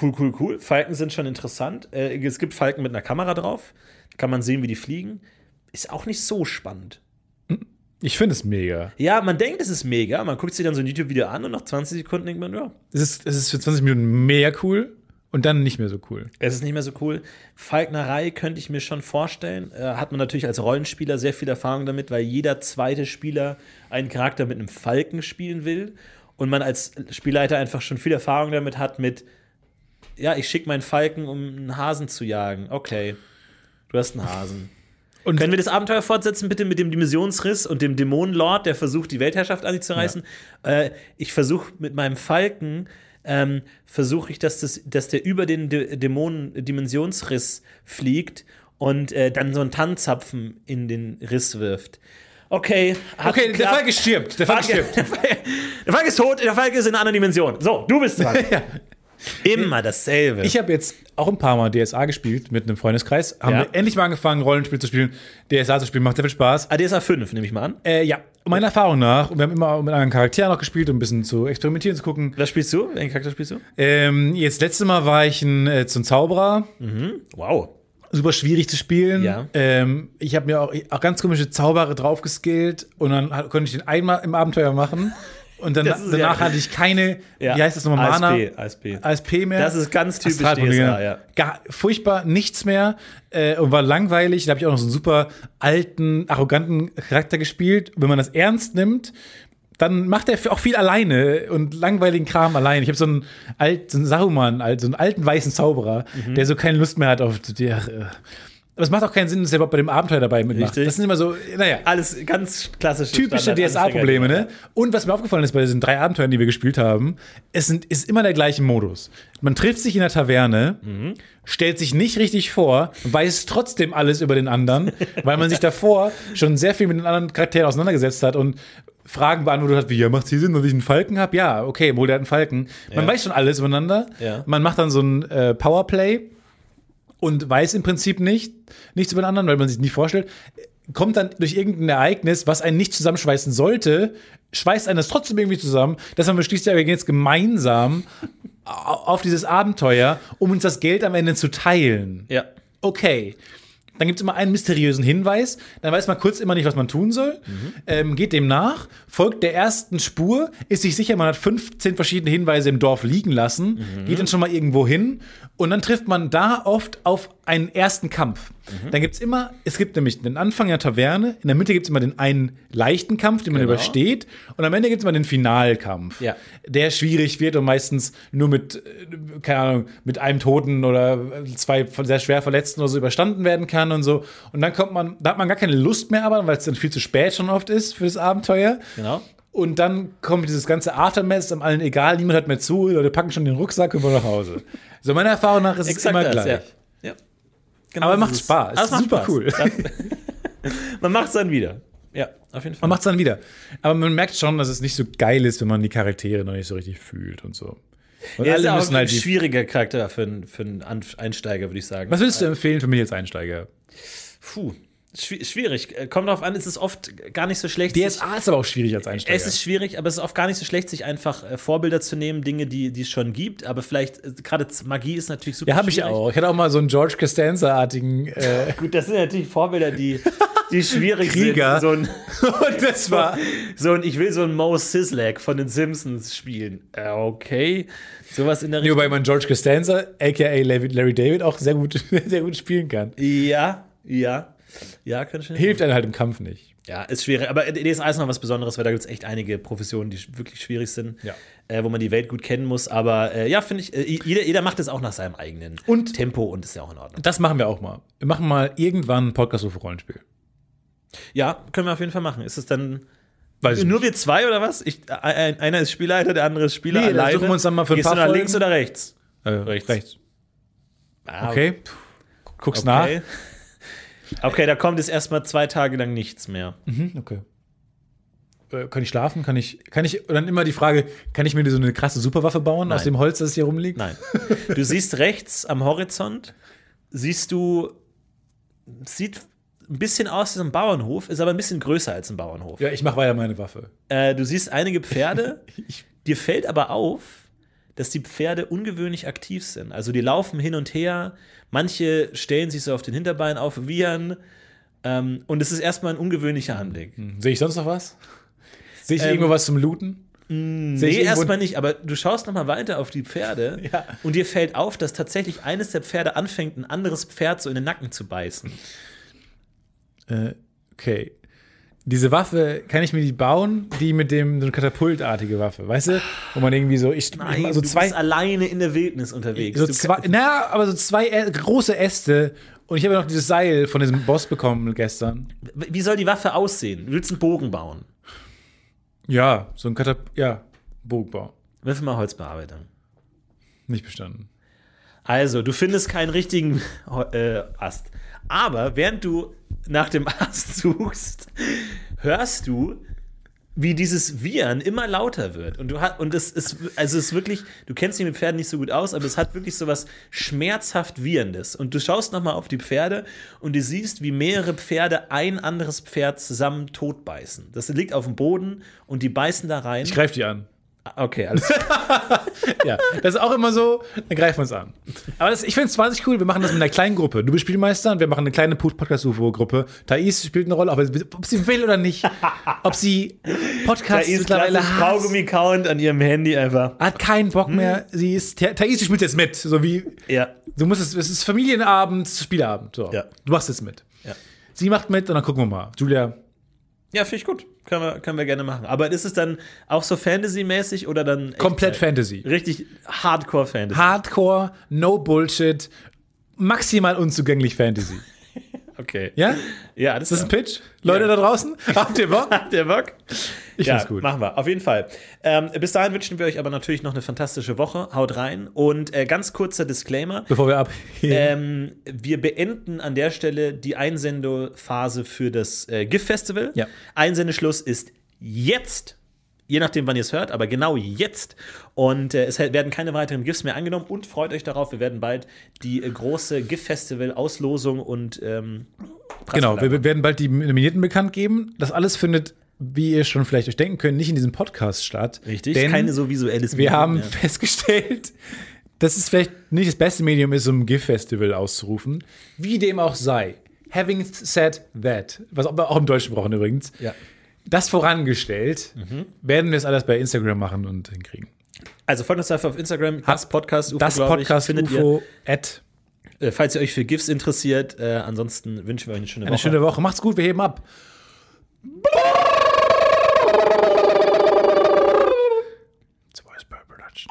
[SPEAKER 3] Cool, cool, cool. Falken sind schon interessant. Äh, es gibt Falken mit einer Kamera drauf. Da kann man sehen, wie die fliegen. Ist auch nicht so spannend.
[SPEAKER 2] Ich finde es mega.
[SPEAKER 3] Ja, man denkt, es ist mega. Man guckt sich dann so ein YouTube-Video an und nach 20 Sekunden denkt man, ja,
[SPEAKER 2] Es ist, es ist für 20 Minuten mega cool und dann nicht mehr so cool.
[SPEAKER 3] es ist nicht mehr so cool. Falknerei könnte ich mir schon vorstellen. Äh, hat man natürlich als Rollenspieler sehr viel Erfahrung damit, weil jeder zweite Spieler einen Charakter mit einem Falken spielen will. Und man als Spielleiter einfach schon viel Erfahrung damit hat mit, ja, ich schicke meinen Falken, um einen Hasen zu jagen. Okay, du hast einen Hasen.
[SPEAKER 2] Und
[SPEAKER 3] Können wir das Abenteuer fortsetzen, bitte mit dem Dimensionsriss und dem Dämonenlord, der versucht, die Weltherrschaft an sich zu reißen? Äh, ich versuche mit meinem Falken, ähm, versuche ich, dass, das, dass der über den Dä- Dämonen-Dimensionsriss fliegt und äh, dann so einen Tannenzapfen in den Riss wirft. Okay, hat
[SPEAKER 2] okay, der
[SPEAKER 3] geklappt.
[SPEAKER 2] Falk stirbt. Der Falk stirbt.
[SPEAKER 3] Der Falke- der Falke ist tot, der Falke ist in einer anderen Dimension. So, du bist dran. Immer dasselbe.
[SPEAKER 2] Ich habe jetzt auch ein paar Mal DSA gespielt mit einem Freundeskreis. Haben
[SPEAKER 3] Ja.
[SPEAKER 2] wir endlich mal angefangen, Rollenspiel zu spielen. DSA zu spielen macht sehr viel Spaß.
[SPEAKER 3] ADSA 5, nehme ich mal an.
[SPEAKER 2] Äh, ja, meiner Erfahrung nach, und wir haben immer mit anderen Charakteren noch gespielt, um ein bisschen zu experimentieren, zu gucken.
[SPEAKER 3] Was spielst du? Welchen Charakter spielst du?
[SPEAKER 2] Ähm, jetzt letzte Mal war ich ein, äh, zum Zauberer.
[SPEAKER 3] Wow.
[SPEAKER 2] super schwierig zu spielen.
[SPEAKER 3] Ja.
[SPEAKER 2] Ähm, ich habe mir auch, auch ganz komische Zauberer draufgeskillt und dann hat, konnte ich den einmal im Abenteuer machen. Und dann,
[SPEAKER 3] Das ist
[SPEAKER 2] danach
[SPEAKER 3] ja-
[SPEAKER 2] hatte ich keine,
[SPEAKER 3] Ja.
[SPEAKER 2] wie heißt das nochmal, Mana?
[SPEAKER 3] ASP, ASP.
[SPEAKER 2] ASP mehr.
[SPEAKER 3] Das ist ganz typisch
[SPEAKER 2] Astralmodell,
[SPEAKER 3] DSA,
[SPEAKER 2] genau.
[SPEAKER 3] ja.
[SPEAKER 2] Gar, furchtbar, nichts mehr äh, und war langweilig. Da habe ich auch noch so einen super alten, arroganten Charakter gespielt. Und wenn man das ernst nimmt, dann macht er auch viel alleine und langweiligen Kram allein. Ich habe so einen alten so einen Saruman, alt- so einen alten weißen Zauberer,
[SPEAKER 3] Mhm.
[SPEAKER 2] der so keine Lust mehr hat auf die. Ach, äh. Aber es macht auch keinen Sinn, dass er überhaupt bei dem Abenteuer dabei mitmacht.
[SPEAKER 3] Richtig.
[SPEAKER 2] Das sind immer so, naja
[SPEAKER 3] Alles ganz klassische
[SPEAKER 2] typische
[SPEAKER 3] Standard-
[SPEAKER 2] DSA-Probleme, ne? Und was mir aufgefallen ist bei diesen drei Abenteuern, die wir gespielt haben, es sind, ist immer der gleiche Modus. Man trifft sich in der Taverne,
[SPEAKER 3] Mhm.
[SPEAKER 2] stellt sich nicht richtig vor, weiß trotzdem alles über den anderen, weil man sich davor schon sehr viel mit den anderen Charakteren auseinandergesetzt hat und Fragen beantwortet hat, wie, ja, macht hier Sinn, dass ich einen Falken habe? Ja, okay, wohl, der hat einen Falken. Man
[SPEAKER 3] Ja.
[SPEAKER 2] weiß schon alles übereinander.
[SPEAKER 3] Ja.
[SPEAKER 2] Man macht dann so ein äh, Powerplay und weiß im Prinzip nicht, nichts über den anderen, weil man sich nie vorstellt. Kommt dann durch irgendein Ereignis, was einen nicht zusammenschweißen sollte, schweißt einen das trotzdem irgendwie zusammen, dass man beschließt, ja, wir gehen jetzt gemeinsam au- auf dieses Abenteuer, um uns das Geld am Ende zu teilen
[SPEAKER 3] Ja.
[SPEAKER 2] okay. Dann gibt es immer einen mysteriösen Hinweis, dann weiß man kurz immer nicht, was man tun soll, ähm, geht dem nach, folgt der ersten Spur, ist sich sicher, man hat 15 verschiedene Hinweise im Dorf liegen lassen, geht dann schon mal irgendwo hin und dann trifft man da oft auf einen ersten Kampf. Dann gibt es immer, es gibt nämlich den Anfang der Taverne, in der Mitte gibt es immer den einen leichten Kampf, den man
[SPEAKER 3] Genau.
[SPEAKER 2] übersteht und am Ende gibt es immer den Finalkampf
[SPEAKER 3] Ja.
[SPEAKER 2] der schwierig wird und meistens nur mit, äh, keine Ahnung, mit einem Toten oder zwei ver- sehr schwer Verletzten oder so überstanden werden kann und so. Und dann kommt man, da hat man gar keine Lust mehr, aber weil es dann viel zu spät schon oft ist für das Abenteuer.
[SPEAKER 3] Genau.
[SPEAKER 2] Und dann kommt dieses ganze Aftermath, ist am allen egal, niemand hört mehr zu, die Leute packen schon den Rucksack und wollen nach Hause. So meiner Erfahrung nach ist es
[SPEAKER 3] Exakt
[SPEAKER 2] immer
[SPEAKER 3] das,
[SPEAKER 2] gleich.
[SPEAKER 3] Ja. ja. Genau
[SPEAKER 2] Aber
[SPEAKER 3] so
[SPEAKER 2] macht
[SPEAKER 3] ist es.
[SPEAKER 2] Spaß.
[SPEAKER 3] Aber es
[SPEAKER 2] Ist
[SPEAKER 3] macht
[SPEAKER 2] super
[SPEAKER 3] Spaß.
[SPEAKER 2] cool.
[SPEAKER 3] Man macht es dann wieder. Ja, auf jeden Fall.
[SPEAKER 2] Man macht es dann wieder. Aber man merkt schon, dass es nicht so geil ist, wenn man die Charaktere noch nicht so richtig fühlt und so. Und
[SPEAKER 3] Er ist
[SPEAKER 2] alle
[SPEAKER 3] auch
[SPEAKER 2] müssen halt
[SPEAKER 3] ein
[SPEAKER 2] die.
[SPEAKER 3] schwieriger Charakter für einen, für einen An- Einsteiger, würde ich sagen.
[SPEAKER 2] Was würdest du empfehlen für mich als Einsteiger?
[SPEAKER 3] Puh, schwi- schwierig. Äh, Kommt darauf an, es ist oft gar nicht so schlecht. sich-
[SPEAKER 2] DSA ist aber auch schwierig als Einsteiger.
[SPEAKER 3] es ist schwierig, aber es ist oft gar nicht so schlecht, sich einfach äh, Vorbilder zu nehmen, Dinge, die die es schon gibt. Aber vielleicht, äh, gerade Z- Magie ist natürlich super.
[SPEAKER 2] ja, habe ich
[SPEAKER 3] schwierig.
[SPEAKER 2] auch. Ich hatte auch mal so einen George Costanza-artigen. Äh,
[SPEAKER 3] Gut, das sind natürlich Vorbilder, die, die schwierig
[SPEAKER 2] Krieger.
[SPEAKER 3] sind.
[SPEAKER 2] und das war.
[SPEAKER 3] So ein, so ein, ich will so ein Mo Sislak von den Simpsons spielen. Äh, okay. Sowas in der
[SPEAKER 2] Ja,
[SPEAKER 3] Richtung.
[SPEAKER 2] Wobei man George Costanza, aka Larry Larry David, auch sehr gut, sehr gut spielen kann.
[SPEAKER 3] Ja, ja. Ja, könnte schon.
[SPEAKER 2] Hilft einem halt im Kampf nicht.
[SPEAKER 3] Ja, ist schwierig. Aber DSA ist noch was Besonderes, weil da gibt es echt einige Professionen, die sch- wirklich schwierig sind,
[SPEAKER 2] Ja.
[SPEAKER 3] äh, wo man die Welt gut kennen muss. Aber äh, ja, finde ich, äh, jeder, jeder macht es auch nach seinem eigenen
[SPEAKER 2] Und-
[SPEAKER 3] Tempo und ist ja auch in Ordnung.
[SPEAKER 2] Das machen wir auch mal. Wir machen mal irgendwann einen Podcast über Rollenspiel.
[SPEAKER 3] Ja, können wir auf jeden Fall machen. Ist es dann
[SPEAKER 2] Weiß ich
[SPEAKER 3] nur
[SPEAKER 2] nicht.
[SPEAKER 3] wir zwei oder was? Ich, äh, ein- einer ist Spielleiter, der andere ist Spieler
[SPEAKER 2] Nee, dann
[SPEAKER 3] alleine.
[SPEAKER 2] suchen wir uns dann mal für ein
[SPEAKER 3] Gehst
[SPEAKER 2] paar
[SPEAKER 3] du nach
[SPEAKER 2] Folgen.
[SPEAKER 3] links oder rechts?
[SPEAKER 2] Äh, rechts.
[SPEAKER 3] Ah,
[SPEAKER 2] Okay. Puh. Guck's
[SPEAKER 3] Okay. okay, da kommt jetzt erstmal zwei Tage lang nichts mehr.
[SPEAKER 2] nach. Mhm, okay. Äh, Kann ich schlafen? Kann ich, kann ich, und dann immer die Frage, kann ich mir so eine krasse Superwaffe bauen aus
[SPEAKER 3] Nein.
[SPEAKER 2] dem Holz, das hier rumliegt?
[SPEAKER 3] Nein. Du siehst rechts am Horizont, siehst du, sieht ein bisschen aus wie so ein Bauernhof, ist aber ein bisschen größer als ein Bauernhof.
[SPEAKER 2] Ja, ich mache weiter meine Waffe.
[SPEAKER 3] Äh, du siehst einige Pferde,
[SPEAKER 2] Ich
[SPEAKER 3] dir fällt aber auf, dass die Pferde ungewöhnlich aktiv sind. Also die laufen hin und her, manche stellen sich so auf den Hinterbein auf, wiehern. Ähm, und es ist erstmal ein ungewöhnlicher Anblick.
[SPEAKER 2] Sehe Hm. ich sonst noch was? Sehe ich
[SPEAKER 3] Ähm, mm,
[SPEAKER 2] irgendwo was zum Looten? Sehe ich
[SPEAKER 3] Nee,
[SPEAKER 2] irgendwo-
[SPEAKER 3] erstmal nicht, aber du schaust nochmal weiter auf die Pferde
[SPEAKER 2] Ja.
[SPEAKER 3] und dir fällt auf, dass tatsächlich eines der Pferde anfängt, ein anderes Pferd so in den Nacken zu beißen.
[SPEAKER 2] Äh, okay. Diese Waffe, kann ich mir die bauen? Die mit dem, so eine katapultartige Waffe, weißt du? Wo man irgendwie so, ich, ich mach so
[SPEAKER 3] du
[SPEAKER 2] zwei,
[SPEAKER 3] bist alleine in der Wildnis unterwegs.
[SPEAKER 2] so
[SPEAKER 3] Du-
[SPEAKER 2] zwei, na, aber so zwei Ä große Äste. Und ich habe ja noch dieses Seil von diesem Boss bekommen gestern.
[SPEAKER 3] Wie soll die Waffe aussehen? Du willst einen Bogen bauen.
[SPEAKER 2] Ja, so ein Katap, ja, Bogbau.
[SPEAKER 3] Wirf mal Holzbearbeitung.
[SPEAKER 2] Nicht bestanden.
[SPEAKER 3] Also, du findest keinen richtigen Ho- äh, Ast. Aber während du nach dem Ast suchst, hörst du, wie dieses Wiehern immer lauter wird. Und du hat, und es ist, also es ist wirklich, du kennst dich mit Pferden nicht so gut aus, aber es hat wirklich so was schmerzhaft Wiehendes. Und du schaust nochmal auf die Pferde und du siehst, wie mehrere Pferde ein anderes Pferd zusammen totbeißen. Das liegt auf dem Boden und die beißen da rein. Ah,
[SPEAKER 2] Ich greife die an.
[SPEAKER 3] Okay, alles klar.
[SPEAKER 2] Ja, das ist auch immer so, dann greifen wir uns an. Aber das, ich finde es wahnsinnig cool, wir machen das mit einer kleinen Gruppe. Du bist Spielmeister und wir machen eine kleine Podcast-UFO-Gruppe. Thais spielt eine Rolle, ob, ob sie will oder nicht. Ob sie
[SPEAKER 3] Da
[SPEAKER 2] Podcasts
[SPEAKER 3] ist
[SPEAKER 2] mittlerweile
[SPEAKER 3] klassisch Hm?
[SPEAKER 2] hasst,
[SPEAKER 3] Kaugummi-Count an ihrem Handy einfach.
[SPEAKER 2] hat keinen Bock mehr. Sie ist, Tha- Thais, du spielst jetzt mit. So wie,
[SPEAKER 3] Ja.
[SPEAKER 2] du musst es, es ist Familienabend, Spielabend. So.
[SPEAKER 3] Ja.
[SPEAKER 2] Du machst jetzt mit.
[SPEAKER 3] Ja.
[SPEAKER 2] Sie macht mit und dann gucken wir mal. Julia,
[SPEAKER 3] Ja, finde ich gut. Können wir, können wir gerne machen. Aber ist es dann auch so Fantasy-mäßig oder dann. echt- halt
[SPEAKER 2] komplett Fantasy.
[SPEAKER 3] Richtig Hardcore-Fantasy.
[SPEAKER 2] Hardcore, no Bullshit, maximal unzugänglich Fantasy.
[SPEAKER 3] okay.
[SPEAKER 2] Ja?
[SPEAKER 3] ja das
[SPEAKER 2] Ist das ein Pitch? Leute da
[SPEAKER 3] Ja.
[SPEAKER 2] draußen, habt ihr Bock?
[SPEAKER 3] der Bock.
[SPEAKER 2] Ich
[SPEAKER 3] ja,
[SPEAKER 2] find's gut.
[SPEAKER 3] machen wir. Auf jeden Fall. Ähm, bis dahin wünschen wir euch aber natürlich noch eine fantastische Woche. Haut rein. Und äh, ganz kurzer Disclaimer.
[SPEAKER 2] Bevor wir ab. Genau,
[SPEAKER 3] Ähm, wir beenden an der Stelle die Einsendephase für das äh, GIF-Festival.
[SPEAKER 2] Ja.
[SPEAKER 3] Einsendeschluss ist jetzt. Je nachdem, wann ihr es hört, aber genau jetzt. Und äh, es werden keine weiteren GIFs mehr angenommen. Und freut euch darauf, wir werden bald die äh, große GIF-Festival-Auslosung und ähm,
[SPEAKER 2] Genau, wir
[SPEAKER 3] Preisverleihung-
[SPEAKER 2] wir werden bald die Nominierten bekannt geben. Das alles findet, wie ihr schon vielleicht euch denken könnt, nicht in diesem Podcast statt.
[SPEAKER 3] Richtig,
[SPEAKER 2] Denn
[SPEAKER 3] keine so visuelles
[SPEAKER 2] wir
[SPEAKER 3] Medium
[SPEAKER 2] haben
[SPEAKER 3] mehr.
[SPEAKER 2] festgestellt, dass es vielleicht nicht das beste Medium ist, um ein GIF-Festival auszurufen. Wie dem auch sei. Having said that, was wir auch im Deutschen brauchen übrigens,
[SPEAKER 3] Ja. Mhm.
[SPEAKER 2] das vorangestellt, werden wir es alles bei Instagram machen und hinkriegen.
[SPEAKER 3] Also folgt uns einfach auf Instagram, das Podcast UFO,
[SPEAKER 2] Das
[SPEAKER 3] glaub ich,
[SPEAKER 2] Podcast
[SPEAKER 3] findet
[SPEAKER 2] UFO at
[SPEAKER 3] Ihr, äh, falls ihr euch für GIFs interessiert. Äh, ansonsten wünschen wir euch eine schöne
[SPEAKER 2] Eine
[SPEAKER 3] Woche.
[SPEAKER 2] schöne Woche. Macht's gut, wir heben ab. It's a Voice Bird Production.